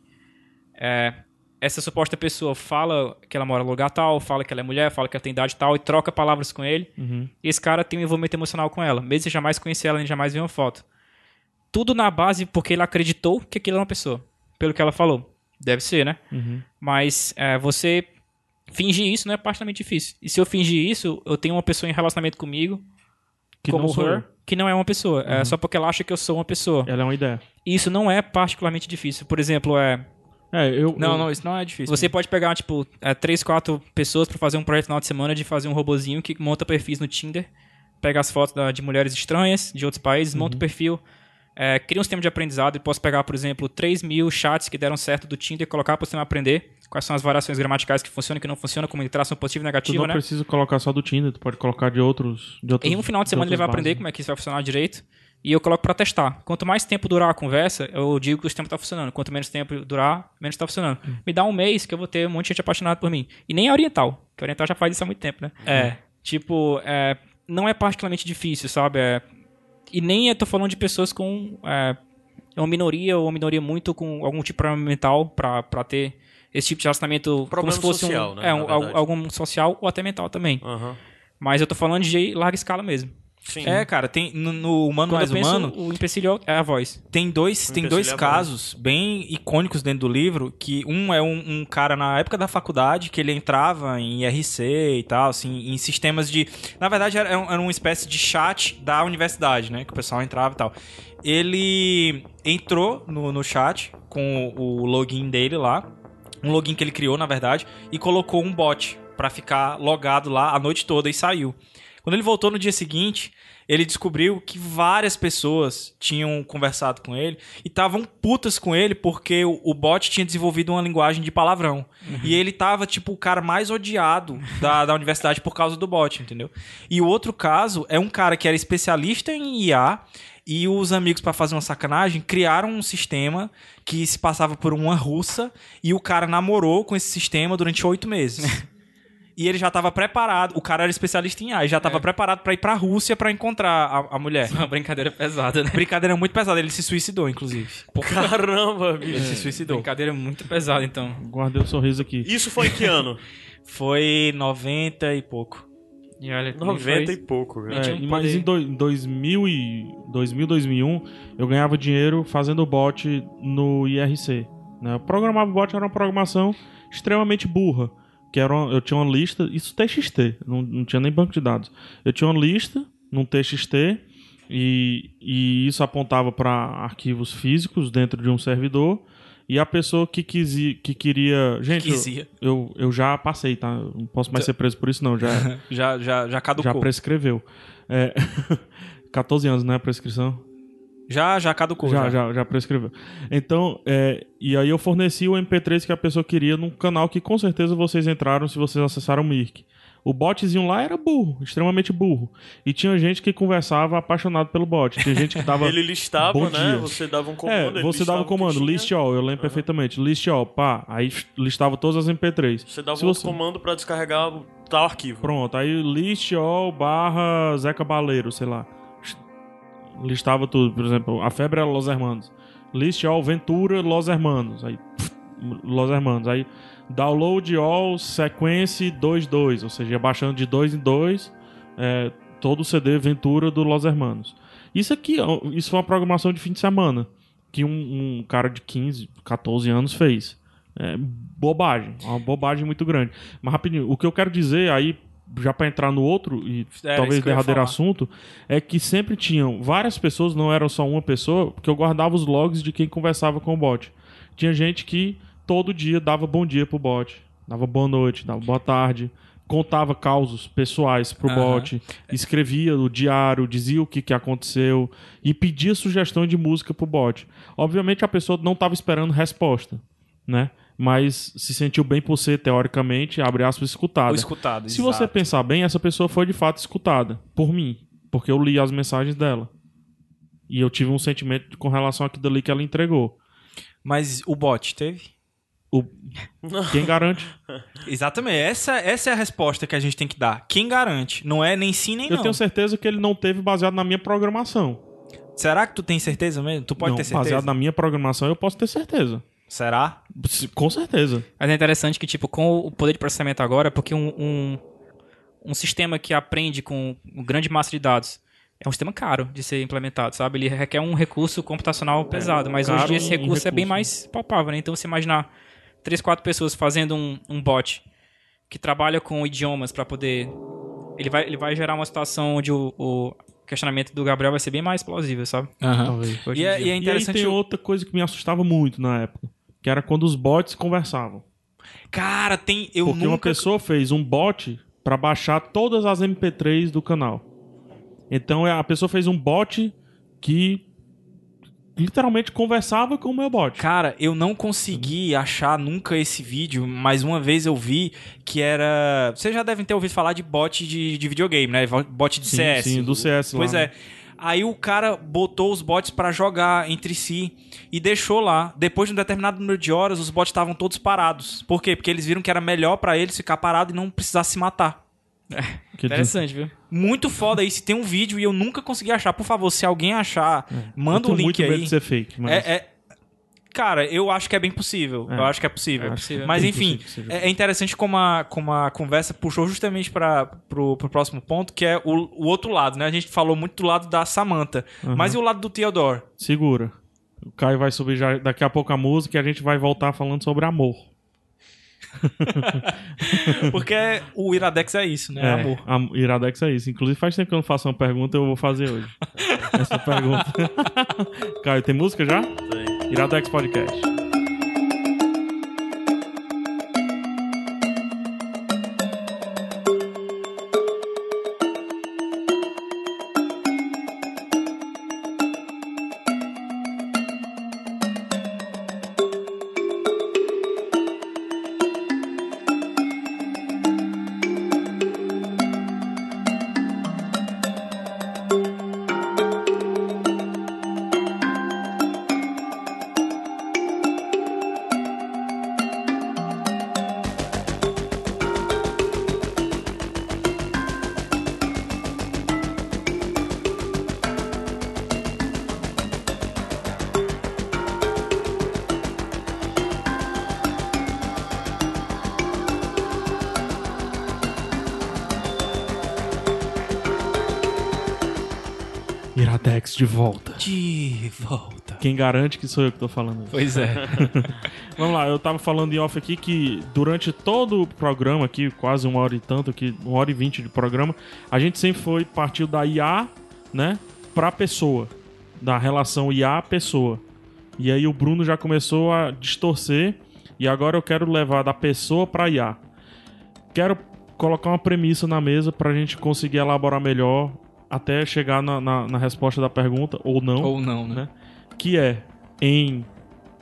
[SPEAKER 6] É, essa suposta pessoa fala que ela mora no lugar tal, fala que ela é mulher, fala que ela tem idade tal e troca palavras com ele.
[SPEAKER 3] Uhum.
[SPEAKER 6] E esse cara tem um envolvimento emocional com ela, mesmo sem jamais conhecer ela nem jamais ver uma foto. Tudo na base porque ele acreditou que aquilo era uma pessoa, pelo que ela falou. Deve ser, né?
[SPEAKER 3] Uhum.
[SPEAKER 6] Mas é, você fingir isso não é particularmente difícil. E se eu fingir isso, eu tenho uma pessoa em relacionamento comigo,
[SPEAKER 3] Que
[SPEAKER 6] como
[SPEAKER 3] não sou
[SPEAKER 6] her,
[SPEAKER 3] eu.
[SPEAKER 6] que não é uma pessoa. É só porque ela acha que eu sou uma pessoa.
[SPEAKER 3] Ela é uma ideia.
[SPEAKER 6] E isso não é particularmente difícil. Por exemplo, é,
[SPEAKER 3] É, eu.
[SPEAKER 5] Não,
[SPEAKER 3] eu-
[SPEAKER 5] não, isso não é difícil.
[SPEAKER 6] você pode pegar, tipo, é, três, quatro pessoas pra fazer um projeto no final de semana de fazer um robozinho que monta perfis no Tinder, pega as fotos da- de mulheres estranhas de outros países, monta o perfil, é, cria um sistema de aprendizado. Eu posso pegar, por exemplo, 3 mil chats que deram certo do Tinder e colocar para o sistema aprender quais são as variações gramaticais que funcionam e que não funcionam, como interação positiva e
[SPEAKER 3] Tu
[SPEAKER 6] negativa,
[SPEAKER 3] não
[SPEAKER 6] né?
[SPEAKER 3] precisa colocar só do Tinder, tu pode colocar de outros. De outros
[SPEAKER 6] Em um final de semana ele vai aprender
[SPEAKER 3] como
[SPEAKER 6] como é que isso vai funcionar direito. e eu coloco pra testar. Quanto mais tempo durar a conversa, eu digo que o sistema tá funcionando. Quanto menos tempo durar, menos tá funcionando. Me dá um mês que eu vou ter um monte de gente apaixonada por mim. E nem é oriental, que oriental já faz isso há muito tempo, né? É, tipo, é, não é particularmente difícil, sabe? É, e nem eu tô falando de pessoas com... É, é uma minoria ou uma minoria muito com algum tipo de problema mental pra, pra ter esse tipo de relacionamento como
[SPEAKER 4] Problema
[SPEAKER 6] se fosse
[SPEAKER 4] social,
[SPEAKER 6] um,
[SPEAKER 4] né,
[SPEAKER 6] é,
[SPEAKER 4] na
[SPEAKER 6] um-
[SPEAKER 4] verdade.
[SPEAKER 6] algum social ou até mental também.
[SPEAKER 4] Aham.
[SPEAKER 6] Mas eu tô falando de larga escala mesmo.
[SPEAKER 4] Sim.
[SPEAKER 5] É, cara, tem no, no humano
[SPEAKER 6] Quando
[SPEAKER 5] mais
[SPEAKER 6] eu penso,
[SPEAKER 5] humano,
[SPEAKER 6] o empecilho é a voz.
[SPEAKER 5] tem dois, tem
[SPEAKER 4] empecilho
[SPEAKER 5] dois
[SPEAKER 4] é bom.
[SPEAKER 5] casos bem icônicos dentro do livro, que um é um, um cara na época da faculdade, que ele entrava em IRC e tal, assim, em sistemas de... Na verdade, era, era um- era uma espécie de chat da universidade, né, que o pessoal entrava e tal. Ele entrou no, no chat com o, o login dele lá, um login que ele criou, na verdade, e colocou um bot pra ficar logado lá a noite toda e saiu. Quando ele voltou no dia seguinte, ele descobriu que várias pessoas tinham conversado com ele e estavam putas com ele porque o, o bot tinha desenvolvido uma linguagem de palavrão. E ele tava, tipo, o cara mais odiado da, da universidade por causa do bot, entendeu? E o outro caso é um cara que era especialista em IA e os amigos, pra fazer uma sacanagem, criaram um sistema que se passava por uma russa e o cara namorou com esse sistema durante oito meses. E ele já tava preparado, o cara era especialista em IA, e já tava preparado pra ir pra Rússia pra encontrar a, a mulher.
[SPEAKER 6] É uma brincadeira pesada, né?
[SPEAKER 5] Brincadeira muito pesada, ele se suicidou, inclusive.
[SPEAKER 4] Caramba,
[SPEAKER 5] Ele
[SPEAKER 4] bicho.
[SPEAKER 5] se suicidou.
[SPEAKER 6] Brincadeira muito pesada, então.
[SPEAKER 3] Guardei o sorriso aqui.
[SPEAKER 4] Isso foi em que ano?
[SPEAKER 5] Foi 90 e pouco.
[SPEAKER 6] E olha, nem
[SPEAKER 4] 90 e
[SPEAKER 6] foi-
[SPEAKER 4] pouco, velho.
[SPEAKER 6] É. tinha
[SPEAKER 3] É,
[SPEAKER 6] um
[SPEAKER 3] e mas
[SPEAKER 6] poder.
[SPEAKER 3] em doi- em 2000 e 2000, 2001, eu ganhava dinheiro fazendo bot no IRC. né? Eu programava bot, era uma programação extremamente burra. Que era uma- eu tinha uma lista, isso TXT, não, não tinha nem banco de dados. Eu tinha uma lista num TXT e, e isso apontava para arquivos físicos dentro de um servidor. E a pessoa que, quisi, que queria. Gente, eu,
[SPEAKER 5] Quisia.
[SPEAKER 3] eu, eu já passei, tá? Eu Não posso mais ser preso por isso, não. Já, é.
[SPEAKER 5] Já, já, já
[SPEAKER 3] já
[SPEAKER 5] caducou. Já,
[SPEAKER 3] prescreveu. É, 14 anos, né, a prescrição?
[SPEAKER 5] já, caducou.
[SPEAKER 3] já, já, já prescreveu. Então, é, e aí eu forneci o MP3 que a pessoa queria num canal que com certeza vocês entraram se vocês acessaram o Mirk. O botzinho lá era burro, extremamente burro. E tinha gente que conversava apaixonado pelo bot. Tinha gente que dava.
[SPEAKER 4] Ele listava,
[SPEAKER 3] Bom
[SPEAKER 4] né?
[SPEAKER 3] dia.
[SPEAKER 4] Você dava um comando.
[SPEAKER 3] é,
[SPEAKER 4] ele
[SPEAKER 3] você
[SPEAKER 4] listava
[SPEAKER 3] dava
[SPEAKER 4] o
[SPEAKER 3] o
[SPEAKER 4] que
[SPEAKER 3] comando,
[SPEAKER 4] tinha.
[SPEAKER 3] list all, eu lembro perfeitamente. List all, pá. Aí listava todas as MP3.
[SPEAKER 4] Você dava
[SPEAKER 3] Se
[SPEAKER 4] outro
[SPEAKER 3] você-
[SPEAKER 4] comando pra descarregar o tal arquivo.
[SPEAKER 3] Pronto, aí list all barra Zé Cabaleiro, sei lá. Listava tudo, por exemplo, a febre era Los Hermanos. List all Ventura Los Hermanos. Aí, pff, Los Hermanos. Aí, download all sequence 22, ou seja, ia baixando de 2 em 2 é, todo o CD Ventura do Los Hermanos. Isso aqui, ó, isso foi uma programação de fim de semana que um, um cara de 15, 14 anos fez. É bobagem, uma bobagem muito grande. Mas rapidinho, o que eu quero dizer aí, já pra entrar no outro e
[SPEAKER 5] Era
[SPEAKER 3] talvez
[SPEAKER 5] É, isso que eu ia
[SPEAKER 3] derradeiro
[SPEAKER 5] falar.
[SPEAKER 3] assunto, é que sempre tinham várias pessoas, não era só uma pessoa, porque eu guardava os logs de quem conversava com o bot. Tinha gente que todo dia dava bom dia pro bot, dava boa noite, dava boa tarde, contava causos pessoais pro
[SPEAKER 5] Aham.
[SPEAKER 3] bot, escrevia o diário, dizia o que, que aconteceu e pedia sugestão de música pro bot. Obviamente a pessoa não estava esperando resposta, né? Mas se sentiu bem por ser, teoricamente, abre aspas,
[SPEAKER 5] Ou
[SPEAKER 3] escutada.
[SPEAKER 5] escutado.
[SPEAKER 3] Se
[SPEAKER 5] exato.
[SPEAKER 3] você pensar bem, essa pessoa foi de fato escutada por mim, porque eu li as mensagens dela. E eu tive um sentimento com relação àquilo ali que ela entregou.
[SPEAKER 5] Mas o bot teve?
[SPEAKER 3] Quem garante?
[SPEAKER 5] Exatamente. Essa, essa é a resposta que a gente tem que dar. Quem garante? Não é nem sim nem
[SPEAKER 3] eu
[SPEAKER 5] não.
[SPEAKER 3] tenho certeza que ele não teve baseado na minha programação.
[SPEAKER 5] Será que tu tem certeza mesmo? Tu pode
[SPEAKER 3] não,
[SPEAKER 5] ter certeza?
[SPEAKER 3] Baseado na minha programação, eu posso ter certeza.
[SPEAKER 5] Será?
[SPEAKER 3] Se- Com certeza.
[SPEAKER 6] Mas é interessante que, tipo, com o poder de processamento agora, porque um, um, um sistema que aprende com um grande massa de dados é um sistema caro de ser implementado, sabe? Ele requer um recurso
[SPEAKER 5] É,
[SPEAKER 6] computacional pesado, mas hoje
[SPEAKER 3] caro
[SPEAKER 6] em dia esse
[SPEAKER 3] e
[SPEAKER 6] recurso, é bem
[SPEAKER 3] recurso.
[SPEAKER 6] mais palpável, né? Então, você imaginar três, quatro pessoas fazendo um, um bot que trabalha com idiomas para poder... Ele vai, ele vai gerar uma situação onde o, o questionamento do Gabriel vai ser bem mais plausível, sabe?
[SPEAKER 3] Talvez.
[SPEAKER 6] Hoje
[SPEAKER 5] E,
[SPEAKER 6] em
[SPEAKER 5] é,
[SPEAKER 6] dia.
[SPEAKER 5] e é
[SPEAKER 3] E aí
[SPEAKER 5] interessante.
[SPEAKER 3] tem
[SPEAKER 5] o-
[SPEAKER 3] outra coisa que me assustava muito na época, que era quando os bots conversavam.
[SPEAKER 5] Cara, tem. Eu
[SPEAKER 3] Porque uma
[SPEAKER 5] nunca.
[SPEAKER 3] pessoa fez um bot pra baixar todas as MP3 do canal. Então é, a pessoa fez um bot que literalmente conversava com o meu bot.
[SPEAKER 5] Cara, eu não consegui achar nunca esse vídeo, mas uma vez eu vi que era. Vocês já devem ter ouvido falar de bot de, de videogame, né? Bot de
[SPEAKER 3] Sim,
[SPEAKER 5] CS.
[SPEAKER 3] sim, do CS lá,
[SPEAKER 5] Pois
[SPEAKER 3] né?
[SPEAKER 5] é. Aí o cara botou os bots pra jogar entre si e deixou lá. Depois de um determinado número de horas, os bots estavam todos parados. Por quê? Porque eles viram que era melhor pra eles ficar parado e não precisar se matar.
[SPEAKER 3] Que des-
[SPEAKER 6] Interessante, viu?
[SPEAKER 5] Muito foda isso. Tem um vídeo e eu nunca consegui achar. Por favor, se alguém achar,
[SPEAKER 3] É, Eu
[SPEAKER 5] manda o
[SPEAKER 3] tenho
[SPEAKER 5] link
[SPEAKER 3] muito
[SPEAKER 5] aí.
[SPEAKER 3] medo de ser fake, mas...
[SPEAKER 5] É, é- Cara, eu acho que é bem possível.
[SPEAKER 3] É.
[SPEAKER 5] Eu acho que é possível.
[SPEAKER 3] É possível.
[SPEAKER 5] Mas
[SPEAKER 3] Bem
[SPEAKER 5] enfim,
[SPEAKER 3] possível que seja.
[SPEAKER 5] é é interessante como a, como a conversa puxou justamente para pro, pro próximo ponto, que é o, o outro lado, né? A gente falou muito do lado da Samantha,
[SPEAKER 3] Uhum.
[SPEAKER 5] mas e o lado do Theodore?
[SPEAKER 3] Segura. O Caio vai subir já, daqui a pouco a música e a gente vai voltar falando sobre amor.
[SPEAKER 5] Porque o Iradex é isso, né? Amor.
[SPEAKER 3] am- Iradex é isso. Inclusive faz tempo que eu não faço uma pergunta, eu vou fazer hoje. Essa pergunta. Caio, tem música já? Tem. Iradex Podcast. Iradex de volta.
[SPEAKER 5] De volta.
[SPEAKER 3] Quem garante que sou eu que tô falando isso?
[SPEAKER 5] Pois é.
[SPEAKER 3] Vamos lá, eu tava falando em off aqui que durante todo o programa aqui, quase uma hora e tanto aqui, uma hora e vinte de programa, a gente sempre foi, partiu da IA, né, pra pessoa. Da relação IA-pessoa. E aí o Bruno já começou a distorcer e agora eu quero levar da pessoa pra IA. Quero colocar uma premissa na mesa pra gente conseguir elaborar melhor até chegar na, na- na resposta da pergunta, ou não
[SPEAKER 5] Ou não, né?
[SPEAKER 3] que é em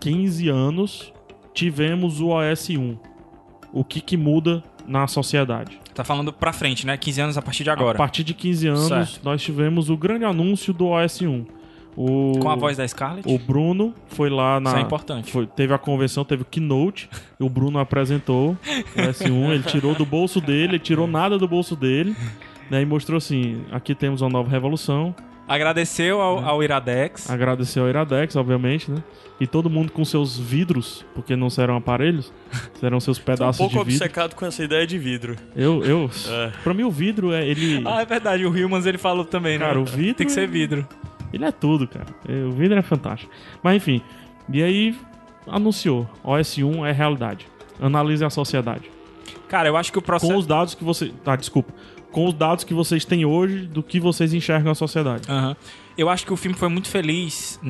[SPEAKER 3] 15 anos tivemos o OS 1. O que que muda na sociedade?
[SPEAKER 5] Tá falando pra frente, né? 15 anos a partir de
[SPEAKER 3] A
[SPEAKER 5] agora.
[SPEAKER 3] partir de 15 anos
[SPEAKER 5] Certo.
[SPEAKER 3] nós tivemos o grande anúncio do OS 1. O
[SPEAKER 5] Com a voz da Scarlett?
[SPEAKER 3] o Bruno foi lá na
[SPEAKER 5] Isso é importante.
[SPEAKER 3] foi- teve a convenção, teve o keynote, e o Bruno apresentou o S1, ele tirou do bolso dele, ele tirou nada do bolso dele, né, e mostrou assim, aqui temos uma nova revolução,
[SPEAKER 5] Agradeceu
[SPEAKER 3] É.
[SPEAKER 5] ao, ao Iradex.
[SPEAKER 3] Agradecer ao Iradex, obviamente, né? E todo mundo com seus vidros, porque não serão aparelhos, serão seus
[SPEAKER 4] Tô um
[SPEAKER 3] pedaços
[SPEAKER 4] pouco
[SPEAKER 3] de vidro.
[SPEAKER 4] obcecado com essa ideia de vidro.
[SPEAKER 3] Eu, eu,
[SPEAKER 4] É.
[SPEAKER 3] pra mim o vidro é ele,
[SPEAKER 5] Ah, é verdade. O Humans ele falou também, né?
[SPEAKER 3] Cara, o vidro
[SPEAKER 5] Tem que ser vidro.
[SPEAKER 3] ele é tudo, cara. É, O vidro é fantástico. Mas enfim, e aí anunciou, OS1 é realidade. Analise a sociedade
[SPEAKER 5] Tá Cara, eu acho que o processo.
[SPEAKER 3] com os dados que você, tá, desculpa, com os dados que vocês têm hoje do que vocês enxergam a sociedade.
[SPEAKER 5] Aham. Eu acho que o filme foi muito feliz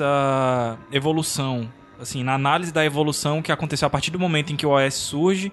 [SPEAKER 5] nessa evolução, assim, na análise da evolução que aconteceu a partir do momento em que o OS surge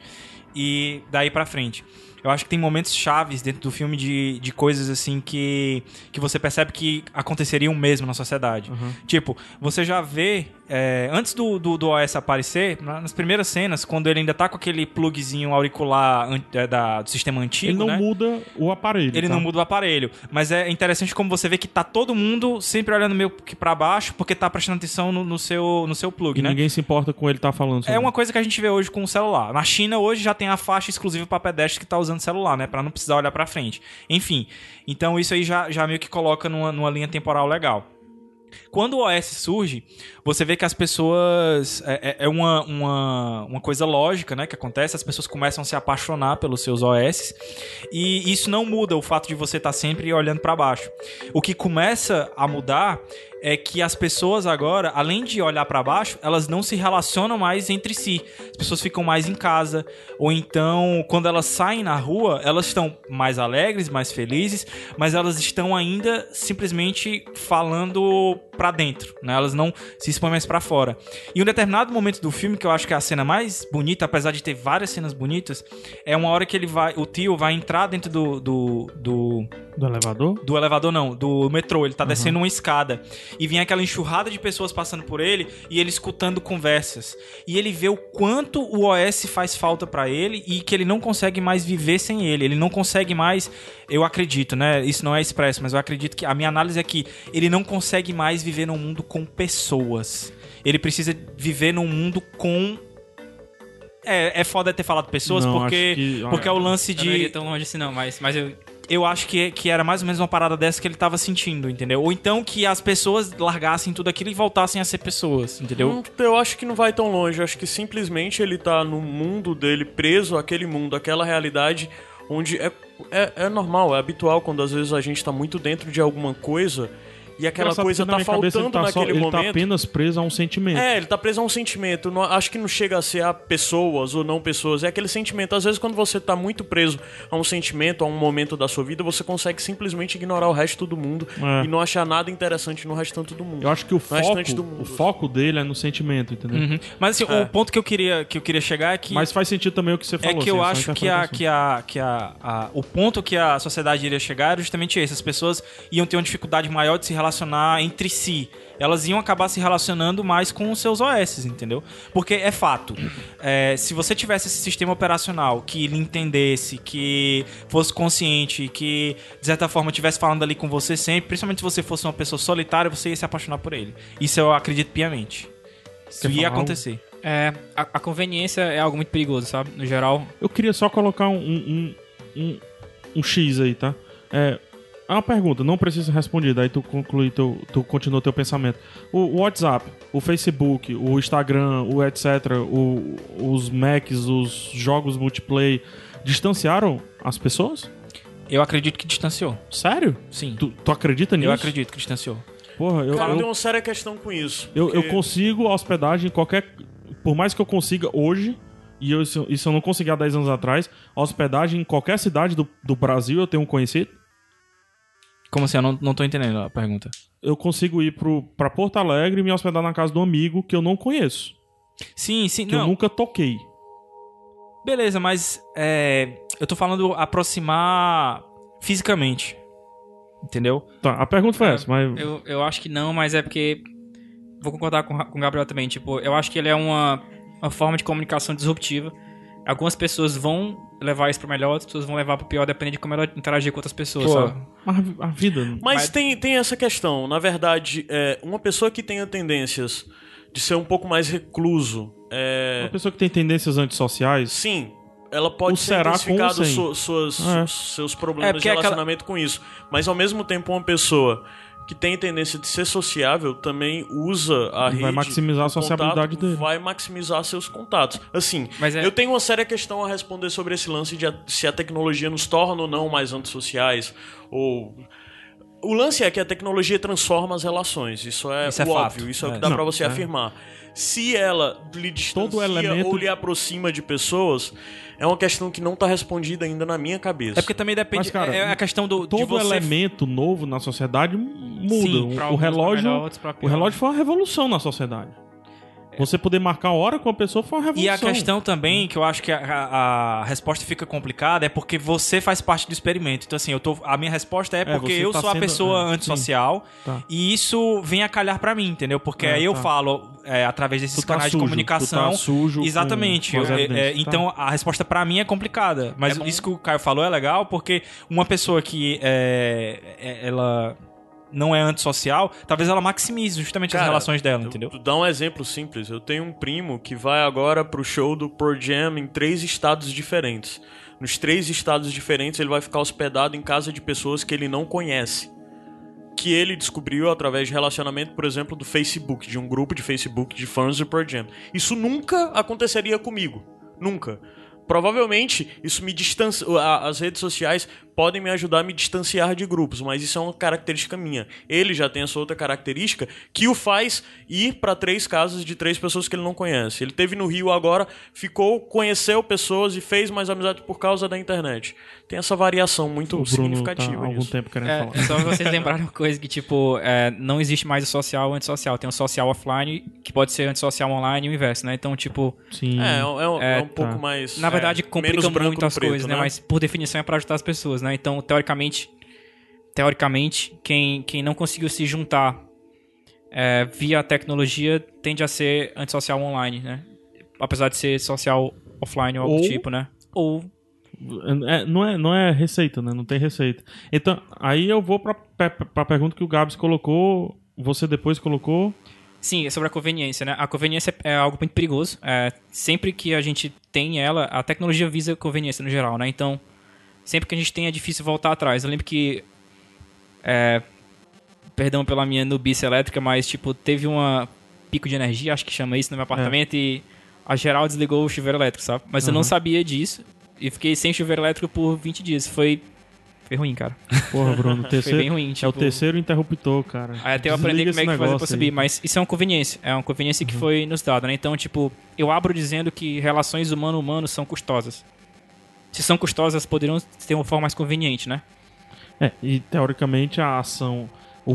[SPEAKER 5] e daí pra frente. Eu acho que tem momentos chaves dentro do filme de, de coisas assim que, que você percebe que aconteceriam mesmo na sociedade.
[SPEAKER 3] Uhum.
[SPEAKER 5] Tipo, você já vê, é, antes do, do, do OS aparecer, na- nas primeiras cenas, quando ele ainda tá com aquele plugzinho auricular an- é, da, do sistema antigo,
[SPEAKER 3] Ele não
[SPEAKER 5] né?
[SPEAKER 3] muda o aparelho.
[SPEAKER 5] Ele
[SPEAKER 3] tá?
[SPEAKER 5] não muda o aparelho. Mas é interessante como você vê que tá todo mundo sempre olhando meio que pra baixo, porque tá prestando atenção no, no seu, no seu plug,
[SPEAKER 3] E
[SPEAKER 5] né?
[SPEAKER 3] ninguém se importa com ele tá falando. sobre
[SPEAKER 5] É uma coisa que a gente vê hoje com o celular. Na China, hoje, já tem a faixa exclusiva pra pedestre que tá usando celular, né? Pra não precisar olhar pra frente. Enfim, então isso aí já, já meio que coloca numa, numa linha temporal legal. Quando o OS surge, você vê que as pessoas. É, é- é uma, uma, uma coisa lógica, né? Que acontece, as pessoas começam a se apaixonar pelos seus OS. E isso não muda o fato de você estar sempre olhando pra baixo. O que começa a mudar é que as pessoas agora, além de olhar pra baixo, elas não se relacionam mais entre si. As pessoas ficam mais em casa, ou então, quando elas saem na rua, elas estão mais alegres, mais felizes, mas elas estão ainda simplesmente falando pra dentro, né? Elas não se expõem mais pra fora. E um determinado momento do filme, que eu acho que é a cena mais bonita, apesar de ter várias cenas bonitas, é uma hora que ele vai, o tio vai entrar dentro do- do, do
[SPEAKER 3] Do elevador?
[SPEAKER 5] do elevador não, do metrô. Ele tá descendo uma escada. E vem aquela enxurrada de pessoas passando por ele e ele escutando conversas. E ele vê o quanto o OS faz falta pra ele e que ele não consegue mais viver sem ele. Ele não consegue mais. Eu acredito, né? Isso não é expresso, mas eu acredito que. A minha análise é que ele não consegue mais viver num mundo com pessoas. Ele precisa viver num mundo com. É, é foda ter falado pessoas
[SPEAKER 3] Não, acho
[SPEAKER 5] porque.
[SPEAKER 3] que-
[SPEAKER 5] Porque é o lance
[SPEAKER 6] Eu não
[SPEAKER 5] de
[SPEAKER 6] iria tão longe assim, não, mas, mas eu.
[SPEAKER 5] eu acho que, que era mais ou menos uma parada dessa que ele tava sentindo, entendeu? Ou então que as pessoas largassem tudo aquilo e voltassem a ser pessoas, entendeu?
[SPEAKER 4] Não, eu acho que não vai tão longe. Eu acho que simplesmente ele tá no mundo dele, preso àquele mundo, àquela realidade onde é, é, é normal, é habitual quando às vezes a gente tá muito dentro de alguma coisa e aquela
[SPEAKER 3] Engraçado
[SPEAKER 4] coisa
[SPEAKER 3] que na
[SPEAKER 4] tá
[SPEAKER 3] minha
[SPEAKER 4] faltando
[SPEAKER 3] cabeça ele tá só-
[SPEAKER 4] naquele
[SPEAKER 3] ele tá
[SPEAKER 4] momento.
[SPEAKER 3] apenas preso a um sentimento.
[SPEAKER 4] É, ele tá preso a um sentimento. Não- acho que não chega a ser a pessoas ou não pessoas. É aquele sentimento. Às vezes, quando você tá muito preso a um sentimento, a um momento da sua vida, você consegue simplesmente ignorar o resto do mundo
[SPEAKER 3] É.
[SPEAKER 4] e não achar nada interessante no restante do mundo.
[SPEAKER 3] Eu acho que o
[SPEAKER 4] No restante
[SPEAKER 3] foco,
[SPEAKER 4] do mundo.
[SPEAKER 3] o foco dele é no sentimento, entendeu?
[SPEAKER 5] Uhum. Mas assim,
[SPEAKER 4] É.
[SPEAKER 5] o ponto que eu queria, que eu queria chegar é que.
[SPEAKER 3] Mas faz sentido também o que você
[SPEAKER 5] É
[SPEAKER 3] falou.
[SPEAKER 5] que
[SPEAKER 3] assim,
[SPEAKER 5] eu
[SPEAKER 3] é só
[SPEAKER 5] acho que, a,
[SPEAKER 3] interpretação.
[SPEAKER 5] que, a, que a, a- o ponto que a sociedade iria chegar era justamente esse. As pessoas iam ter uma dificuldade maior de se relacionar entre si. Elas iam acabar se relacionando mais com os seus OS, entendeu? Porque é fato. é, se você tivesse esse sistema operacional que lhe entendesse, que fosse consciente, que de certa forma estivesse falando ali com você sempre, principalmente se você fosse uma pessoa solitária, você ia se apaixonar por ele. Isso eu acredito piamente. Isso
[SPEAKER 3] Quer
[SPEAKER 5] ia
[SPEAKER 3] falar algo?
[SPEAKER 5] acontecer.
[SPEAKER 6] É, a, a conveniência é algo muito perigoso, sabe? No geral.
[SPEAKER 3] Eu queria só colocar um, um, um, um X aí, tá? É, é uma pergunta, não precisa responder, daí tu conclui, teu, tu continua teu pensamento. O, o WhatsApp, o Facebook, o Instagram, o etc, o- os Macs, os jogos multiplayer, distanciaram as pessoas?
[SPEAKER 5] Eu acredito que distanciou.
[SPEAKER 3] Sério?
[SPEAKER 5] Sim.
[SPEAKER 3] Tu, tu acredita nisso?
[SPEAKER 5] Eu acredito que distanciou.
[SPEAKER 3] Porra, eu,
[SPEAKER 4] Cara, eu
[SPEAKER 3] eu,
[SPEAKER 4] tenho um uma séria questão com isso.
[SPEAKER 3] eu, eu
[SPEAKER 4] porque-
[SPEAKER 3] consigo hospedagem em qualquer... Por mais que eu consiga hoje, e eu, isso isso eu não consegui há 10 anos atrás, hospedagem em qualquer cidade do, do Brasil eu tenho um conhecido,
[SPEAKER 5] Como assim? Eu não, não tô entendendo a pergunta.
[SPEAKER 3] eu consigo ir pro, pra Porto Alegre e me hospedar na casa do amigo que eu não conheço.
[SPEAKER 5] Sim, sim.
[SPEAKER 3] Que
[SPEAKER 5] não,
[SPEAKER 3] eu nunca toquei.
[SPEAKER 5] beleza, mas é, eu tô falando aproximar fisicamente. Entendeu?
[SPEAKER 3] Tá, a pergunta foi
[SPEAKER 6] É,
[SPEAKER 3] essa, mas.
[SPEAKER 6] Eu, eu acho que não, mas é porque. Vou concordar com, o Ra- com o Gabriel também. Tipo, eu acho que ele é uma, uma forma de comunicação disruptiva. Algumas pessoas vão levar isso pro melhor, outras pessoas vão levar pro pior, depende de como ela interagir com outras pessoas,
[SPEAKER 5] Pô,
[SPEAKER 6] sabe?
[SPEAKER 3] Mas a vida. não-
[SPEAKER 4] Mas tem, tem essa questão. Na verdade, é, uma pessoa que tenha tendências de ser um pouco mais recluso, é,
[SPEAKER 3] Uma pessoa que tem tendências antissociais.
[SPEAKER 4] sim, ela pode
[SPEAKER 3] O
[SPEAKER 4] ser
[SPEAKER 3] será com
[SPEAKER 4] intensificado
[SPEAKER 3] o sem.
[SPEAKER 4] su- suas-
[SPEAKER 3] É.
[SPEAKER 4] su- seus problemas
[SPEAKER 5] É,
[SPEAKER 4] de
[SPEAKER 5] porque é aquela-
[SPEAKER 4] relacionamento com isso. Mas ao mesmo tempo, uma pessoa que tem tendência de ser sociável também usa a rede.
[SPEAKER 3] Vai maximizar a
[SPEAKER 4] o contato,
[SPEAKER 3] sociabilidade dele.
[SPEAKER 4] Vai maximizar seus contatos. Assim,
[SPEAKER 6] Mas é-
[SPEAKER 4] eu tenho uma séria questão a responder sobre esse lance de a- se a tecnologia nos torna ou não mais antissociais ou o lance é que a tecnologia transforma as relações. Isso é,
[SPEAKER 5] Isso é
[SPEAKER 4] o óbvio,
[SPEAKER 5] fato.
[SPEAKER 4] isso é o
[SPEAKER 5] É.
[SPEAKER 4] que dá
[SPEAKER 3] Não,
[SPEAKER 4] pra você
[SPEAKER 3] é.
[SPEAKER 4] afirmar. Se ela lhe distancia
[SPEAKER 3] Todo elemento-
[SPEAKER 4] ou lhe aproxima de pessoas, é uma questão que não tá respondida ainda na minha cabeça.
[SPEAKER 5] É porque também depende.
[SPEAKER 3] Mas, cara,
[SPEAKER 5] é a questão do. de
[SPEAKER 3] Todo
[SPEAKER 5] você-
[SPEAKER 3] elemento novo na sociedade muda.
[SPEAKER 5] Sim,
[SPEAKER 3] O-
[SPEAKER 6] Pra
[SPEAKER 3] o
[SPEAKER 6] alguns pra
[SPEAKER 3] relógio.
[SPEAKER 6] melhor, outros pra pior.
[SPEAKER 3] o relógio foi uma revolução na sociedade. Você poder marcar a hora com a pessoa foi uma
[SPEAKER 5] E
[SPEAKER 3] revolução.
[SPEAKER 5] a questão também, que eu acho que a, a- a resposta fica complicada, é porque você faz parte do experimento. Então, assim, eu tô, a minha resposta é porque
[SPEAKER 3] você
[SPEAKER 5] eu
[SPEAKER 3] tá
[SPEAKER 5] sou a
[SPEAKER 3] sendo-
[SPEAKER 5] pessoa
[SPEAKER 3] é,
[SPEAKER 5] antissocial
[SPEAKER 3] Tá.
[SPEAKER 5] e isso vem a calhar pra mim, entendeu? Porque
[SPEAKER 3] É,
[SPEAKER 5] aí eu
[SPEAKER 3] tá.
[SPEAKER 5] falo, é, através desses
[SPEAKER 3] Tu tá
[SPEAKER 5] canais
[SPEAKER 3] sujo,
[SPEAKER 5] de
[SPEAKER 3] tu
[SPEAKER 5] comunicação,
[SPEAKER 3] tá sujo com-
[SPEAKER 5] Exatamente.
[SPEAKER 3] com as
[SPEAKER 5] Eu- é-
[SPEAKER 3] evidências,
[SPEAKER 5] é,
[SPEAKER 3] tá?
[SPEAKER 6] um
[SPEAKER 5] então a resposta pra mim é complicada. Mas isso que o Caio falou é legal, porque uma pessoa que é, é- ela não é antissocial, talvez ela maximize justamente as
[SPEAKER 4] Cara,
[SPEAKER 5] relações dela,
[SPEAKER 4] Eu-
[SPEAKER 5] entendeu?
[SPEAKER 4] Dá um exemplo simples. Eu tenho um primo que vai agora pro show do Pro Jam em três estados diferentes. Nos três estados diferentes, ele vai ficar hospedado em casa de pessoas que ele não conhece. Que ele descobriu através de relacionamento, por exemplo, do Facebook, de um grupo de Facebook de fãs do Pro Jam. Isso nunca aconteceria comigo. Nunca. Provavelmente isso me distancia. a- As redes sociais podem me ajudar a me distanciar de grupos, mas isso é uma característica minha. Ele já tem essa outra característica que o faz ir para três casas de três pessoas que ele não conhece. Ele teve no Rio agora, ficou, conheceu pessoas e fez mais amizade por causa da internet. Tem essa variação muito
[SPEAKER 3] O Bruno tá
[SPEAKER 4] significativa
[SPEAKER 3] há algum
[SPEAKER 4] nisso.
[SPEAKER 3] tempo querendo
[SPEAKER 6] É,
[SPEAKER 3] falar.
[SPEAKER 6] só vocês lembraram uma coisa que, tipo, é, não existe mais o social ou o antissocial. Tem o social offline, que pode ser antissocial online e o inverso, né? Então, tipo,
[SPEAKER 3] Sim.
[SPEAKER 4] É, é, um- é um, é um
[SPEAKER 3] tá.
[SPEAKER 4] pouco mais.
[SPEAKER 6] na
[SPEAKER 4] é,
[SPEAKER 6] verdade,
[SPEAKER 4] menos
[SPEAKER 6] complica
[SPEAKER 4] branco
[SPEAKER 6] muito
[SPEAKER 4] no
[SPEAKER 6] as
[SPEAKER 4] preto,
[SPEAKER 6] coisas, né? Mas, por definição, é pra ajudar as pessoas, né? Então, teoricamente, teoricamente quem, quem não conseguiu se juntar é, via a tecnologia tende a ser antissocial online, né? Apesar de ser social offline ou algo do
[SPEAKER 3] Ou-
[SPEAKER 6] tipo, né? Ou
[SPEAKER 3] É, não, é, não é receita, né? Não tem receita. Então, aí eu vou pra, pe- pra pergunta que o Gabs colocou, você depois colocou.
[SPEAKER 6] Sim, é sobre a conveniência, né? A conveniência é algo muito perigoso. É, sempre que a gente tem ela, a tecnologia visa a conveniência no geral, né? Então, sempre que a gente tem, é difícil voltar atrás. Eu lembro que. é, perdão pela minha nubice elétrica, mas, tipo, teve uma pico de energia, acho que chama isso, no
[SPEAKER 3] É.
[SPEAKER 6] meu apartamento e a geral desligou o chuveiro elétrico, sabe? Mas eu não
[SPEAKER 3] Uhum.
[SPEAKER 6] sabia disso e fiquei sem chuveiro elétrico por 20 dias. Foi. Foi ruim, cara.
[SPEAKER 3] Porra, Bruno,
[SPEAKER 6] Foi bem
[SPEAKER 3] terceiro,
[SPEAKER 6] ruim.
[SPEAKER 3] é
[SPEAKER 6] Tipo,
[SPEAKER 3] o terceiro interruptor, cara.
[SPEAKER 6] Aí até
[SPEAKER 3] Desliga
[SPEAKER 6] eu aprender como
[SPEAKER 3] esse
[SPEAKER 6] é que fazer pra
[SPEAKER 3] negócio
[SPEAKER 6] subir,
[SPEAKER 3] aí. Uhum.
[SPEAKER 6] mas isso é uma conveniência. É uma conveniência que foi nos dada, né? Então, tipo, eu abro dizendo que relações humano-humano são custosas. Se são custosas, poderiam ter uma forma mais conveniente, né?
[SPEAKER 3] É, e teoricamente a ação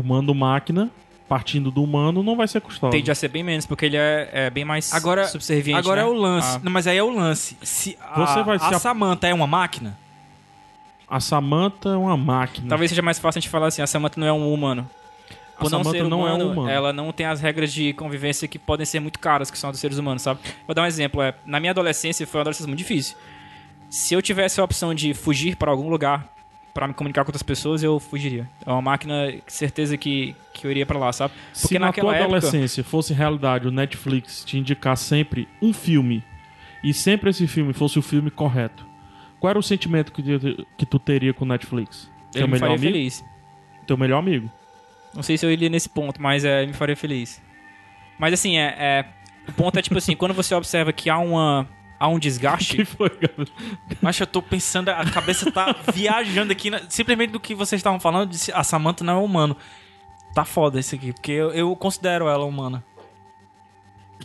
[SPEAKER 3] humano-máquina, partindo do humano, não vai ser custosa.
[SPEAKER 6] Tende a ser bem menos, porque ele é, é bem mais
[SPEAKER 5] Agora-
[SPEAKER 6] subserviente.
[SPEAKER 5] Agora
[SPEAKER 6] né?
[SPEAKER 5] é o lance.
[SPEAKER 6] Ah,
[SPEAKER 5] Não, mas aí é o lance. Se a,
[SPEAKER 3] Você vai se
[SPEAKER 5] a
[SPEAKER 3] ap-
[SPEAKER 5] Samantha é uma máquina,
[SPEAKER 3] A Samantha é uma máquina.
[SPEAKER 6] Uhum. talvez seja mais fácil a gente falar assim, a Samantha não é um humano.
[SPEAKER 3] A
[SPEAKER 6] Por não
[SPEAKER 3] Samantha
[SPEAKER 6] ser
[SPEAKER 3] não é
[SPEAKER 6] humano,
[SPEAKER 3] um humano.
[SPEAKER 6] ela não tem as regras de convivência que podem ser muito caras, que são dos seres humanos, sabe? Vou dar um exemplo. É, na minha adolescência, foi uma adolescência muito difícil. Se eu tivesse a opção de fugir para algum lugar para me comunicar com outras pessoas, eu fugiria. É uma máquina, certeza que, que eu iria para lá, sabe? Porque
[SPEAKER 3] Se na
[SPEAKER 6] naquela
[SPEAKER 3] tua
[SPEAKER 6] época...
[SPEAKER 3] adolescência fosse realidade o Netflix te indicar sempre um filme, e sempre esse filme fosse o filme correto, qual era o sentimento que, tu- que tu teria com o Netflix?
[SPEAKER 6] Ele
[SPEAKER 3] Teu
[SPEAKER 6] me
[SPEAKER 3] melhor
[SPEAKER 6] faria
[SPEAKER 3] amigo?
[SPEAKER 6] feliz.
[SPEAKER 3] Teu melhor amigo.
[SPEAKER 6] Não sei se eu iria nesse ponto, mas é, me faria feliz. Mas assim, é, é, o ponto é tipo assim, quando você observa que há uma há um desgaste,
[SPEAKER 3] foi, Gabi?
[SPEAKER 5] Mas eu tô pensando, a cabeça tá viajando aqui, na- simplesmente do que vocês estavam falando, de se a Samantha não é humano. Tá foda isso aqui, porque eu, eu considero ela humana.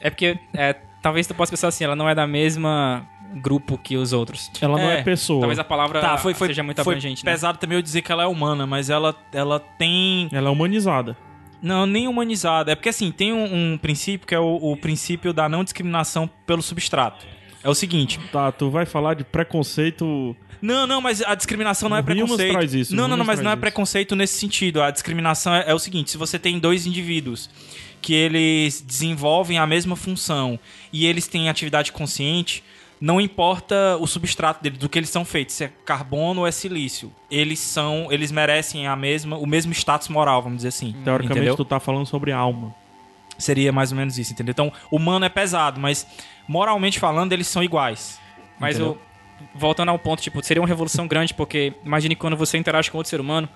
[SPEAKER 6] é porque é, talvez tu possa pensar assim, ela não é da mesma grupo que os outros.
[SPEAKER 3] Ela não
[SPEAKER 5] É,
[SPEAKER 3] é pessoa.
[SPEAKER 6] Talvez a palavra
[SPEAKER 5] Tá, foi, foi,
[SPEAKER 6] seja muito
[SPEAKER 5] foi
[SPEAKER 6] abrangente, né?
[SPEAKER 5] pesado também eu dizer que ela é humana, mas ela, ela tem...
[SPEAKER 3] Ela é humanizada.
[SPEAKER 5] Não, nem humanizada. É porque, assim, tem um, um princípio que é o, o princípio da não discriminação pelo substrato. É o seguinte...
[SPEAKER 3] Tá, tu vai falar de preconceito.
[SPEAKER 5] Não, não, mas a discriminação não é
[SPEAKER 3] O Rimas
[SPEAKER 5] preconceito.
[SPEAKER 3] traz isso,
[SPEAKER 5] não,
[SPEAKER 3] o
[SPEAKER 5] não, não,
[SPEAKER 3] Rimas
[SPEAKER 5] mas não é
[SPEAKER 3] traz isso.
[SPEAKER 5] preconceito nesse sentido. A discriminação é, é o seguinte: se você tem dois indivíduos que eles desenvolvem a mesma função e eles têm atividade consciente, não importa o substrato deles, do que eles são feitos, se é carbono ou é silício. Eles são, eles merecem a mesma, o mesmo status moral, vamos dizer assim.
[SPEAKER 3] Teoricamente,
[SPEAKER 5] entendeu?
[SPEAKER 3] tu tá falando sobre alma.
[SPEAKER 5] seria mais ou menos isso, entendeu? Então, humano é pesado, mas moralmente falando, eles são iguais.
[SPEAKER 6] Mas
[SPEAKER 5] entendeu?
[SPEAKER 6] eu, voltando ao ponto, tipo, seria uma revolução grande, porque imagine quando você interage com outro ser humano,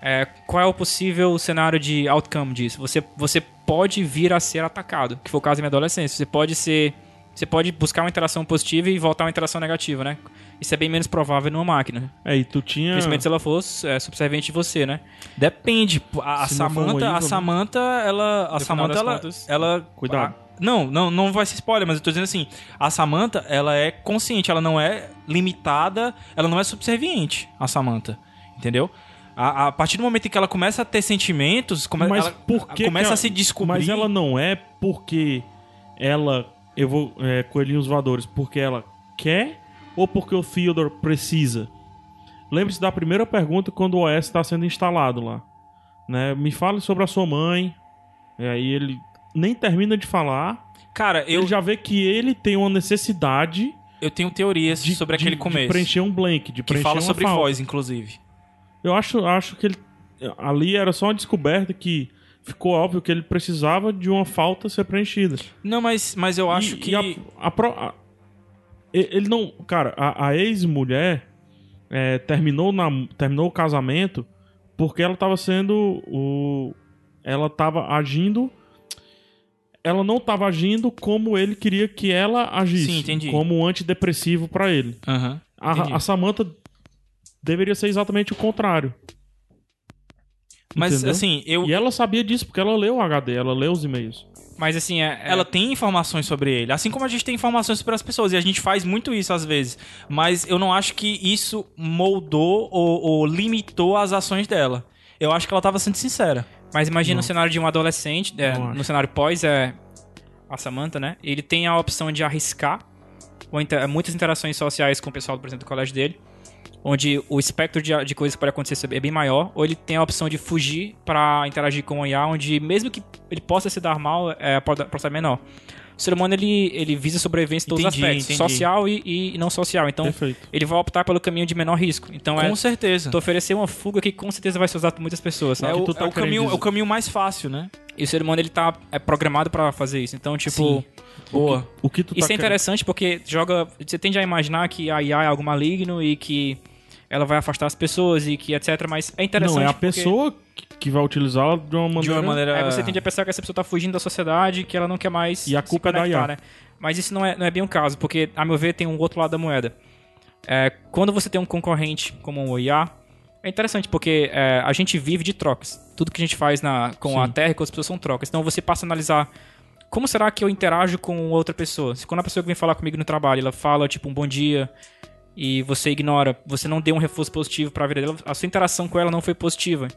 [SPEAKER 6] é, qual é o possível cenário de outcome disso? Você, você pode vir a ser atacado, que foi o caso da minha adolescência. Você pode ser. Você pode buscar uma interação positiva e voltar a uma interação negativa, né? Isso é bem menos provável numa máquina.
[SPEAKER 3] É, e tu tinha.
[SPEAKER 6] Principalmente se ela for é, subserviente de você, né?
[SPEAKER 5] Depende. pô. A, a
[SPEAKER 3] Se não for um
[SPEAKER 5] Samantha, a
[SPEAKER 3] ídolo.
[SPEAKER 5] Samantha, ela, a
[SPEAKER 6] No final
[SPEAKER 5] Samantha,
[SPEAKER 6] das
[SPEAKER 5] ela,
[SPEAKER 6] contas-
[SPEAKER 5] ela,
[SPEAKER 3] Cuidado.
[SPEAKER 5] a- não, não, não vai ser spoiler, mas eu tô dizendo assim, a Samantha, ela é consciente, ela não é limitada, ela não é subserviente, a Samantha, entendeu? A, a partir do momento em que ela começa a ter sentimentos, come,
[SPEAKER 3] Mas
[SPEAKER 5] ela
[SPEAKER 3] por que
[SPEAKER 5] começa
[SPEAKER 3] que
[SPEAKER 5] a se descobrir.
[SPEAKER 3] Mas ela não é porque ela. Eu vou. É, coelhinhos voadores. Porque ela quer ou porque o Theodore precisa? Lembre-se da primeira pergunta quando o OS está sendo instalado lá. Né? Me fale sobre a sua mãe. E aí ele nem termina de falar.
[SPEAKER 5] Cara, eu,
[SPEAKER 3] Ele já vê que ele tem uma necessidade
[SPEAKER 5] eu tenho teorias
[SPEAKER 3] de,
[SPEAKER 5] sobre
[SPEAKER 3] de-
[SPEAKER 5] aquele
[SPEAKER 3] de
[SPEAKER 5] começo.
[SPEAKER 3] preencher um blank, de
[SPEAKER 5] que
[SPEAKER 3] preencher
[SPEAKER 5] fala
[SPEAKER 3] uma
[SPEAKER 5] sobre
[SPEAKER 3] falta.
[SPEAKER 5] voz, inclusive.
[SPEAKER 3] Eu acho, acho que ele. Ali era só uma descoberta que ficou óbvio que ele precisava de uma falta ser preenchida.
[SPEAKER 5] Não, mas, mas eu acho
[SPEAKER 3] E-
[SPEAKER 5] que.
[SPEAKER 3] e a- a pro- a- e- ele não. Cara, a, a ex-mulher é, terminou, na, terminou o casamento porque ela tava sendo. O, ela tava agindo. Ela não tava agindo como ele queria que ela agisse.
[SPEAKER 5] Sim, entendi.
[SPEAKER 3] Como um antidepressivo pra ele.
[SPEAKER 5] Aham, entendi.
[SPEAKER 3] A, a Samantha deveria ser exatamente o contrário.
[SPEAKER 5] Mas
[SPEAKER 3] Entendeu?
[SPEAKER 5] assim, eu.
[SPEAKER 3] E ela sabia disso porque ela leu o HD, ela leu os e-mails.
[SPEAKER 6] Mas assim, é, é-
[SPEAKER 5] Ela tem informações sobre ele, assim como a gente tem informações sobre as pessoas, e a gente faz muito isso às vezes. Mas eu não acho que isso moldou ou, ou limitou as ações dela. Eu acho que ela tava sendo sincera.
[SPEAKER 6] Mas imagina o cenário de um adolescente, é,
[SPEAKER 3] Não acho.
[SPEAKER 6] no cenário pós, é a Samantha, né? Ele tem a opção de arriscar ou inter- muitas interações sociais com o pessoal, por exemplo, do colégio dele, onde o espectro de, de coisas que pode acontecer é bem maior, ou ele tem a opção de fugir pra interagir com o IA, onde mesmo que ele possa se dar mal, é, pode, pode ser menor. O ser humano, ele, ele visa sobrevivência em todos os
[SPEAKER 5] Entendi,
[SPEAKER 6] aspectos,
[SPEAKER 5] entendi.
[SPEAKER 6] social e, e não social. Então,
[SPEAKER 3] Perfeito.
[SPEAKER 6] ele vai optar pelo caminho de menor risco. Então, é
[SPEAKER 5] Com certeza.
[SPEAKER 6] tu oferecer uma fuga que com certeza vai ser usada por muitas pessoas.
[SPEAKER 5] É
[SPEAKER 6] sabe?
[SPEAKER 5] o,
[SPEAKER 3] tu tá
[SPEAKER 5] é o
[SPEAKER 3] querendo
[SPEAKER 5] caminho,
[SPEAKER 3] dizer.
[SPEAKER 5] é o caminho mais fácil, né?
[SPEAKER 6] E o ser humano, ele tá é, programado pra fazer isso. Então,
[SPEAKER 5] Sim.
[SPEAKER 6] tipo,
[SPEAKER 5] Boa.
[SPEAKER 3] O que tu tá
[SPEAKER 6] isso é
[SPEAKER 3] querendo-
[SPEAKER 6] interessante porque joga. Você tende a imaginar que a IA é algo maligno e que ela vai afastar as pessoas e que etc. Mas é interessante.
[SPEAKER 3] Não, é a
[SPEAKER 6] porque-
[SPEAKER 3] pessoa que- que vai utilizá-la de uma maneira.
[SPEAKER 5] De uma maneira.
[SPEAKER 6] né? Aí você tende a pensar que essa pessoa tá fugindo da sociedade, que ela não quer mais
[SPEAKER 3] E a culpa é da IA.
[SPEAKER 6] né? Mas isso não é, não é bem o caso, porque, a meu ver, tem um outro lado da moeda. É, quando você tem um concorrente como o IA, é interessante, porque é, a gente vive de trocas. Tudo que a gente faz na, com a Terra e com as pessoas são trocas. Então você passa a analisar como será que eu interajo com outra pessoa. Se quando a pessoa que vem falar comigo no trabalho, ela fala, tipo, um bom dia, e você ignora, você não deu um reforço positivo pra vida dela, a sua interação com ela não foi positiva.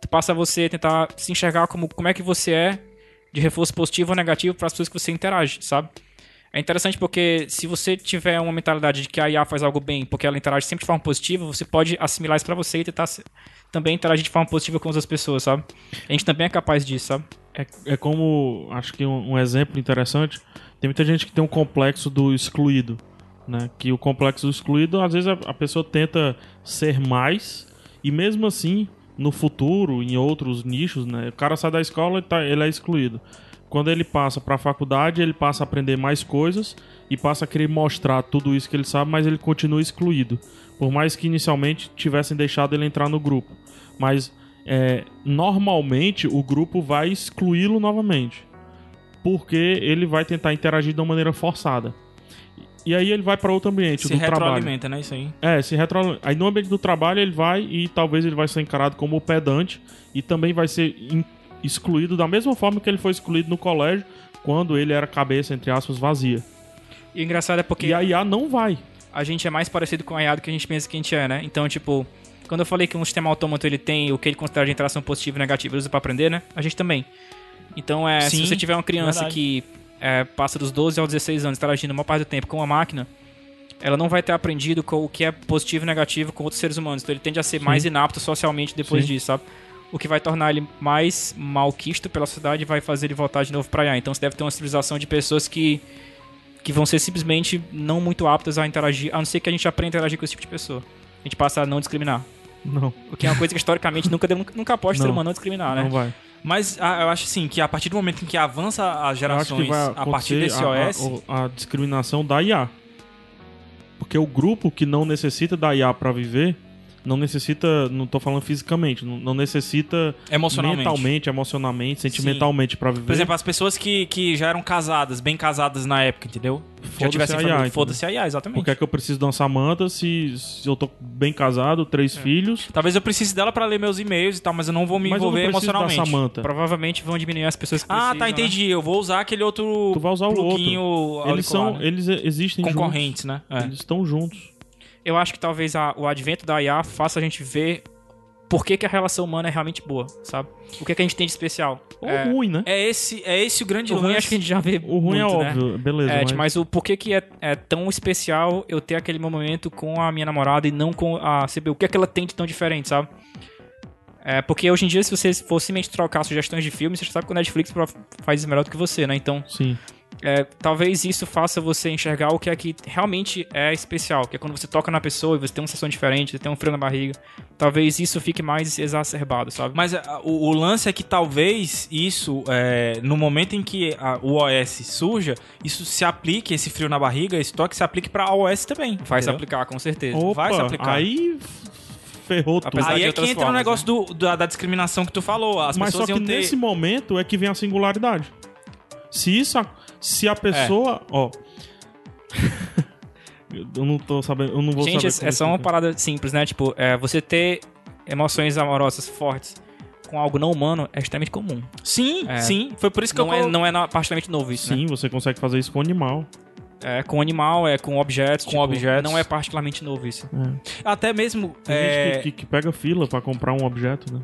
[SPEAKER 6] Tu passa a você tentar se enxergar como, como é que você é de reforço positivo ou negativo para as pessoas que você interage, sabe? É interessante porque se você tiver uma mentalidade de que a IA faz algo bem, porque ela interage sempre de forma positiva, você pode assimilar isso pra você e tentar se- também interagir de forma positiva com outras pessoas, sabe? A gente também é capaz disso, sabe?
[SPEAKER 3] É, é como, acho que um, um exemplo interessante, tem muita gente que tem um complexo do excluído, né? Que o complexo do excluído, às vezes a, a pessoa tenta ser mais e mesmo assim, no futuro, em outros nichos, né? O cara sai da escola e tá, ele é excluído. Quando ele passa pra faculdade, ele passa a aprender mais coisas e passa a querer mostrar tudo isso que ele sabe, mas ele continua excluído. Por mais que inicialmente tivessem deixado ele entrar no grupo. Mas é, normalmente o grupo vai excluí-lo novamente. Porque ele vai tentar interagir de uma maneira forçada. E aí ele vai para outro ambiente,
[SPEAKER 5] se
[SPEAKER 3] do trabalho.
[SPEAKER 5] retroalimenta, né? Isso aí.
[SPEAKER 3] É, se retro... aí no ambiente do trabalho ele vai e talvez ele vai ser encarado como pedante e também vai ser in- excluído da mesma forma que ele foi excluído no colégio quando ele era cabeça, entre aspas, vazia.
[SPEAKER 6] E o engraçado é porque
[SPEAKER 3] E a IA não vai.
[SPEAKER 6] a gente é mais parecido com a IA do que a gente pensa que a gente é, né? Então, tipo, quando eu falei que um sistema autômato ele tem o que ele considera de interação positiva e negativa, ele usa pra aprender, né? A gente também. Então, é,
[SPEAKER 5] Sim,
[SPEAKER 6] se você tiver uma criança
[SPEAKER 5] verdade.
[SPEAKER 6] que é, passa dos 12 aos 16 anos interagindo a maior parte do tempo com uma máquina, ela não vai ter aprendido com o que é positivo e negativo com outros seres humanos. Então, ele tende a ser mais inapto socialmente depois disso, sabe? O que vai tornar ele mais malquisto pela sociedade e vai fazer ele voltar de novo pra IA. Então, você deve ter uma civilização de pessoas que que vão ser simplesmente não muito aptas a interagir, a não ser que a gente aprenda a interagir com esse tipo de pessoa. A gente passa a não discriminar.
[SPEAKER 3] Não,
[SPEAKER 6] O que é uma coisa que historicamente nunca, deu- nunca após ser
[SPEAKER 3] Não.
[SPEAKER 6] humano não
[SPEAKER 5] É.
[SPEAKER 6] discriminar,
[SPEAKER 3] não
[SPEAKER 6] né?
[SPEAKER 3] vai.
[SPEAKER 5] Mas ah, eu acho assim que a partir do momento em que avança as
[SPEAKER 3] Eu acho que
[SPEAKER 5] gerações
[SPEAKER 3] vai
[SPEAKER 5] a partir
[SPEAKER 3] acontecer
[SPEAKER 5] desse
[SPEAKER 3] a-
[SPEAKER 5] OS,
[SPEAKER 3] a, a discriminação da IA. Porque o grupo que não necessita da IA para viver, não necessita, não tô falando fisicamente, não, não necessita
[SPEAKER 5] emocionalmente.
[SPEAKER 3] mentalmente, né? emocionalmente, sentimentalmente para viver.
[SPEAKER 5] Por exemplo, as pessoas que, que já eram casadas, bem casadas na época, entendeu?
[SPEAKER 3] Foda-se
[SPEAKER 5] Já tivessem
[SPEAKER 3] a
[SPEAKER 5] família.
[SPEAKER 3] IA,
[SPEAKER 5] Foda-se a IA, exatamente.
[SPEAKER 3] Por que é que eu preciso de uma Samanta se, se eu tô bem casado,
[SPEAKER 5] É.
[SPEAKER 3] três filhos,
[SPEAKER 5] Talvez eu precise dela pra ler meus e-mails e tal, mas eu não vou me
[SPEAKER 3] mas eu não
[SPEAKER 5] envolver
[SPEAKER 3] preciso da
[SPEAKER 5] emocionalmente.
[SPEAKER 3] Samanta.
[SPEAKER 6] Provavelmente vão diminuir as pessoas que
[SPEAKER 5] Ah,
[SPEAKER 6] precisam,
[SPEAKER 5] tá,
[SPEAKER 6] né?
[SPEAKER 5] entendi. Eu vou usar aquele outro
[SPEAKER 3] Tu vai usar o
[SPEAKER 5] plugin
[SPEAKER 3] outro. Eles
[SPEAKER 5] auricular,
[SPEAKER 3] são,
[SPEAKER 5] né?
[SPEAKER 3] eles existem juntos.
[SPEAKER 5] concorrentes, né? É.
[SPEAKER 3] Eles estão juntos.
[SPEAKER 6] Eu acho que talvez a- o advento da IA faça a gente ver por que, que a relação humana é realmente boa, sabe? O que, que a gente tem de especial.
[SPEAKER 3] Ou
[SPEAKER 6] É,
[SPEAKER 3] ruim, né?
[SPEAKER 5] É esse, é esse o grande
[SPEAKER 6] o ruim
[SPEAKER 5] lance.
[SPEAKER 6] acho que a gente já vê
[SPEAKER 3] O ruim é
[SPEAKER 6] muito, né?
[SPEAKER 3] óbvio, beleza.
[SPEAKER 6] É,
[SPEAKER 3] mas...
[SPEAKER 6] tipo, mas o porquê que é, é tão especial eu ter aquele meu momento com a minha namorada e não com a CB? O que é que ela tem de tão diferente, sabe? É, porque hoje em dia, se você for simplesmente trocar sugestões de filmes, você sabe que o Netflix pro- faz isso melhor do que você, né? Então,
[SPEAKER 3] Sim.
[SPEAKER 6] é, talvez isso faça você enxergar o que é que realmente é especial, que é quando você toca na pessoa e você tem uma sensação diferente, você tem um frio na barriga. Talvez isso fique mais exacerbado, sabe?
[SPEAKER 5] Mas ah, o, o lance é que talvez isso, é, no momento em que a- o OS surja, isso se aplique, esse frio na barriga, esse toque se aplique pra OS também.
[SPEAKER 6] Vai se
[SPEAKER 5] entendeu?
[SPEAKER 6] aplicar, com certeza.
[SPEAKER 5] Ou-
[SPEAKER 3] Opa,
[SPEAKER 5] vai se aplicar.
[SPEAKER 3] aí f- ferrou tudo.
[SPEAKER 6] Apesar
[SPEAKER 5] Aí
[SPEAKER 6] de
[SPEAKER 5] é que
[SPEAKER 6] outras
[SPEAKER 5] entra o
[SPEAKER 6] formas, né?
[SPEAKER 5] negócio do- da, da discriminação que tu falou. As
[SPEAKER 3] mas só
[SPEAKER 5] pessoas
[SPEAKER 3] que
[SPEAKER 5] iam ter...
[SPEAKER 3] nesse momento é que vem a singularidade. Se isso, a- se a pessoa, ó, Eu não tô sabendo, eu não vou
[SPEAKER 6] Gente,
[SPEAKER 3] saber.
[SPEAKER 6] é, é só uma
[SPEAKER 3] como explicar.
[SPEAKER 6] parada simples, né? Tipo, é, você ter emoções amorosas fortes com algo não humano é extremamente comum.
[SPEAKER 5] Sim,
[SPEAKER 6] É.
[SPEAKER 5] sim. Foi por isso que
[SPEAKER 6] Não
[SPEAKER 5] eu
[SPEAKER 6] é,
[SPEAKER 5] colo-
[SPEAKER 6] não é na- particularmente novo isso, né?
[SPEAKER 3] Sim, você consegue fazer isso com animal.
[SPEAKER 6] É com animal, é com objetos.
[SPEAKER 5] Com
[SPEAKER 6] tipo,
[SPEAKER 5] objetos.
[SPEAKER 6] Não é particularmente novo isso.
[SPEAKER 3] Uhum.
[SPEAKER 5] Até mesmo.
[SPEAKER 3] Tem
[SPEAKER 5] é,
[SPEAKER 3] gente que, que- que pega fila pra comprar um objeto, né?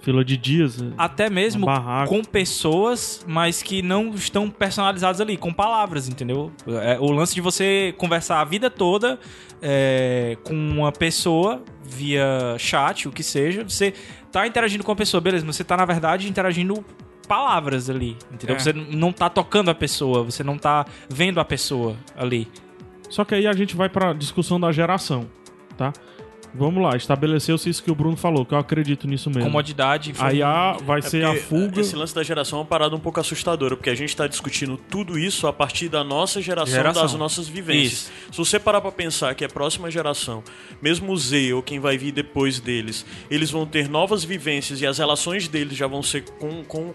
[SPEAKER 3] Fila de dias.
[SPEAKER 5] Até mesmo
[SPEAKER 3] Uma barraca.
[SPEAKER 5] com pessoas, mas que não estão personalizadas ali, com palavras, entendeu? É, o lance de você conversar a vida toda é, com uma pessoa via chat, o que seja, você tá interagindo com a pessoa, beleza, mas você tá, na verdade, interagindo palavras ali, entendeu?
[SPEAKER 6] É.
[SPEAKER 5] Você n- não tá tocando a pessoa, você não tá vendo a pessoa ali.
[SPEAKER 3] Só que aí a gente vai pra discussão da geração, tá? Vamos lá, estabeleceu-se isso que o Bruno falou, que eu acredito nisso mesmo.
[SPEAKER 5] Comodidade.
[SPEAKER 3] A IA vai
[SPEAKER 4] É
[SPEAKER 3] ser a
[SPEAKER 4] porque,
[SPEAKER 3] fuga.
[SPEAKER 4] eh, Esse lance da geração é uma parada um pouco assustadora, porque a gente tá discutindo tudo isso a partir da nossa geração,
[SPEAKER 5] Geração.
[SPEAKER 4] das nossas vivências. Se você parar pra pensar que é a próxima geração, mesmo o Z ou quem vai vir depois deles, eles vão ter novas vivências e as relações deles já vão ser com. com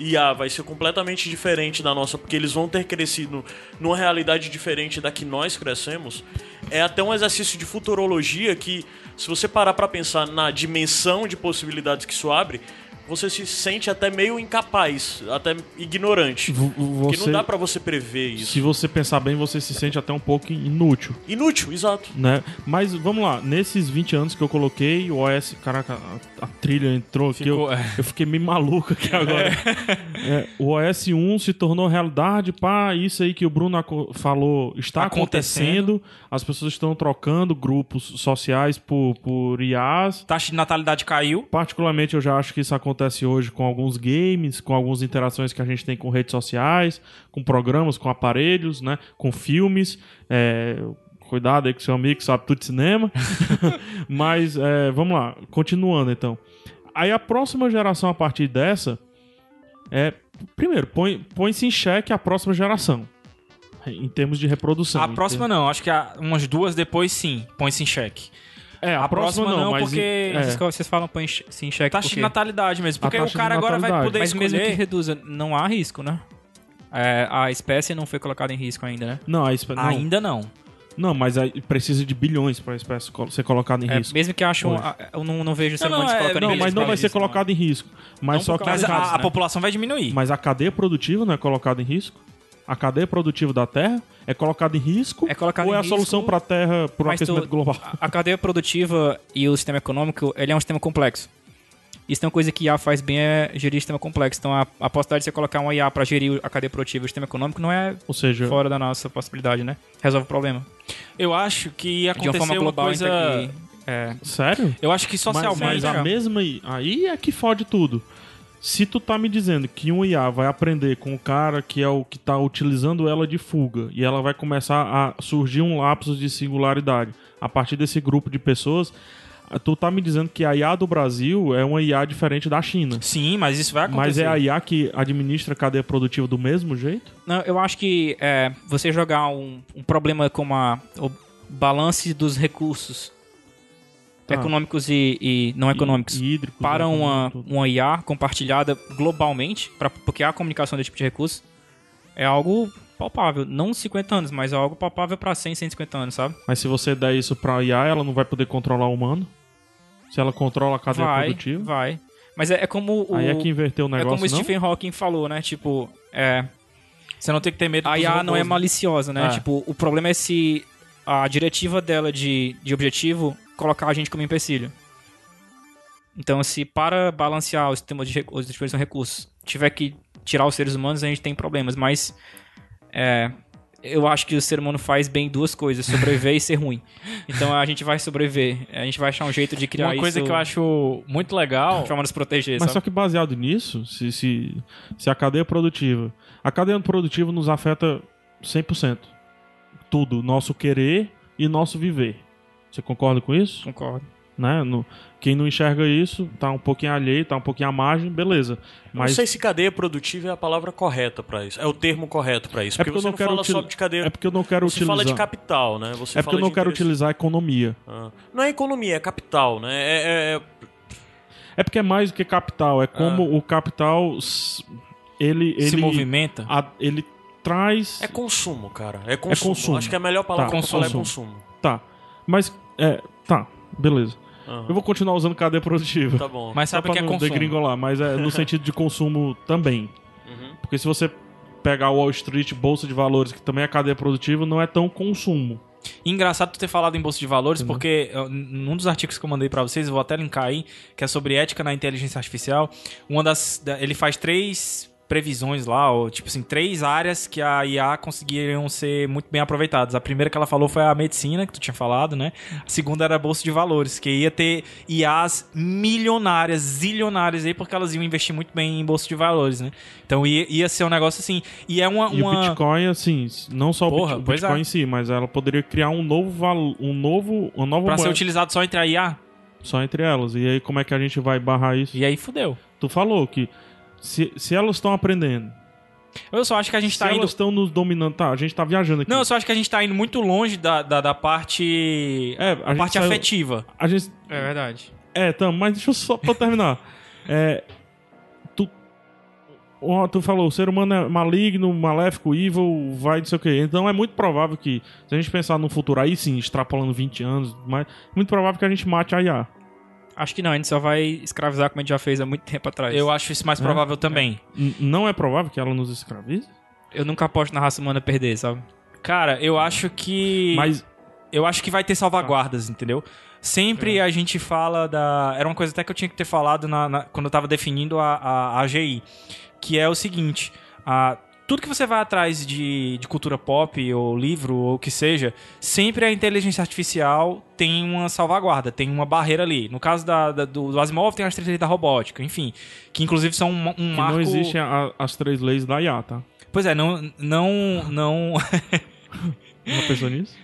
[SPEAKER 4] IA vai ser completamente diferente da nossa, porque eles vão ter crescido numa realidade diferente da que nós crescemos. É até um exercício de futurologia que, se você parar pra pensar na dimensão de possibilidades que isso abre, você se sente até meio incapaz, até ignorante.
[SPEAKER 3] Vo-
[SPEAKER 4] Porque
[SPEAKER 3] você-
[SPEAKER 4] não dá pra você prever isso.
[SPEAKER 3] Se você pensar bem, você se sente até um pouco inútil,
[SPEAKER 4] Inútil, exato.
[SPEAKER 3] né? Mas vamos lá, nesses 20 anos que eu coloquei, o OS, caraca, a, a trilha entrou aqui, eu,
[SPEAKER 5] Ficou, é.
[SPEAKER 3] eu fiquei meio maluco aqui agora. É, o OS 1 se tornou realidade, pá, isso aí que o Bruno aco- falou está acontecendo.
[SPEAKER 5] Acontecendo.
[SPEAKER 3] as pessoas estão trocando grupos sociais por, por IAs.
[SPEAKER 5] Taxa de um natalidade caiu.
[SPEAKER 3] Particularmente, eu já acho que isso acontece hoje com alguns games, com algumas interações que a gente tem com redes sociais, com programas, com aparelhos, né? Com filmes. É, Cuidado aí com seu amigo que sabe tudo de cinema. Mas é, vamos lá, continuando então. Aí a próxima geração a partir dessa é. Primeiro, põe- põe-se em xeque a próxima geração. Em termos de reprodução.
[SPEAKER 5] A próxima não, acho que a- umas duas depois sim, põe-se em xeque.
[SPEAKER 3] É, a,
[SPEAKER 5] a próxima não,
[SPEAKER 3] mas
[SPEAKER 5] porque
[SPEAKER 3] em- é.
[SPEAKER 6] Vocês, vocês falam põe em che- se em xeque
[SPEAKER 5] Taxa tá de
[SPEAKER 6] porque...
[SPEAKER 5] natalidade mesmo,
[SPEAKER 3] A
[SPEAKER 5] porque o
[SPEAKER 3] taxa de
[SPEAKER 5] cara agora vai
[SPEAKER 3] natalidade.
[SPEAKER 5] poder
[SPEAKER 6] Mas
[SPEAKER 5] escolher...
[SPEAKER 6] mesmo que reduza, não há risco, né? É, a espécie não foi colocada em risco ainda, né?
[SPEAKER 3] Não, a espé- não,
[SPEAKER 5] Ainda não.
[SPEAKER 3] Não, mas aí precisa de bilhões pra espécie col- ser colocada em
[SPEAKER 6] É,
[SPEAKER 3] risco.
[SPEAKER 6] mesmo que acham.
[SPEAKER 3] Hoje.
[SPEAKER 6] a- Eu não, não vejo o ser
[SPEAKER 5] Não, não,
[SPEAKER 6] humano se
[SPEAKER 5] é,
[SPEAKER 6] colocando
[SPEAKER 3] Não,
[SPEAKER 6] em
[SPEAKER 3] mas
[SPEAKER 6] risco
[SPEAKER 3] não vai
[SPEAKER 6] por causa
[SPEAKER 3] ser
[SPEAKER 6] disso, não.
[SPEAKER 3] colocado em risco. Mas
[SPEAKER 5] Não
[SPEAKER 3] É só
[SPEAKER 5] por
[SPEAKER 3] que
[SPEAKER 5] causa-
[SPEAKER 3] a,
[SPEAKER 5] mas a,
[SPEAKER 6] casos,
[SPEAKER 5] a
[SPEAKER 6] né?
[SPEAKER 5] população vai diminuir.
[SPEAKER 3] mas a cadeia produtiva não é colocada em risco? A cadeia produtiva da Terra é colocada em risco?
[SPEAKER 6] É colocada
[SPEAKER 3] ou é
[SPEAKER 6] em
[SPEAKER 3] a solução
[SPEAKER 6] risco,
[SPEAKER 3] para a Terra por um
[SPEAKER 6] mas tu- Ah,
[SPEAKER 3] aquecimento global?
[SPEAKER 6] A a cadeia produtiva e o sistema econômico, ele é um sistema complexo. Isso é uma coisa que IA faz bem, é gerir sistema complexo. Então, a, a possibilidade de você colocar uma IA pra gerir a cadeia produtiva e o sistema econômico não é
[SPEAKER 3] Ou seja,
[SPEAKER 6] fora da nossa possibilidade, né? Resolve o problema.
[SPEAKER 5] Eu acho que
[SPEAKER 6] De
[SPEAKER 5] aconteceu
[SPEAKER 6] uma forma global,
[SPEAKER 5] coisa...
[SPEAKER 6] então, que- é,
[SPEAKER 3] sério?
[SPEAKER 5] Eu acho que
[SPEAKER 3] Mas,
[SPEAKER 5] socialmente...
[SPEAKER 3] mas a mesma. i- Aí é que fode tudo. Se tu tá me dizendo que um IA vai aprender com o cara que é o que tá utilizando ela de fuga e ela vai começar a surgir um lapso de singularidade a partir desse grupo de pessoas, tu tá me dizendo que a IA do Brasil é uma IA diferente da China.
[SPEAKER 5] Sim, mas isso vai acontecer.
[SPEAKER 3] Mas é a IA que administra a cadeia produtiva do mesmo jeito?
[SPEAKER 6] Não, eu acho que é, você jogar um, um problema como a, o balance dos recursos
[SPEAKER 3] Tá.
[SPEAKER 6] econômicos e, e não econômicos
[SPEAKER 3] E- e hídricos,
[SPEAKER 6] para
[SPEAKER 3] né, como
[SPEAKER 6] uma,
[SPEAKER 3] tudo.
[SPEAKER 6] uma IA compartilhada globalmente, pra, porque a comunicação desse tipo de recurso é algo palpável. Não 50 anos, mas é algo palpável pra 100, 150 anos, sabe?
[SPEAKER 3] Mas se você der isso pra IA, ela não vai poder controlar o humano? Se ela controla a cadeia
[SPEAKER 6] vai,
[SPEAKER 3] produtiva?
[SPEAKER 6] vai. Mas é, é como o,
[SPEAKER 3] Aí é que inverteu o
[SPEAKER 6] é
[SPEAKER 3] negócio,
[SPEAKER 6] como o
[SPEAKER 3] não?
[SPEAKER 6] Stephen Hawking falou, né? Tipo, é,
[SPEAKER 5] Você não tem que ter medo
[SPEAKER 6] A
[SPEAKER 5] dos
[SPEAKER 6] IA
[SPEAKER 5] robôs,
[SPEAKER 6] não é
[SPEAKER 5] né?
[SPEAKER 6] maliciosa, né?
[SPEAKER 5] É.
[SPEAKER 6] Tipo, o problema é se a diretiva dela de, de objetivo colocar a gente como empecilho. Então, se para balancear o sistema de recu- os diferentes recursos tiver que tirar os seres humanos, a gente tem problemas. Mas é, eu acho que o ser humano faz bem duas coisas: sobreviver e ser ruim. Então a gente vai sobreviver. A gente vai achar um jeito de criar
[SPEAKER 5] Uma coisa
[SPEAKER 6] isso
[SPEAKER 5] que eu acho muito legal...
[SPEAKER 6] de forma a nos proteger.
[SPEAKER 3] Mas
[SPEAKER 6] sabe?
[SPEAKER 3] só que baseado nisso, se, se, se a cadeia produtiva. A cadeia produtiva nos afeta 100%. Tudo. Nosso querer e nosso viver. Você concorda com isso?
[SPEAKER 6] Concordo.
[SPEAKER 3] Né? No- quem não enxerga isso, tá um pouquinho alheio, tá um pouquinho à margem, beleza.
[SPEAKER 4] Não
[SPEAKER 3] Mas
[SPEAKER 4] sei se cadeia produtiva é a palavra correta pra isso. É o termo correto pra isso.
[SPEAKER 3] É
[SPEAKER 4] Porque,
[SPEAKER 3] porque eu
[SPEAKER 4] você
[SPEAKER 3] não
[SPEAKER 4] não
[SPEAKER 3] quero
[SPEAKER 4] fala só
[SPEAKER 3] util-
[SPEAKER 4] de cadeia.
[SPEAKER 3] é porque eu não quero
[SPEAKER 4] você fala de
[SPEAKER 3] utilizar.
[SPEAKER 4] capital, né? Você
[SPEAKER 3] É
[SPEAKER 4] fala
[SPEAKER 3] porque eu não
[SPEAKER 4] de
[SPEAKER 3] quero
[SPEAKER 4] interesse-
[SPEAKER 3] utilizar a economia.
[SPEAKER 4] Ah. Não é economia, é capital, né? É- é- é
[SPEAKER 3] É porque é mais do
[SPEAKER 4] Ah.
[SPEAKER 3] que capital, é como o capital s- ele ele
[SPEAKER 5] Se movimenta.
[SPEAKER 3] a- ele traz.
[SPEAKER 4] É consumo, cara. É consumo.
[SPEAKER 3] consumo.
[SPEAKER 4] Acho que a melhor palavra
[SPEAKER 3] Tá.
[SPEAKER 4] pra falar é
[SPEAKER 3] Consumo.
[SPEAKER 4] consumo.
[SPEAKER 3] Tá. Mas. É. Tá, beleza.
[SPEAKER 4] Aham.
[SPEAKER 3] Eu vou continuar usando cadeia produtiva.
[SPEAKER 4] Ah, Tá bom.
[SPEAKER 5] Mas sabe
[SPEAKER 3] Só pra
[SPEAKER 5] que é
[SPEAKER 3] não
[SPEAKER 5] consumo.
[SPEAKER 3] degringolar, mas é no sentido de consumo também.
[SPEAKER 4] Uhum.
[SPEAKER 3] Porque se você pegar Wall Street, Bolsa de Valores, que também é cadeia produtiva, não é tão consumo.
[SPEAKER 5] Engraçado tu ter falado em bolsa de valores,
[SPEAKER 3] Uhum.
[SPEAKER 5] porque eh, num dos artigos que eu mandei pra vocês, eu vou até linkar aí, que é sobre ética na inteligência artificial, uma das da- ele faz três previsões lá, ou tipo assim, três áreas que a IA conseguiriam ser muito bem aproveitadas. A primeira que ela falou foi a medicina, que tu tinha falado, né? A segunda era a bolsa de valores, que ia ter IAs milionárias, zilionárias aí, porque elas iam investir muito bem em bolsa de valores, né? Então ia, ia ser um negócio assim, e é uma
[SPEAKER 3] E o
[SPEAKER 5] uma-
[SPEAKER 3] Bitcoin, assim, não só
[SPEAKER 5] Porra,
[SPEAKER 3] o Bit-
[SPEAKER 5] pois é.
[SPEAKER 3] Bitcoin em si, mas ela poderia criar um novo valor, um novo, uma nova
[SPEAKER 5] Pra ser
[SPEAKER 3] moeda
[SPEAKER 5] utilizado só entre a IA?
[SPEAKER 3] só entre elas. E aí como é que a gente vai barrar isso?
[SPEAKER 5] E aí fudeu.
[SPEAKER 3] Tu falou que se, se elas estão aprendendo,
[SPEAKER 5] Eu só acho que a gente
[SPEAKER 3] se
[SPEAKER 5] tá indo.
[SPEAKER 3] elas estão nos dominando, tá, a gente tá viajando aqui.
[SPEAKER 5] Não, eu só acho que a gente tá indo muito longe da, da, da parte.
[SPEAKER 3] É, a gente
[SPEAKER 5] parte
[SPEAKER 3] saiu-
[SPEAKER 5] afetiva.
[SPEAKER 3] a gente
[SPEAKER 6] É verdade.
[SPEAKER 3] É, tá, mas deixa eu só pra terminar. É, tu, ó, tu falou, o ser humano é maligno, maléfico, evil, vai não sei o quê. Então é muito provável que, se a gente pensar num futuro aí sim, extrapolando 20 anos, mas é muito provável que a gente mate a IA.
[SPEAKER 6] Acho que não, a gente só vai escravizar como a gente já fez há muito tempo atrás.
[SPEAKER 5] Eu acho isso
[SPEAKER 3] É.
[SPEAKER 5] mais provável também.
[SPEAKER 3] N- não é provável que ela nos escravize?
[SPEAKER 6] Eu nunca aposto na raça humana perder, sabe?
[SPEAKER 5] Cara, eu acho que.
[SPEAKER 3] Mas
[SPEAKER 5] Eu acho que vai ter
[SPEAKER 6] Tá.
[SPEAKER 5] salvaguardas, entendeu? Sempre a gente fala da. Era uma coisa até que eu tinha que ter falado na, na- quando eu tava definindo a, a, a AGI. Que é o seguinte: a- tudo que você vai atrás de, de cultura pop ou livro ou o que seja, sempre a inteligência artificial tem uma salvaguarda, tem uma barreira ali. No caso da, da- do, do Asimov, tem as três leis da robótica, enfim. Que inclusive são um, um
[SPEAKER 3] que
[SPEAKER 5] marco.
[SPEAKER 3] não existem a- as três leis da IA, tá?
[SPEAKER 5] Pois é, não. Não, não,
[SPEAKER 3] Não pensou nisso?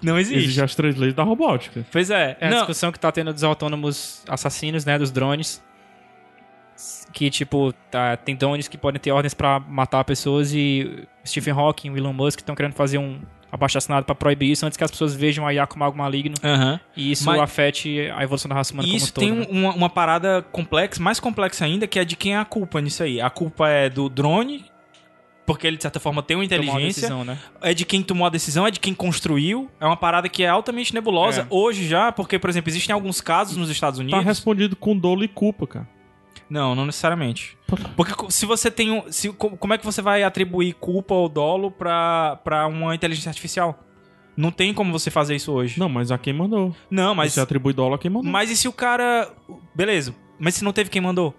[SPEAKER 5] não existe.
[SPEAKER 3] Existem as três leis da robótica.
[SPEAKER 5] Pois é.
[SPEAKER 6] É a
[SPEAKER 5] não,
[SPEAKER 6] discussão que tá tendo dos autônomos assassinos, né? Dos drones. Que, tipo, tá- tem drones que podem ter ordens pra matar pessoas e Stephen Hawking e Elon Musk estão querendo fazer um abaixo-assinado pra proibir isso antes que as pessoas vejam a IA como algo maligno
[SPEAKER 5] Aham.
[SPEAKER 6] e isso
[SPEAKER 5] Mas-
[SPEAKER 6] afete a evolução da raça humana
[SPEAKER 5] E
[SPEAKER 6] como um
[SPEAKER 5] isso
[SPEAKER 6] todo.
[SPEAKER 5] tem
[SPEAKER 6] né?
[SPEAKER 5] um- uma, uma parada complexa, mais complexa ainda, que é de quem é a culpa nisso aí. A culpa é do drone, porque ele, de certa forma, tem uma
[SPEAKER 6] Tomar uma
[SPEAKER 5] inteligência.
[SPEAKER 6] decisão, né?
[SPEAKER 5] é de quem tomou a decisão, é de quem construiu. É uma parada que é altamente nebulosa
[SPEAKER 6] É.
[SPEAKER 5] hoje já, porque, por exemplo, existem alguns casos nos Estados
[SPEAKER 3] Tá
[SPEAKER 5] Unidos.
[SPEAKER 3] respondido com dolo e culpa, cara.
[SPEAKER 5] Não, não necessariamente. Porque co- se você tem um. se- co- como é que você vai atribuir culpa ou dolo pra, pra uma inteligência artificial? Não tem como você fazer isso hoje.
[SPEAKER 3] Não, é mas a quem mandou.
[SPEAKER 5] Não, mas.
[SPEAKER 3] Você atribui dolo a quem mandou.
[SPEAKER 5] Mas e se o cara. Beleza, mas se não teve quem mandou?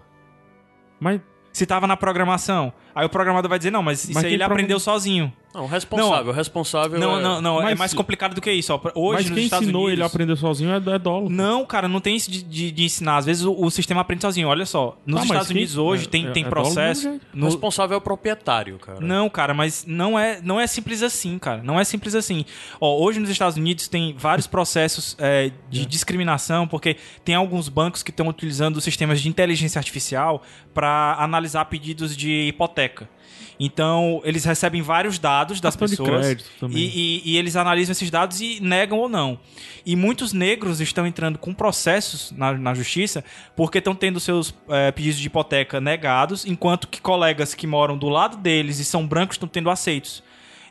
[SPEAKER 3] mas
[SPEAKER 5] se tava na programação. Aí o programador vai dizer, não, mas isso
[SPEAKER 3] Mas
[SPEAKER 5] aí
[SPEAKER 3] quem
[SPEAKER 5] ele
[SPEAKER 3] programa-
[SPEAKER 5] aprendeu sozinho.
[SPEAKER 4] Não, responsável. responsável
[SPEAKER 5] Não,
[SPEAKER 4] é-
[SPEAKER 5] não, não, é
[SPEAKER 3] Mas-
[SPEAKER 5] mais complicado do que isso. ó. Hoje
[SPEAKER 3] mas
[SPEAKER 5] nos
[SPEAKER 3] quem
[SPEAKER 5] Estados
[SPEAKER 3] ensinou
[SPEAKER 5] Unidos...
[SPEAKER 3] ele a aprender sozinho é, é dolo.
[SPEAKER 5] Não, cara, não tem isso de, de- de ensinar. Às vezes o, o sistema aprende sozinho. Olha só, nos
[SPEAKER 3] Ah, mas
[SPEAKER 5] Estados
[SPEAKER 3] quem-
[SPEAKER 5] Unidos hoje
[SPEAKER 3] é-
[SPEAKER 5] tem,
[SPEAKER 3] é-
[SPEAKER 5] tem
[SPEAKER 3] é
[SPEAKER 5] processo...
[SPEAKER 3] dólar do mesmo
[SPEAKER 5] no-
[SPEAKER 4] Responsável é o proprietário, cara.
[SPEAKER 5] Não, cara, mas não é, não é simples assim, cara. Não é simples assim. Ó, hoje nos Estados Unidos tem vários processos é, de discriminação, porque tem alguns bancos que estão utilizando sistemas de inteligência artificial para analisar pedidos de hipoteca. Então, eles recebem vários dados das
[SPEAKER 3] Cartão de
[SPEAKER 5] pessoas.
[SPEAKER 3] crédito também.
[SPEAKER 5] E, e- e eles analisam esses dados e negam ou não. E muitos negros estão entrando com processos na, na justiça porque estão tendo seus eh, pedidos de hipoteca negados, enquanto que colegas que moram do lado deles e são brancos estão tendo aceitos.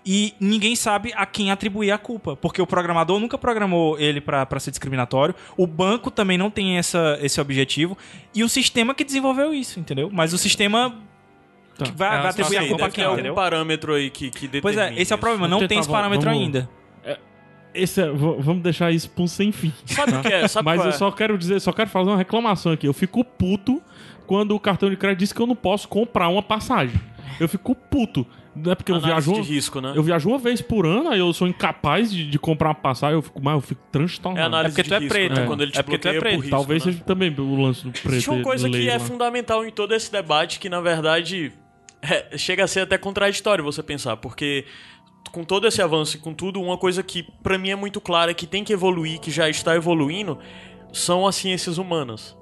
[SPEAKER 5] E ninguém sabe a quem atribuir a culpa, porque o programador nunca programou ele para ser discriminatório, o banco também não tem essa, esse objetivo, e o sistema que desenvolveu isso, entendeu? Mas o sistema
[SPEAKER 3] Tá.
[SPEAKER 5] que vai,
[SPEAKER 6] É,
[SPEAKER 5] vai
[SPEAKER 6] uma
[SPEAKER 5] atribuir
[SPEAKER 4] Sei,
[SPEAKER 6] situação
[SPEAKER 5] a
[SPEAKER 4] deve
[SPEAKER 5] culpa a
[SPEAKER 4] ter
[SPEAKER 5] quem,
[SPEAKER 4] algum
[SPEAKER 5] entendeu?
[SPEAKER 4] parâmetro aí que, que
[SPEAKER 5] Pois é,
[SPEAKER 4] determine
[SPEAKER 5] esse é o
[SPEAKER 4] isso.
[SPEAKER 5] problema, não
[SPEAKER 3] Vamos
[SPEAKER 5] tem esse
[SPEAKER 3] tentar,
[SPEAKER 5] parâmetro
[SPEAKER 3] vamos-
[SPEAKER 5] ainda.
[SPEAKER 3] Esse é- v- vamos deixar isso pra um sem fim.
[SPEAKER 4] Sabe o que é? Sabe
[SPEAKER 3] Mas
[SPEAKER 4] qual
[SPEAKER 3] eu
[SPEAKER 4] é?
[SPEAKER 3] só quero dizer, só quero fazer uma reclamação aqui. Eu fico puto quando o cartão de crédito diz que eu não posso comprar uma passagem. Eu fico puto. Não é porque eu
[SPEAKER 4] Análise
[SPEAKER 3] viajo,
[SPEAKER 4] de
[SPEAKER 3] uma,
[SPEAKER 4] risco, né?
[SPEAKER 3] eu viajo uma vez por ano, aí eu sou incapaz de, de comprar uma passagem, eu fico, mas eu fico transtornado.
[SPEAKER 4] É análise
[SPEAKER 5] É porque
[SPEAKER 4] de
[SPEAKER 5] tu é
[SPEAKER 4] risco,
[SPEAKER 5] preto,
[SPEAKER 4] né?
[SPEAKER 5] é.
[SPEAKER 4] Quando ele te
[SPEAKER 5] É porque tu é
[SPEAKER 4] bloqueia por
[SPEAKER 5] preto.
[SPEAKER 4] risco,
[SPEAKER 3] Talvez
[SPEAKER 4] né?
[SPEAKER 3] seja também o lance do preto.
[SPEAKER 4] Existe uma coisa que
[SPEAKER 3] lei
[SPEAKER 4] é
[SPEAKER 3] lá.
[SPEAKER 4] fundamental em todo esse debate, que na verdade é, chega a ser até contraditório você pensar, porque com todo esse avanço e com tudo, uma coisa que pra mim é muito clara, que tem que evoluir, que já está evoluindo, são as ciências humanas.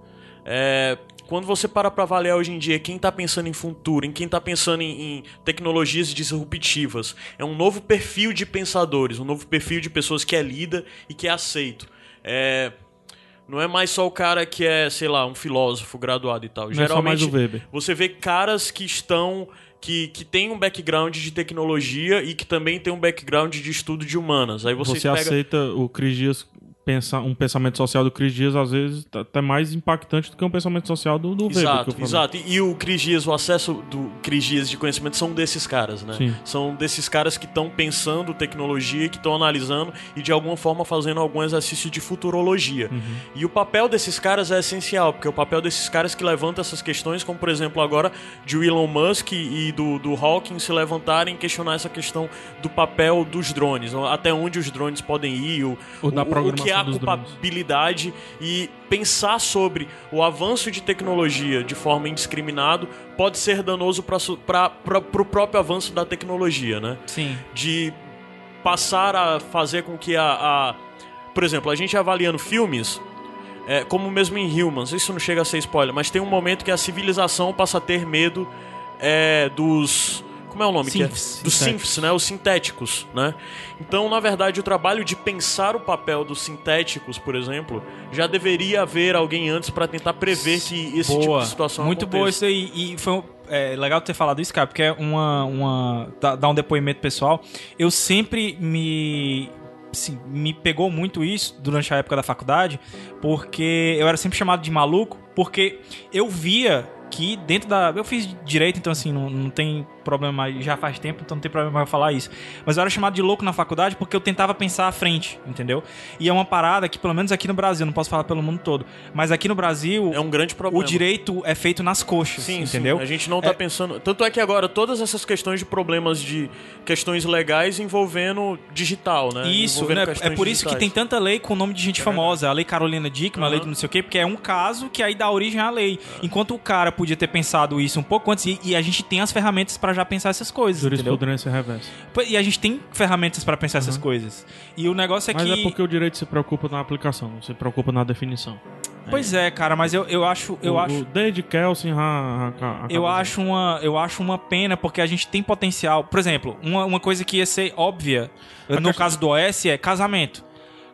[SPEAKER 4] É, quando você para pra avaliar hoje em dia quem tá pensando em futuro, em quem tá pensando em, em tecnologias disruptivas, é um novo perfil de pensadores, um novo perfil de pessoas que é lida e que é aceito. É, Não é mais só o cara que é, sei lá, um filósofo graduado e tal.
[SPEAKER 3] Não é só mais
[SPEAKER 4] Geralmente,
[SPEAKER 3] o Weber.
[SPEAKER 4] você vê caras que estão. Que, que tem um background de tecnologia e que também tem um background de estudo de humanas. Aí você,
[SPEAKER 3] Você,
[SPEAKER 4] pega.
[SPEAKER 3] aceita o Cris Dias, pensa, um pensamento social do Cris Dias, às vezes, tá até mais impactante do que um pensamento social do, do Weber. que eu
[SPEAKER 4] Exato,
[SPEAKER 3] falei.
[SPEAKER 4] exato. E, e o Cris Dias, o acesso do Cris Dias de conhecimento são desses caras, né?
[SPEAKER 3] Sim.
[SPEAKER 4] São desses caras que estão pensando tecnologia, que estão analisando e de alguma forma fazendo algum exercício de futurologia.
[SPEAKER 3] Uhum.
[SPEAKER 4] E o papel desses caras é essencial, porque é o papel desses caras que levanta essas questões, como por exemplo agora de o Elon Musk e do, do Hawking se levantarem e questionar essa questão do papel dos drones, até onde os drones podem ir, o,
[SPEAKER 3] Ou da
[SPEAKER 4] o- o que é
[SPEAKER 3] programação
[SPEAKER 4] a
[SPEAKER 3] dos drones.
[SPEAKER 4] culpabilidade e pensar sobre o avanço de tecnologia de forma indiscriminada pode ser danoso para o próprio avanço da tecnologia, né?
[SPEAKER 6] Sim.
[SPEAKER 4] de passar a fazer com que a. a- Por exemplo, a gente avaliando filmes, é, como mesmo em Humans, isso não chega a ser spoiler, mas tem um momento que a civilização passa a ter medo é, dos. Como é o nome? que é?
[SPEAKER 6] Synths.
[SPEAKER 4] Dos synths, né? Os sintéticos, né? Então, na verdade, o trabalho de pensar o papel dos sintéticos, por exemplo, já deveria haver alguém antes para tentar prever que esse tipo de situação
[SPEAKER 5] Muito boa
[SPEAKER 4] aconteça.
[SPEAKER 5] isso aí. E foi um- é, legal ter falado isso, cara, porque é uma. uma dá, dá um depoimento pessoal. Eu sempre me. assim, me pegou muito isso durante a época da faculdade, porque eu era sempre chamado de maluco, porque eu via que dentro da. Eu fiz direito, então assim, não, não tem problema, já faz tempo, então não tem problema eu falar isso. Mas eu era chamado de louco na faculdade porque eu tentava pensar à frente, entendeu? E é uma parada que, pelo menos aqui no Brasil, não posso falar pelo mundo todo, mas aqui no Brasil
[SPEAKER 4] É um grande
[SPEAKER 5] o
[SPEAKER 4] problema.
[SPEAKER 5] direito é feito nas coxas,
[SPEAKER 4] Sim,
[SPEAKER 5] entendeu?
[SPEAKER 4] sim, A gente não tá
[SPEAKER 5] É-
[SPEAKER 4] pensando. Tanto é que agora todas essas questões de problemas de questões legais envolvendo digital, né?
[SPEAKER 5] Isso,
[SPEAKER 4] Envolvendo
[SPEAKER 5] né? é
[SPEAKER 4] questões
[SPEAKER 5] por isso que tem
[SPEAKER 4] digitais.
[SPEAKER 5] tanta lei com o nome de gente famosa, a lei Carolina Dickman, a lei
[SPEAKER 4] Aham. É.
[SPEAKER 5] do não sei o quê, porque é um caso que aí dá origem à lei. Enquanto o cara podia ter pensado isso um pouco antes, e, e a gente tem as ferramentas pra já pensar essas coisas, entendeu?
[SPEAKER 3] Jurisprudência reversa.
[SPEAKER 5] Pô, E a gente tem ferramentas pra pensar essas coisas. E o negócio é
[SPEAKER 3] Mas
[SPEAKER 5] que.
[SPEAKER 3] é porque o direito se preocupa na aplicação, não se preocupa na definição.
[SPEAKER 5] Pois é, cara, mas eu, eu acho. Eu
[SPEAKER 3] o,
[SPEAKER 5] acho...
[SPEAKER 3] o- desde Kelsen, a, a- a-
[SPEAKER 5] Eu
[SPEAKER 3] a-
[SPEAKER 5] acho, uma, eu acho uma pena, porque a gente tem potencial. Por exemplo, uma, uma coisa que ia ser óbvia no
[SPEAKER 3] questão-
[SPEAKER 5] caso do OS é casamento.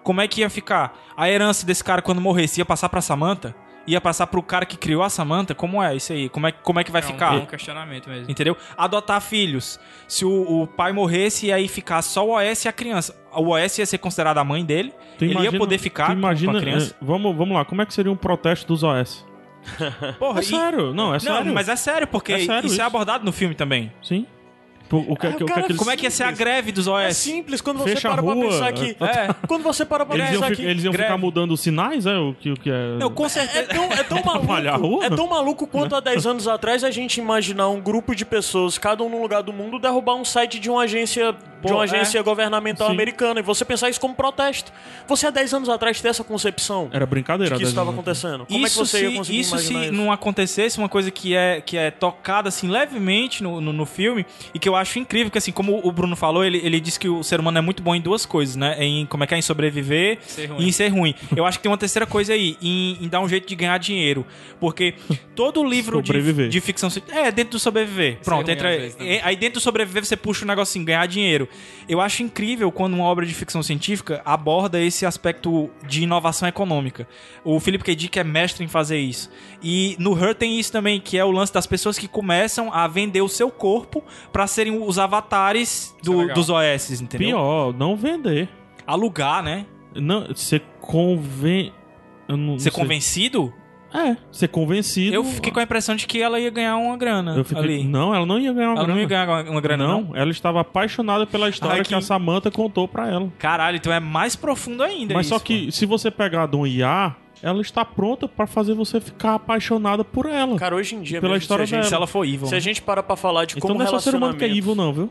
[SPEAKER 5] Como é que ia ficar? A herança desse cara quando morresse ia passar pra Samantha? Ia passar pro cara que criou a Samantha? Como é isso aí? Como é, como é que vai
[SPEAKER 6] é um
[SPEAKER 5] ficar? Então,
[SPEAKER 6] bom questionamento mesmo.
[SPEAKER 5] Entendeu? Adotar filhos. Se o, o pai morresse e aí ficar só o OS e a criança. O OS ia ser considerado a mãe dele.
[SPEAKER 3] Tu
[SPEAKER 5] ele
[SPEAKER 3] imagina-
[SPEAKER 5] ia poder
[SPEAKER 3] tu
[SPEAKER 5] ficar com-
[SPEAKER 3] imagina,
[SPEAKER 5] com a criança.
[SPEAKER 3] eh, Vamos, vamos lá, como é que seria um protesto dos OS?
[SPEAKER 5] Porra,
[SPEAKER 3] É sério, não, é sério.
[SPEAKER 5] Não, mas é sério, porque
[SPEAKER 3] É sério
[SPEAKER 5] isso, é
[SPEAKER 3] isso.
[SPEAKER 5] abordado no filme também.
[SPEAKER 3] Sim. Pô, o que,
[SPEAKER 4] Ah,
[SPEAKER 3] que- o que
[SPEAKER 4] cara,
[SPEAKER 3] que eles...
[SPEAKER 5] Como é que ia ser a greve dos OS?
[SPEAKER 4] É simples quando você
[SPEAKER 3] Fecha a
[SPEAKER 4] para pra
[SPEAKER 3] rua,
[SPEAKER 4] pensar que.
[SPEAKER 5] É.
[SPEAKER 4] Quando você para pra
[SPEAKER 3] Eles iam,
[SPEAKER 4] pensar
[SPEAKER 3] fi-
[SPEAKER 4] que.
[SPEAKER 3] eles iam
[SPEAKER 5] greve.
[SPEAKER 3] ficar mudando os sinais, é? O que, o que é...
[SPEAKER 5] Não, com
[SPEAKER 4] É
[SPEAKER 5] certeza.
[SPEAKER 4] tão, é tão
[SPEAKER 3] Atrapalhar a
[SPEAKER 4] maluco.
[SPEAKER 3] rua?
[SPEAKER 4] É tão maluco quanto há 10 anos atrás a gente imaginar um grupo de pessoas, cada um num lugar do mundo, derrubar um site de uma agência, de uma
[SPEAKER 5] Pô,
[SPEAKER 4] agência governamental
[SPEAKER 3] Sim.
[SPEAKER 4] americana. E você pensar isso como protesto. Você há 10 anos atrás ter essa concepção
[SPEAKER 3] Era
[SPEAKER 4] de
[SPEAKER 3] brincadeira.
[SPEAKER 4] que isso
[SPEAKER 3] às
[SPEAKER 4] estava
[SPEAKER 3] vezes, né?
[SPEAKER 4] acontecendo. Como é que
[SPEAKER 5] isso
[SPEAKER 4] você
[SPEAKER 5] se,
[SPEAKER 4] ia conseguir
[SPEAKER 5] isso se
[SPEAKER 4] imaginar isso?
[SPEAKER 5] não acontecesse, uma coisa que é, que é tocada assim levemente no, no, no filme e que eu acho incrível, que assim, como o Bruno falou, ele, ele diz que o ser humano é muito bom em duas coisas, né? Em como é que é, em sobreviver
[SPEAKER 6] Ser ruim.
[SPEAKER 5] e em ser ruim. Eu acho que tem uma terceira coisa aí, em, em dar um jeito de ganhar dinheiro. Porque todo livro de,
[SPEAKER 3] Sobreviver.
[SPEAKER 5] de ficção. ci- É, dentro do sobreviver. Pronto,
[SPEAKER 6] ruim
[SPEAKER 5] entra.
[SPEAKER 6] às vezes também.
[SPEAKER 5] é, aí dentro do sobreviver você puxa um negocinho, ganhar dinheiro. Eu acho incrível quando uma obra de ficção científica aborda esse aspecto de inovação econômica. O Philip K. Dick é mestre em fazer isso. E no Her tem isso também, que é o lance das pessoas que começam a vender o seu corpo pra serem os avatares do-
[SPEAKER 6] é legal.
[SPEAKER 5] dos OS, entendeu?
[SPEAKER 3] Pior, não vender.
[SPEAKER 5] Alugar, né?
[SPEAKER 3] Não, ser conven... eu não- não sei.
[SPEAKER 5] Ser convencido.
[SPEAKER 3] É, ser convencido.
[SPEAKER 5] Eu fiquei com a impressão de que ela ia ganhar uma grana
[SPEAKER 3] Eu fiquei-
[SPEAKER 5] ali.
[SPEAKER 3] Não, ela não ia ganhar uma
[SPEAKER 5] Ela não
[SPEAKER 3] grana.
[SPEAKER 5] ia ganhar uma- uma grana, não?
[SPEAKER 3] não, ela estava apaixonada pela história
[SPEAKER 5] Ai,
[SPEAKER 3] que...
[SPEAKER 5] que-
[SPEAKER 3] a Samantha contou pra ela.
[SPEAKER 5] Caralho, então é mais profundo ainda
[SPEAKER 3] Mas só
[SPEAKER 5] isso,
[SPEAKER 3] que
[SPEAKER 5] pô.
[SPEAKER 3] se você pegar de um IA, ela está pronta pra fazer você ficar apaixonada por ela.
[SPEAKER 4] Cara, hoje em dia,
[SPEAKER 3] Pela
[SPEAKER 4] mesmo,
[SPEAKER 3] história
[SPEAKER 4] se a gente,
[SPEAKER 5] Se ela for evil.
[SPEAKER 4] se a
[SPEAKER 5] né?
[SPEAKER 4] gente para pra falar de
[SPEAKER 3] então
[SPEAKER 4] como
[SPEAKER 3] não é só ser humano
[SPEAKER 4] relacionamento...
[SPEAKER 3] que é evil, não, viu?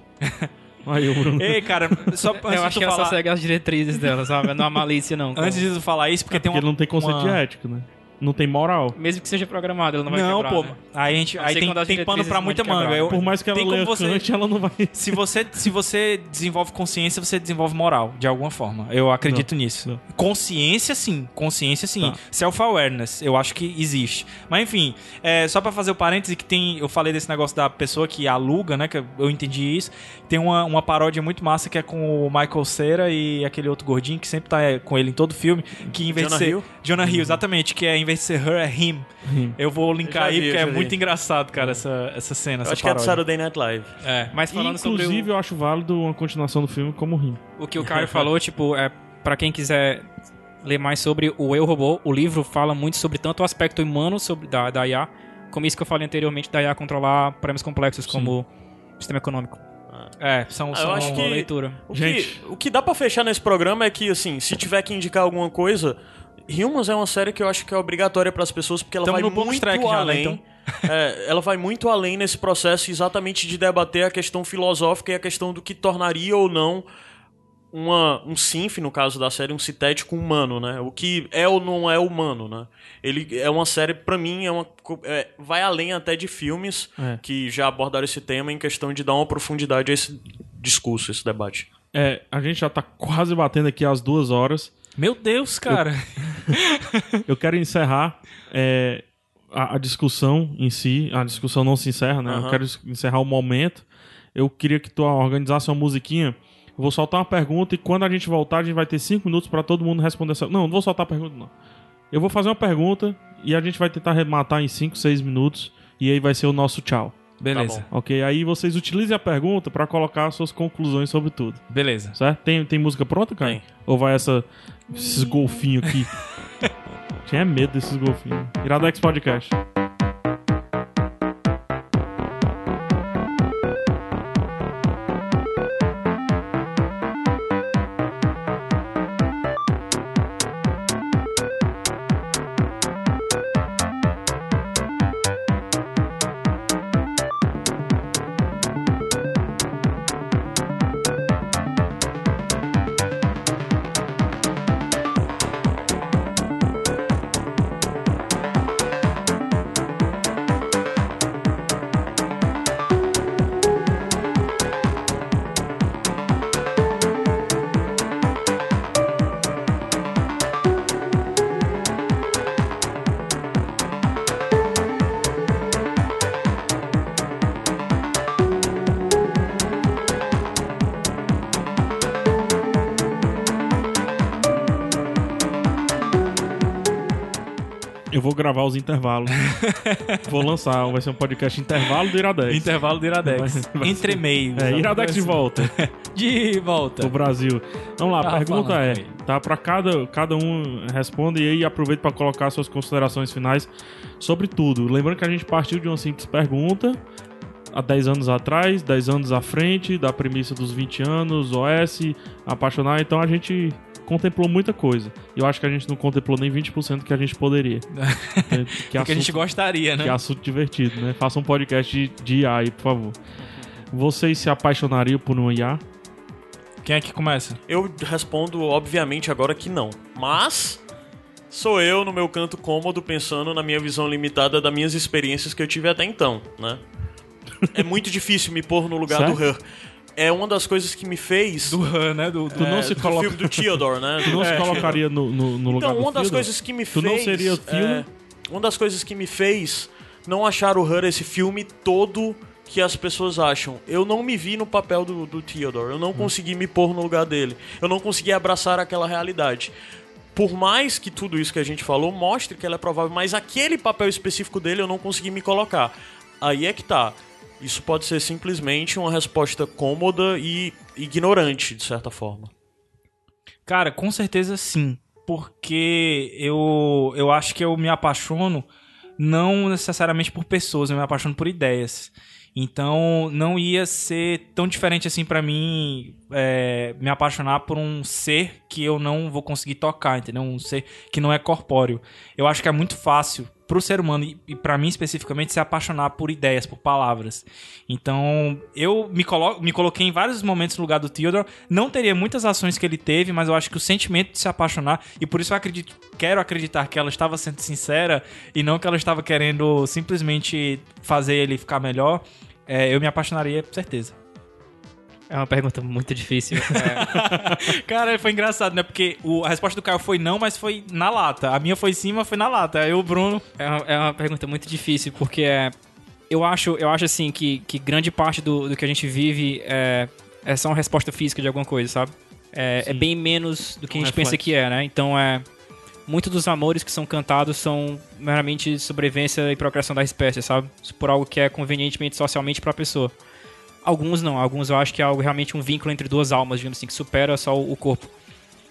[SPEAKER 3] Aí o Bruno.
[SPEAKER 5] Ei, cara, só antes
[SPEAKER 6] Eu
[SPEAKER 5] de
[SPEAKER 6] acho
[SPEAKER 5] tu
[SPEAKER 6] que ela
[SPEAKER 5] falar...
[SPEAKER 6] só segue as diretrizes dela, sabe? Não há malícia, não.
[SPEAKER 5] Antes de tu falar isso, porque tem
[SPEAKER 3] É, Porque
[SPEAKER 5] uma...
[SPEAKER 3] ele não tem conceito
[SPEAKER 5] uma-
[SPEAKER 3] de ético, né? Não tem moral.
[SPEAKER 6] Mesmo que seja programado, ela não vai
[SPEAKER 5] não,
[SPEAKER 6] quebrar,
[SPEAKER 5] pô.
[SPEAKER 6] né?
[SPEAKER 5] Aí a gente
[SPEAKER 6] Não
[SPEAKER 5] aí
[SPEAKER 6] sei
[SPEAKER 5] tem,
[SPEAKER 6] quando as
[SPEAKER 5] tem pano
[SPEAKER 6] diretrizes
[SPEAKER 5] pra
[SPEAKER 6] vão
[SPEAKER 5] muita
[SPEAKER 6] te quebrar,
[SPEAKER 5] manga.
[SPEAKER 6] né?
[SPEAKER 5] Eu-
[SPEAKER 3] Por mais que ela
[SPEAKER 5] tem como
[SPEAKER 3] leia
[SPEAKER 5] você-
[SPEAKER 3] Kant, ela não vai.
[SPEAKER 5] se você se você desenvolve consciência, você desenvolve moral de alguma forma. Eu acredito nisso.
[SPEAKER 3] não.
[SPEAKER 5] Consciência sim, consciência sim.
[SPEAKER 3] Tá.
[SPEAKER 5] Self awareness, eu acho que existe. Mas enfim, é, só pra fazer o parêntese que tem, eu falei desse negócio da pessoa que aluga, né, que eu entendi isso. Tem uma, uma paródia muito massa que é com o Michael Cera e aquele outro gordinho que sempre tá é, com ele em todo filme, que em vez
[SPEAKER 4] Jonah
[SPEAKER 5] de ser
[SPEAKER 4] Hill?
[SPEAKER 5] Jonah Hill, exatamente, que é em vez de ser her é him.
[SPEAKER 3] Uhum. Him. Uhum.
[SPEAKER 5] Eu vou linkar
[SPEAKER 4] já
[SPEAKER 5] aí
[SPEAKER 4] vi,
[SPEAKER 5] porque
[SPEAKER 4] eu
[SPEAKER 5] é
[SPEAKER 4] já vi.
[SPEAKER 5] muito engraçado, cara, essa essa cena,
[SPEAKER 4] Eu
[SPEAKER 5] essa
[SPEAKER 4] acho que é do
[SPEAKER 5] paródia.
[SPEAKER 4] Saturday Night Live.
[SPEAKER 6] É, mas falando
[SPEAKER 3] Inclusive,
[SPEAKER 6] sobre
[SPEAKER 3] eu acho válido uma continuação do filme como rim.
[SPEAKER 6] o, o que o Caio falou, tipo, é para quem quiser ler mais sobre o Eu Robô, o livro fala muito sobre tanto o aspecto humano sobre da, da IA, como isso que eu falei anteriormente, da IA controlar prêmios complexos como sistema econômico.
[SPEAKER 5] É, são,
[SPEAKER 4] Ah, eu
[SPEAKER 5] são
[SPEAKER 4] acho que-
[SPEAKER 6] Uma leitura.
[SPEAKER 4] O,
[SPEAKER 3] Gente.
[SPEAKER 4] que, o que dá pra fechar nesse programa é que, assim, se tiver que indicar alguma coisa, Humans é uma série que eu acho que é obrigatória pras pessoas, porque ela
[SPEAKER 5] Tamo no
[SPEAKER 4] vai
[SPEAKER 5] bonus
[SPEAKER 4] muito
[SPEAKER 5] track já, né,
[SPEAKER 4] além.
[SPEAKER 5] então?
[SPEAKER 4] É, ela vai muito além nesse processo exatamente de debater a questão filosófica e a questão do que tornaria ou não uma, um sinf, no caso da série, um citético humano, né? O que é ou não é humano, né? Ele é uma série, pra mim, é uma, co- é, vai além até de filmes
[SPEAKER 3] É.
[SPEAKER 4] que já abordaram esse tema em questão de dar uma profundidade a esse discurso, esse debate.
[SPEAKER 3] É, a gente já tá quase batendo aqui às duas horas.
[SPEAKER 5] Meu Deus, cara.
[SPEAKER 3] Eu quero encerrar é, a, a discussão em si. A discussão não se encerra, né? Eu
[SPEAKER 4] Aham.
[SPEAKER 3] quero es- encerrar o momento. Eu queria que tu organizasse uma musiquinha. Eu vou soltar uma pergunta e quando a gente voltar, a gente vai ter cinco minutos pra todo mundo responder essa. Não, não vou soltar a pergunta, não. Eu vou fazer uma pergunta e a gente vai tentar rematar em cinco, seis minutos. E aí vai ser o nosso tchau.
[SPEAKER 5] Beleza,
[SPEAKER 3] Ok? Aí vocês utilizem a pergunta pra colocar suas conclusões sobre tudo.
[SPEAKER 5] beleza.
[SPEAKER 3] Certo? Tem, tem música pronta, cara?
[SPEAKER 4] Tem.
[SPEAKER 3] Ou vai essa, esses golfinhos aqui? Tinha medo desses golfinhos. Iradex Podcast. Eu vou gravar os intervalos. vou lançar. Vai ser um podcast intervalo do Iradex.
[SPEAKER 5] Intervalo do Iradex.
[SPEAKER 3] Vai- vai
[SPEAKER 5] Entre meios.
[SPEAKER 3] É, Iradex de volta.
[SPEAKER 5] De volta.
[SPEAKER 3] do Brasil. Vamos lá, a
[SPEAKER 5] Tava
[SPEAKER 3] pergunta
[SPEAKER 5] falando
[SPEAKER 3] é,
[SPEAKER 5] com ele.
[SPEAKER 3] tá? Pra cada, cada um responde e aí aproveita pra colocar suas considerações finais sobre tudo. Lembrando que a gente partiu de uma simples pergunta há 10 anos atrás, 10 anos à frente, da premissa dos 20 anos, OS, apaixonar, então a gente contemplou muita coisa. E eu acho que a gente não contemplou nem 20% que a gente poderia. que,
[SPEAKER 5] Que, a gente gostaria, né?
[SPEAKER 3] que assunto divertido, né? Faça um podcast de, de IA aí, por favor. Vocês se apaixonariam por um IA?
[SPEAKER 5] Quem é que começa?
[SPEAKER 4] Eu respondo, obviamente, agora que não. Mas sou eu no meu canto cômodo pensando na minha visão limitada das minhas experiências que eu tive até então, né? É muito difícil me pôr no lugar do
[SPEAKER 3] Sério?
[SPEAKER 4] Her. É uma das coisas que me fez.
[SPEAKER 5] Do Han, né? Do, do
[SPEAKER 4] é,
[SPEAKER 3] não se
[SPEAKER 4] do
[SPEAKER 3] coloca-
[SPEAKER 4] filme do Theodore, né?
[SPEAKER 3] Tu não se
[SPEAKER 4] É.
[SPEAKER 3] colocaria no, no, no lugar
[SPEAKER 4] Então,
[SPEAKER 3] do
[SPEAKER 4] uma das
[SPEAKER 3] Fielder?
[SPEAKER 4] coisas que me
[SPEAKER 3] Tu
[SPEAKER 4] fez.
[SPEAKER 3] não seria Fielder?
[SPEAKER 4] é, Uma das coisas que me fez não achar o Her esse filme todo que as pessoas acham. Eu não me vi no papel do, do Theodore.
[SPEAKER 3] Hum.
[SPEAKER 4] Eu não consegui me pôr no lugar dele. Eu não consegui abraçar aquela realidade. Por mais que tudo isso que a gente falou mostre que ela é provável, mas aquele papel específico dele eu não consegui me colocar. Aí é que tá. Isso pode ser simplesmente uma resposta cômoda e ignorante, de certa forma.
[SPEAKER 5] Cara, com certeza sim. Porque eu, eu acho que eu me apaixono não necessariamente por pessoas, eu me apaixono por ideias. Então não ia ser tão diferente assim pra mim é, me apaixonar por um ser que eu não vou conseguir tocar, entendeu? Um ser que não é corpóreo. Eu acho que é muito fácil pro ser humano e, e para mim especificamente se apaixonar por ideias, por palavras. Então, eu me, colo me coloquei em vários momentos no lugar do Theodore, não teria muitas ações que ele teve, mas eu acho que o sentimento de se apaixonar e por isso eu acredito, quero acreditar que ela estava sendo sincera e não que ela estava querendo simplesmente fazer ele ficar melhor. é, eu me apaixonaria, com certeza.
[SPEAKER 6] É uma pergunta muito difícil.
[SPEAKER 5] Cara, foi engraçado, né? Porque o- a resposta do Caio foi não, mas foi na lata. A minha foi sim, mas foi na lata. Aí o Bruno.
[SPEAKER 6] É uma, é uma pergunta muito difícil, porque é, eu, acho, eu acho assim que, que grande parte do, do que a gente vive é, é só uma resposta física de alguma coisa, sabe? É, é bem menos do que
[SPEAKER 3] Um
[SPEAKER 6] a gente
[SPEAKER 3] reflexo.
[SPEAKER 6] pensa que é, né? Então é. Muitos dos amores que são cantados são meramente sobrevivência e procriação da espécie, sabe? Isso Por algo que é convenientemente socialmente pra pessoa. Alguns não, alguns eu acho que é algo realmente um vínculo entre duas almas, digamos assim, que supera só o o corpo.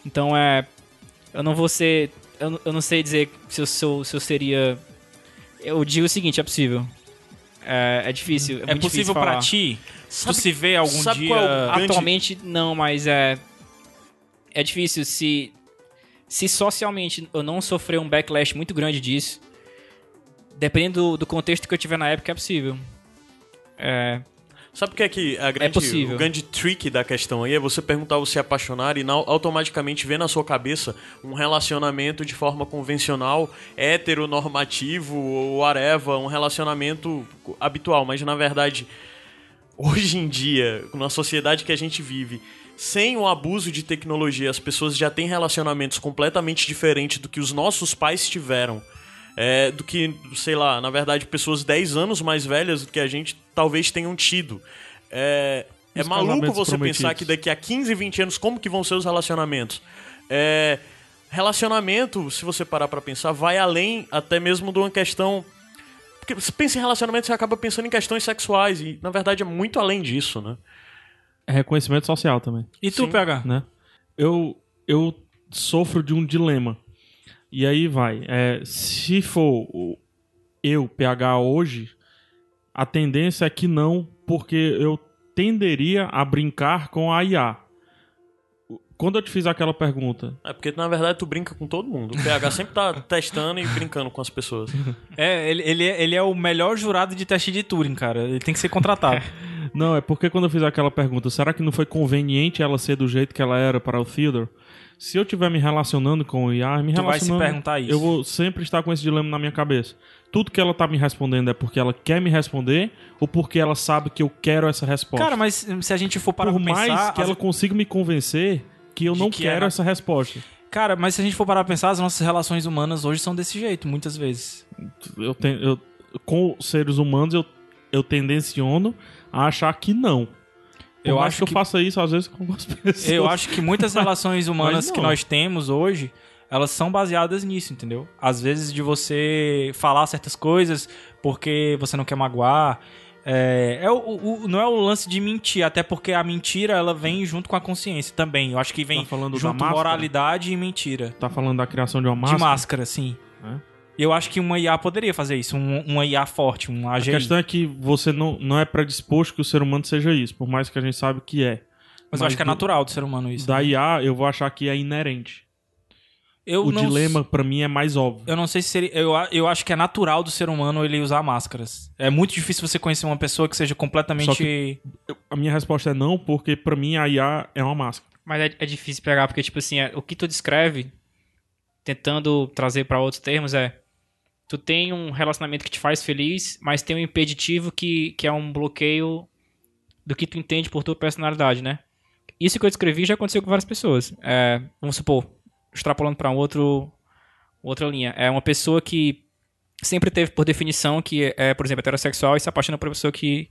[SPEAKER 6] Então é. Eu não vou ser. Eu, n- eu não sei dizer se eu, sou, se eu seria. Eu digo o seguinte: é possível. É, é difícil. É,
[SPEAKER 5] É
[SPEAKER 6] muito
[SPEAKER 5] possível
[SPEAKER 6] difícil
[SPEAKER 5] pra
[SPEAKER 6] falar.
[SPEAKER 5] ti? Se tu se vê algum
[SPEAKER 4] sabe
[SPEAKER 5] dia.
[SPEAKER 4] qual é o grande-
[SPEAKER 6] Atualmente não, mas é. É difícil se. Se socialmente eu não sofrer um backlash muito grande disso, dependendo do, do contexto que eu tiver na época, é possível. É,
[SPEAKER 4] Sabe o que é que a grande,
[SPEAKER 6] possível.
[SPEAKER 4] o grande trick da questão aí é você perguntar ou se apaixonar e na- automaticamente ver na sua cabeça um relacionamento de forma convencional, heteronormativo ou areva, um relacionamento habitual, mas na verdade hoje em dia, na sociedade que a gente vive, sem o abuso de tecnologia, as pessoas já têm relacionamentos completamente diferentes do que os nossos pais tiveram. É, do que, sei lá, na verdade, pessoas 10 anos mais velhas do que a gente talvez tenham tido. É, é
[SPEAKER 3] Os
[SPEAKER 4] maluco
[SPEAKER 3] casamentos
[SPEAKER 4] você pensar
[SPEAKER 3] prometidos.
[SPEAKER 4] que daqui a 15, 20 anos, como que vão ser os relacionamentos? É, relacionamento, se você parar pra pensar, vai além até mesmo de uma questão porque você pensa em relacionamento, você acaba pensando em questões sexuais. E, na verdade, é muito além disso, né?
[SPEAKER 3] É reconhecimento social também.
[SPEAKER 5] E tu,
[SPEAKER 4] Sim.
[SPEAKER 5] PH?
[SPEAKER 3] né? Eu, eu sofro de um dilema. E aí vai. é, se for o- eu, PH, hoje, a tendência é que não, porque eu tenderia a brincar com a IA. Quando eu te fiz aquela pergunta,
[SPEAKER 4] É porque, na verdade, tu brinca com todo mundo. O PH sempre tá testando e brincando com as pessoas.
[SPEAKER 5] É, ele, ele, é- ele é o melhor jurado de teste de Turing, cara. Ele tem que ser contratado.
[SPEAKER 3] Não, é porque quando eu fiz aquela pergunta, será que não foi conveniente ela ser do jeito que ela era para o Theodore? Se eu estiver me relacionando com o IA, me
[SPEAKER 5] Tu vai se
[SPEAKER 3] relacionando,
[SPEAKER 5] perguntar isso.
[SPEAKER 3] Eu vou sempre estar com esse dilema na minha cabeça. Tudo que ela tá me respondendo é porque ela quer me responder ou porque ela sabe que eu quero essa resposta?
[SPEAKER 5] Cara, mas se a gente for parar
[SPEAKER 3] Por
[SPEAKER 5] pra pensar.
[SPEAKER 3] mais que
[SPEAKER 5] as-
[SPEAKER 3] ela consiga me convencer que eu
[SPEAKER 5] De
[SPEAKER 3] não
[SPEAKER 5] que
[SPEAKER 3] quero
[SPEAKER 5] era-
[SPEAKER 3] essa resposta.
[SPEAKER 5] Cara, mas se a gente for parar pra pensar, as nossas relações humanas hoje são desse jeito, muitas vezes.
[SPEAKER 3] Eu tenho, eu, com seres humanos eu, eu tendenciono a achar que não. Por
[SPEAKER 5] Eu
[SPEAKER 3] mais
[SPEAKER 5] acho
[SPEAKER 3] que eu
[SPEAKER 5] que-
[SPEAKER 3] faça isso às vezes com algumas pessoas.
[SPEAKER 5] Eu acho que muitas relações humanas
[SPEAKER 3] não.
[SPEAKER 5] que nós temos hoje, elas são baseadas nisso, entendeu? Às vezes de você falar certas coisas porque você não quer magoar. É, é o- o- o- não é o lance de mentir, até porque a mentira ela vem junto com a consciência também. Eu acho que vem
[SPEAKER 3] Tá falando da
[SPEAKER 5] junto
[SPEAKER 3] máscara?
[SPEAKER 5] moralidade e mentira.
[SPEAKER 3] Tá falando da criação de uma
[SPEAKER 5] De
[SPEAKER 3] massa.
[SPEAKER 5] máscara, sim.
[SPEAKER 3] Né?
[SPEAKER 5] E eu acho que uma IA poderia fazer isso, um- uma IA forte, um
[SPEAKER 3] A
[SPEAKER 5] AGI.
[SPEAKER 3] questão é que você não, não é predisposto que o ser humano seja isso, por mais que a gente saiba que é.
[SPEAKER 5] Mas eu acho que é
[SPEAKER 3] do-
[SPEAKER 5] natural do ser humano isso. né?
[SPEAKER 3] Da IA, eu vou achar que é inerente.
[SPEAKER 5] Eu
[SPEAKER 3] o
[SPEAKER 5] não-
[SPEAKER 3] dilema, pra mim, é mais óbvio.
[SPEAKER 5] Eu não sei se seria. Eu, a- eu acho que é natural do ser humano ele usar máscaras. É muito difícil você conhecer uma pessoa que seja completamente.
[SPEAKER 3] Só Eu- a minha resposta é não, porque pra mim a IA é uma máscara.
[SPEAKER 6] Mas é, é difícil pegar, porque, tipo assim, é- o que tu descreve, tentando trazer pra outros termos, é. Tu tem um relacionamento que te faz feliz, mas tem um impeditivo que, que é um bloqueio do que tu entende por tua personalidade, né? Isso que eu descrevi já aconteceu com várias pessoas. É, vamos supor, extrapolando pra um outro, outra linha. É uma pessoa que sempre teve, por definição, que é, por exemplo, heterossexual e se apaixona por uma pessoa que,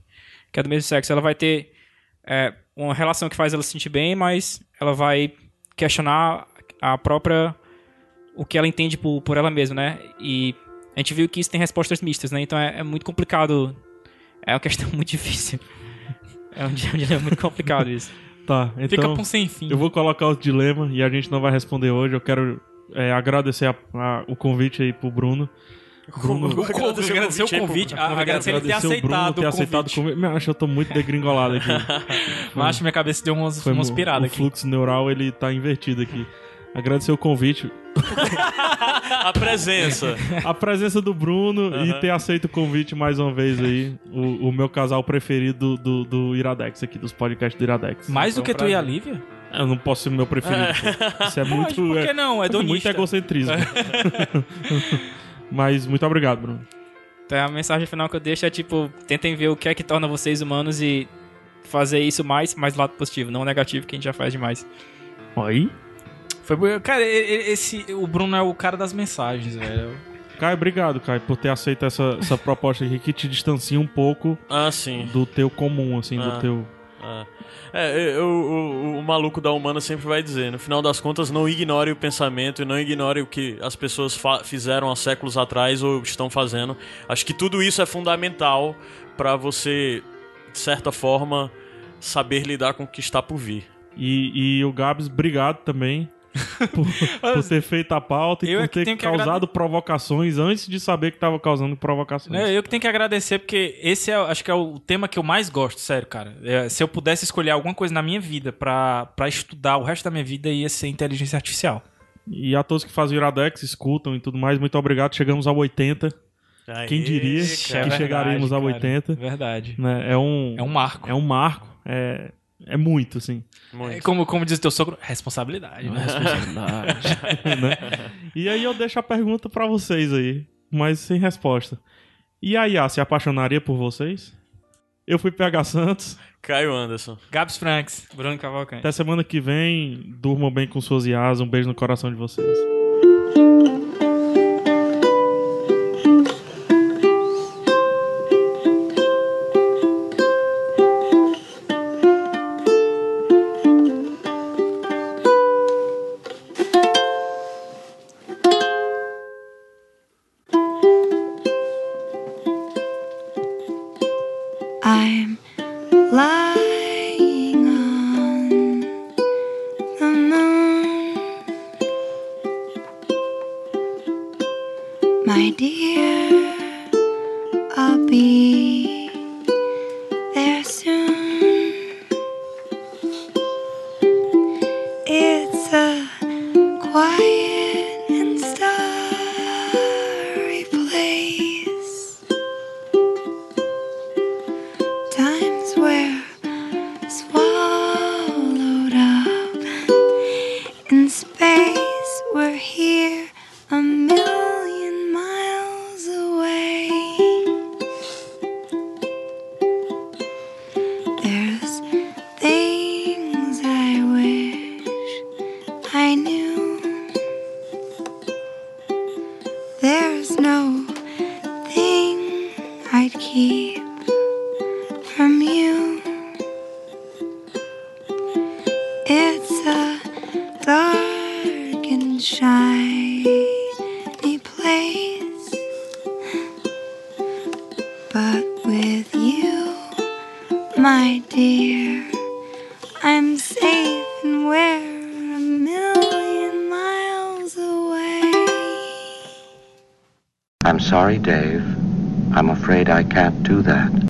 [SPEAKER 6] que é do mesmo sexo. Ela vai ter é, uma relação que faz ela se sentir bem, mas ela vai questionar a própria. o que ela entende por, por ela mesma, né? E a gente viu que isso tem respostas mistas, né? Então é, é muito complicado. É uma questão muito difícil. É um dia- um dilema muito complicado isso.
[SPEAKER 3] Tá,
[SPEAKER 5] Fica
[SPEAKER 3] então
[SPEAKER 5] pra um sem fim.
[SPEAKER 3] eu vou colocar o dilema e a gente não vai responder hoje. Eu quero é, agradecer a- a- o convite aí pro Bruno. Bruno,
[SPEAKER 4] Eu agradeço o
[SPEAKER 5] agradecer o
[SPEAKER 4] convite aí,
[SPEAKER 5] convite, a- agradecer ele ter
[SPEAKER 3] Agradecer o Bruno
[SPEAKER 5] aceitado
[SPEAKER 3] ter
[SPEAKER 5] o
[SPEAKER 3] aceitado o
[SPEAKER 5] convite.
[SPEAKER 3] convite. Acho que eu tô muito degringolado aqui.
[SPEAKER 5] Acho que minha cabeça deu umas,
[SPEAKER 3] Foi
[SPEAKER 5] umas
[SPEAKER 3] mo-
[SPEAKER 5] piradas
[SPEAKER 3] O
[SPEAKER 5] aqui.
[SPEAKER 3] fluxo neural ele tá invertido aqui. Agradecer o convite.
[SPEAKER 4] A presença.
[SPEAKER 3] a presença do Bruno e ter aceito o convite mais uma vez aí. O, o meu casal preferido do, do Iradex aqui, dos podcasts do Iradex.
[SPEAKER 5] Mais do
[SPEAKER 6] Foi um
[SPEAKER 5] que tu e a
[SPEAKER 6] prazer.
[SPEAKER 5] Lívia?
[SPEAKER 3] Eu não posso ser meu preferido. pô. Isso é
[SPEAKER 5] Pode,
[SPEAKER 3] muito.
[SPEAKER 5] por
[SPEAKER 3] é-
[SPEAKER 5] que não? É
[SPEAKER 3] muito
[SPEAKER 5] donista.
[SPEAKER 3] egocentrismo. Mas muito obrigado, Bruno.
[SPEAKER 6] Então a mensagem final que eu deixo é tipo, tentem ver o que é que torna vocês humanos e fazer isso mais, mas lado positivo, não negativo que a gente já faz demais.
[SPEAKER 3] Aí?
[SPEAKER 5] Foi, bu- cara, e- e- esse, o Bruno é o cara das mensagens, velho.
[SPEAKER 3] Caio, obrigado, Caio, por ter aceito essa, essa proposta aqui que te distancia um pouco
[SPEAKER 4] Ah, sim.
[SPEAKER 3] do teu comum, assim, do
[SPEAKER 4] Ah.
[SPEAKER 3] teu.
[SPEAKER 4] Ah. É, eu- o, o- o maluco da humana sempre vai dizer, no final das contas, não ignore o pensamento e não ignore o que as pessoas fa- fizeram há séculos atrás ou estão fazendo. Acho que tudo isso é fundamental pra você, de certa forma, saber lidar com o que está por vir.
[SPEAKER 3] E, e o Gabs, obrigado também por, por ter feito a pauta e
[SPEAKER 5] Eu é
[SPEAKER 3] por
[SPEAKER 5] que
[SPEAKER 3] ter
[SPEAKER 5] tenho que
[SPEAKER 3] causado provocações antes de saber que tava causando provocações.
[SPEAKER 5] É, eu que tenho que agradecer, porque esse é, acho que é o tema que eu mais gosto, sério, cara. É, se eu pudesse escolher alguma coisa na minha vida pra, pra estudar o resto da minha vida, ia ser inteligência artificial.
[SPEAKER 3] E a todos que fazem o Iradex, escutam e tudo mais, muito obrigado. Chegamos ao 80. Quem diria que
[SPEAKER 5] cara.
[SPEAKER 3] chegaremos ao
[SPEAKER 5] é Verdade, cara.
[SPEAKER 3] 80.
[SPEAKER 5] É Verdade.
[SPEAKER 3] né? É um,
[SPEAKER 5] É um marco.
[SPEAKER 3] é um marco. É, é muito, assim.
[SPEAKER 5] É Como, como diz o teu sogro, responsabilidade. né?
[SPEAKER 3] né? E aí eu deixo a pergunta pra vocês aí, mas sem resposta. E a Yá se apaixonaria por vocês? Eu fui PH Santos.
[SPEAKER 4] Caio Anderson.
[SPEAKER 5] Gabs Franks.
[SPEAKER 6] Bruno Cavalcante.
[SPEAKER 3] Até semana que vem. Durmam bem com suas Yás. Um beijo no coração de vocês.
[SPEAKER 7] I'm lying on the moon, my dear. I'll be there soon. It's a quiet and starry place times we're swallowed up in space. We're here a million miles away. There's things I wish I knew. There's no thing I'd keep from you. It's a dark and shiny place, but with you, my dear, I'm safe and we're a million miles away.
[SPEAKER 8] I'm sorry, Dave. I'm afraid I can't do that.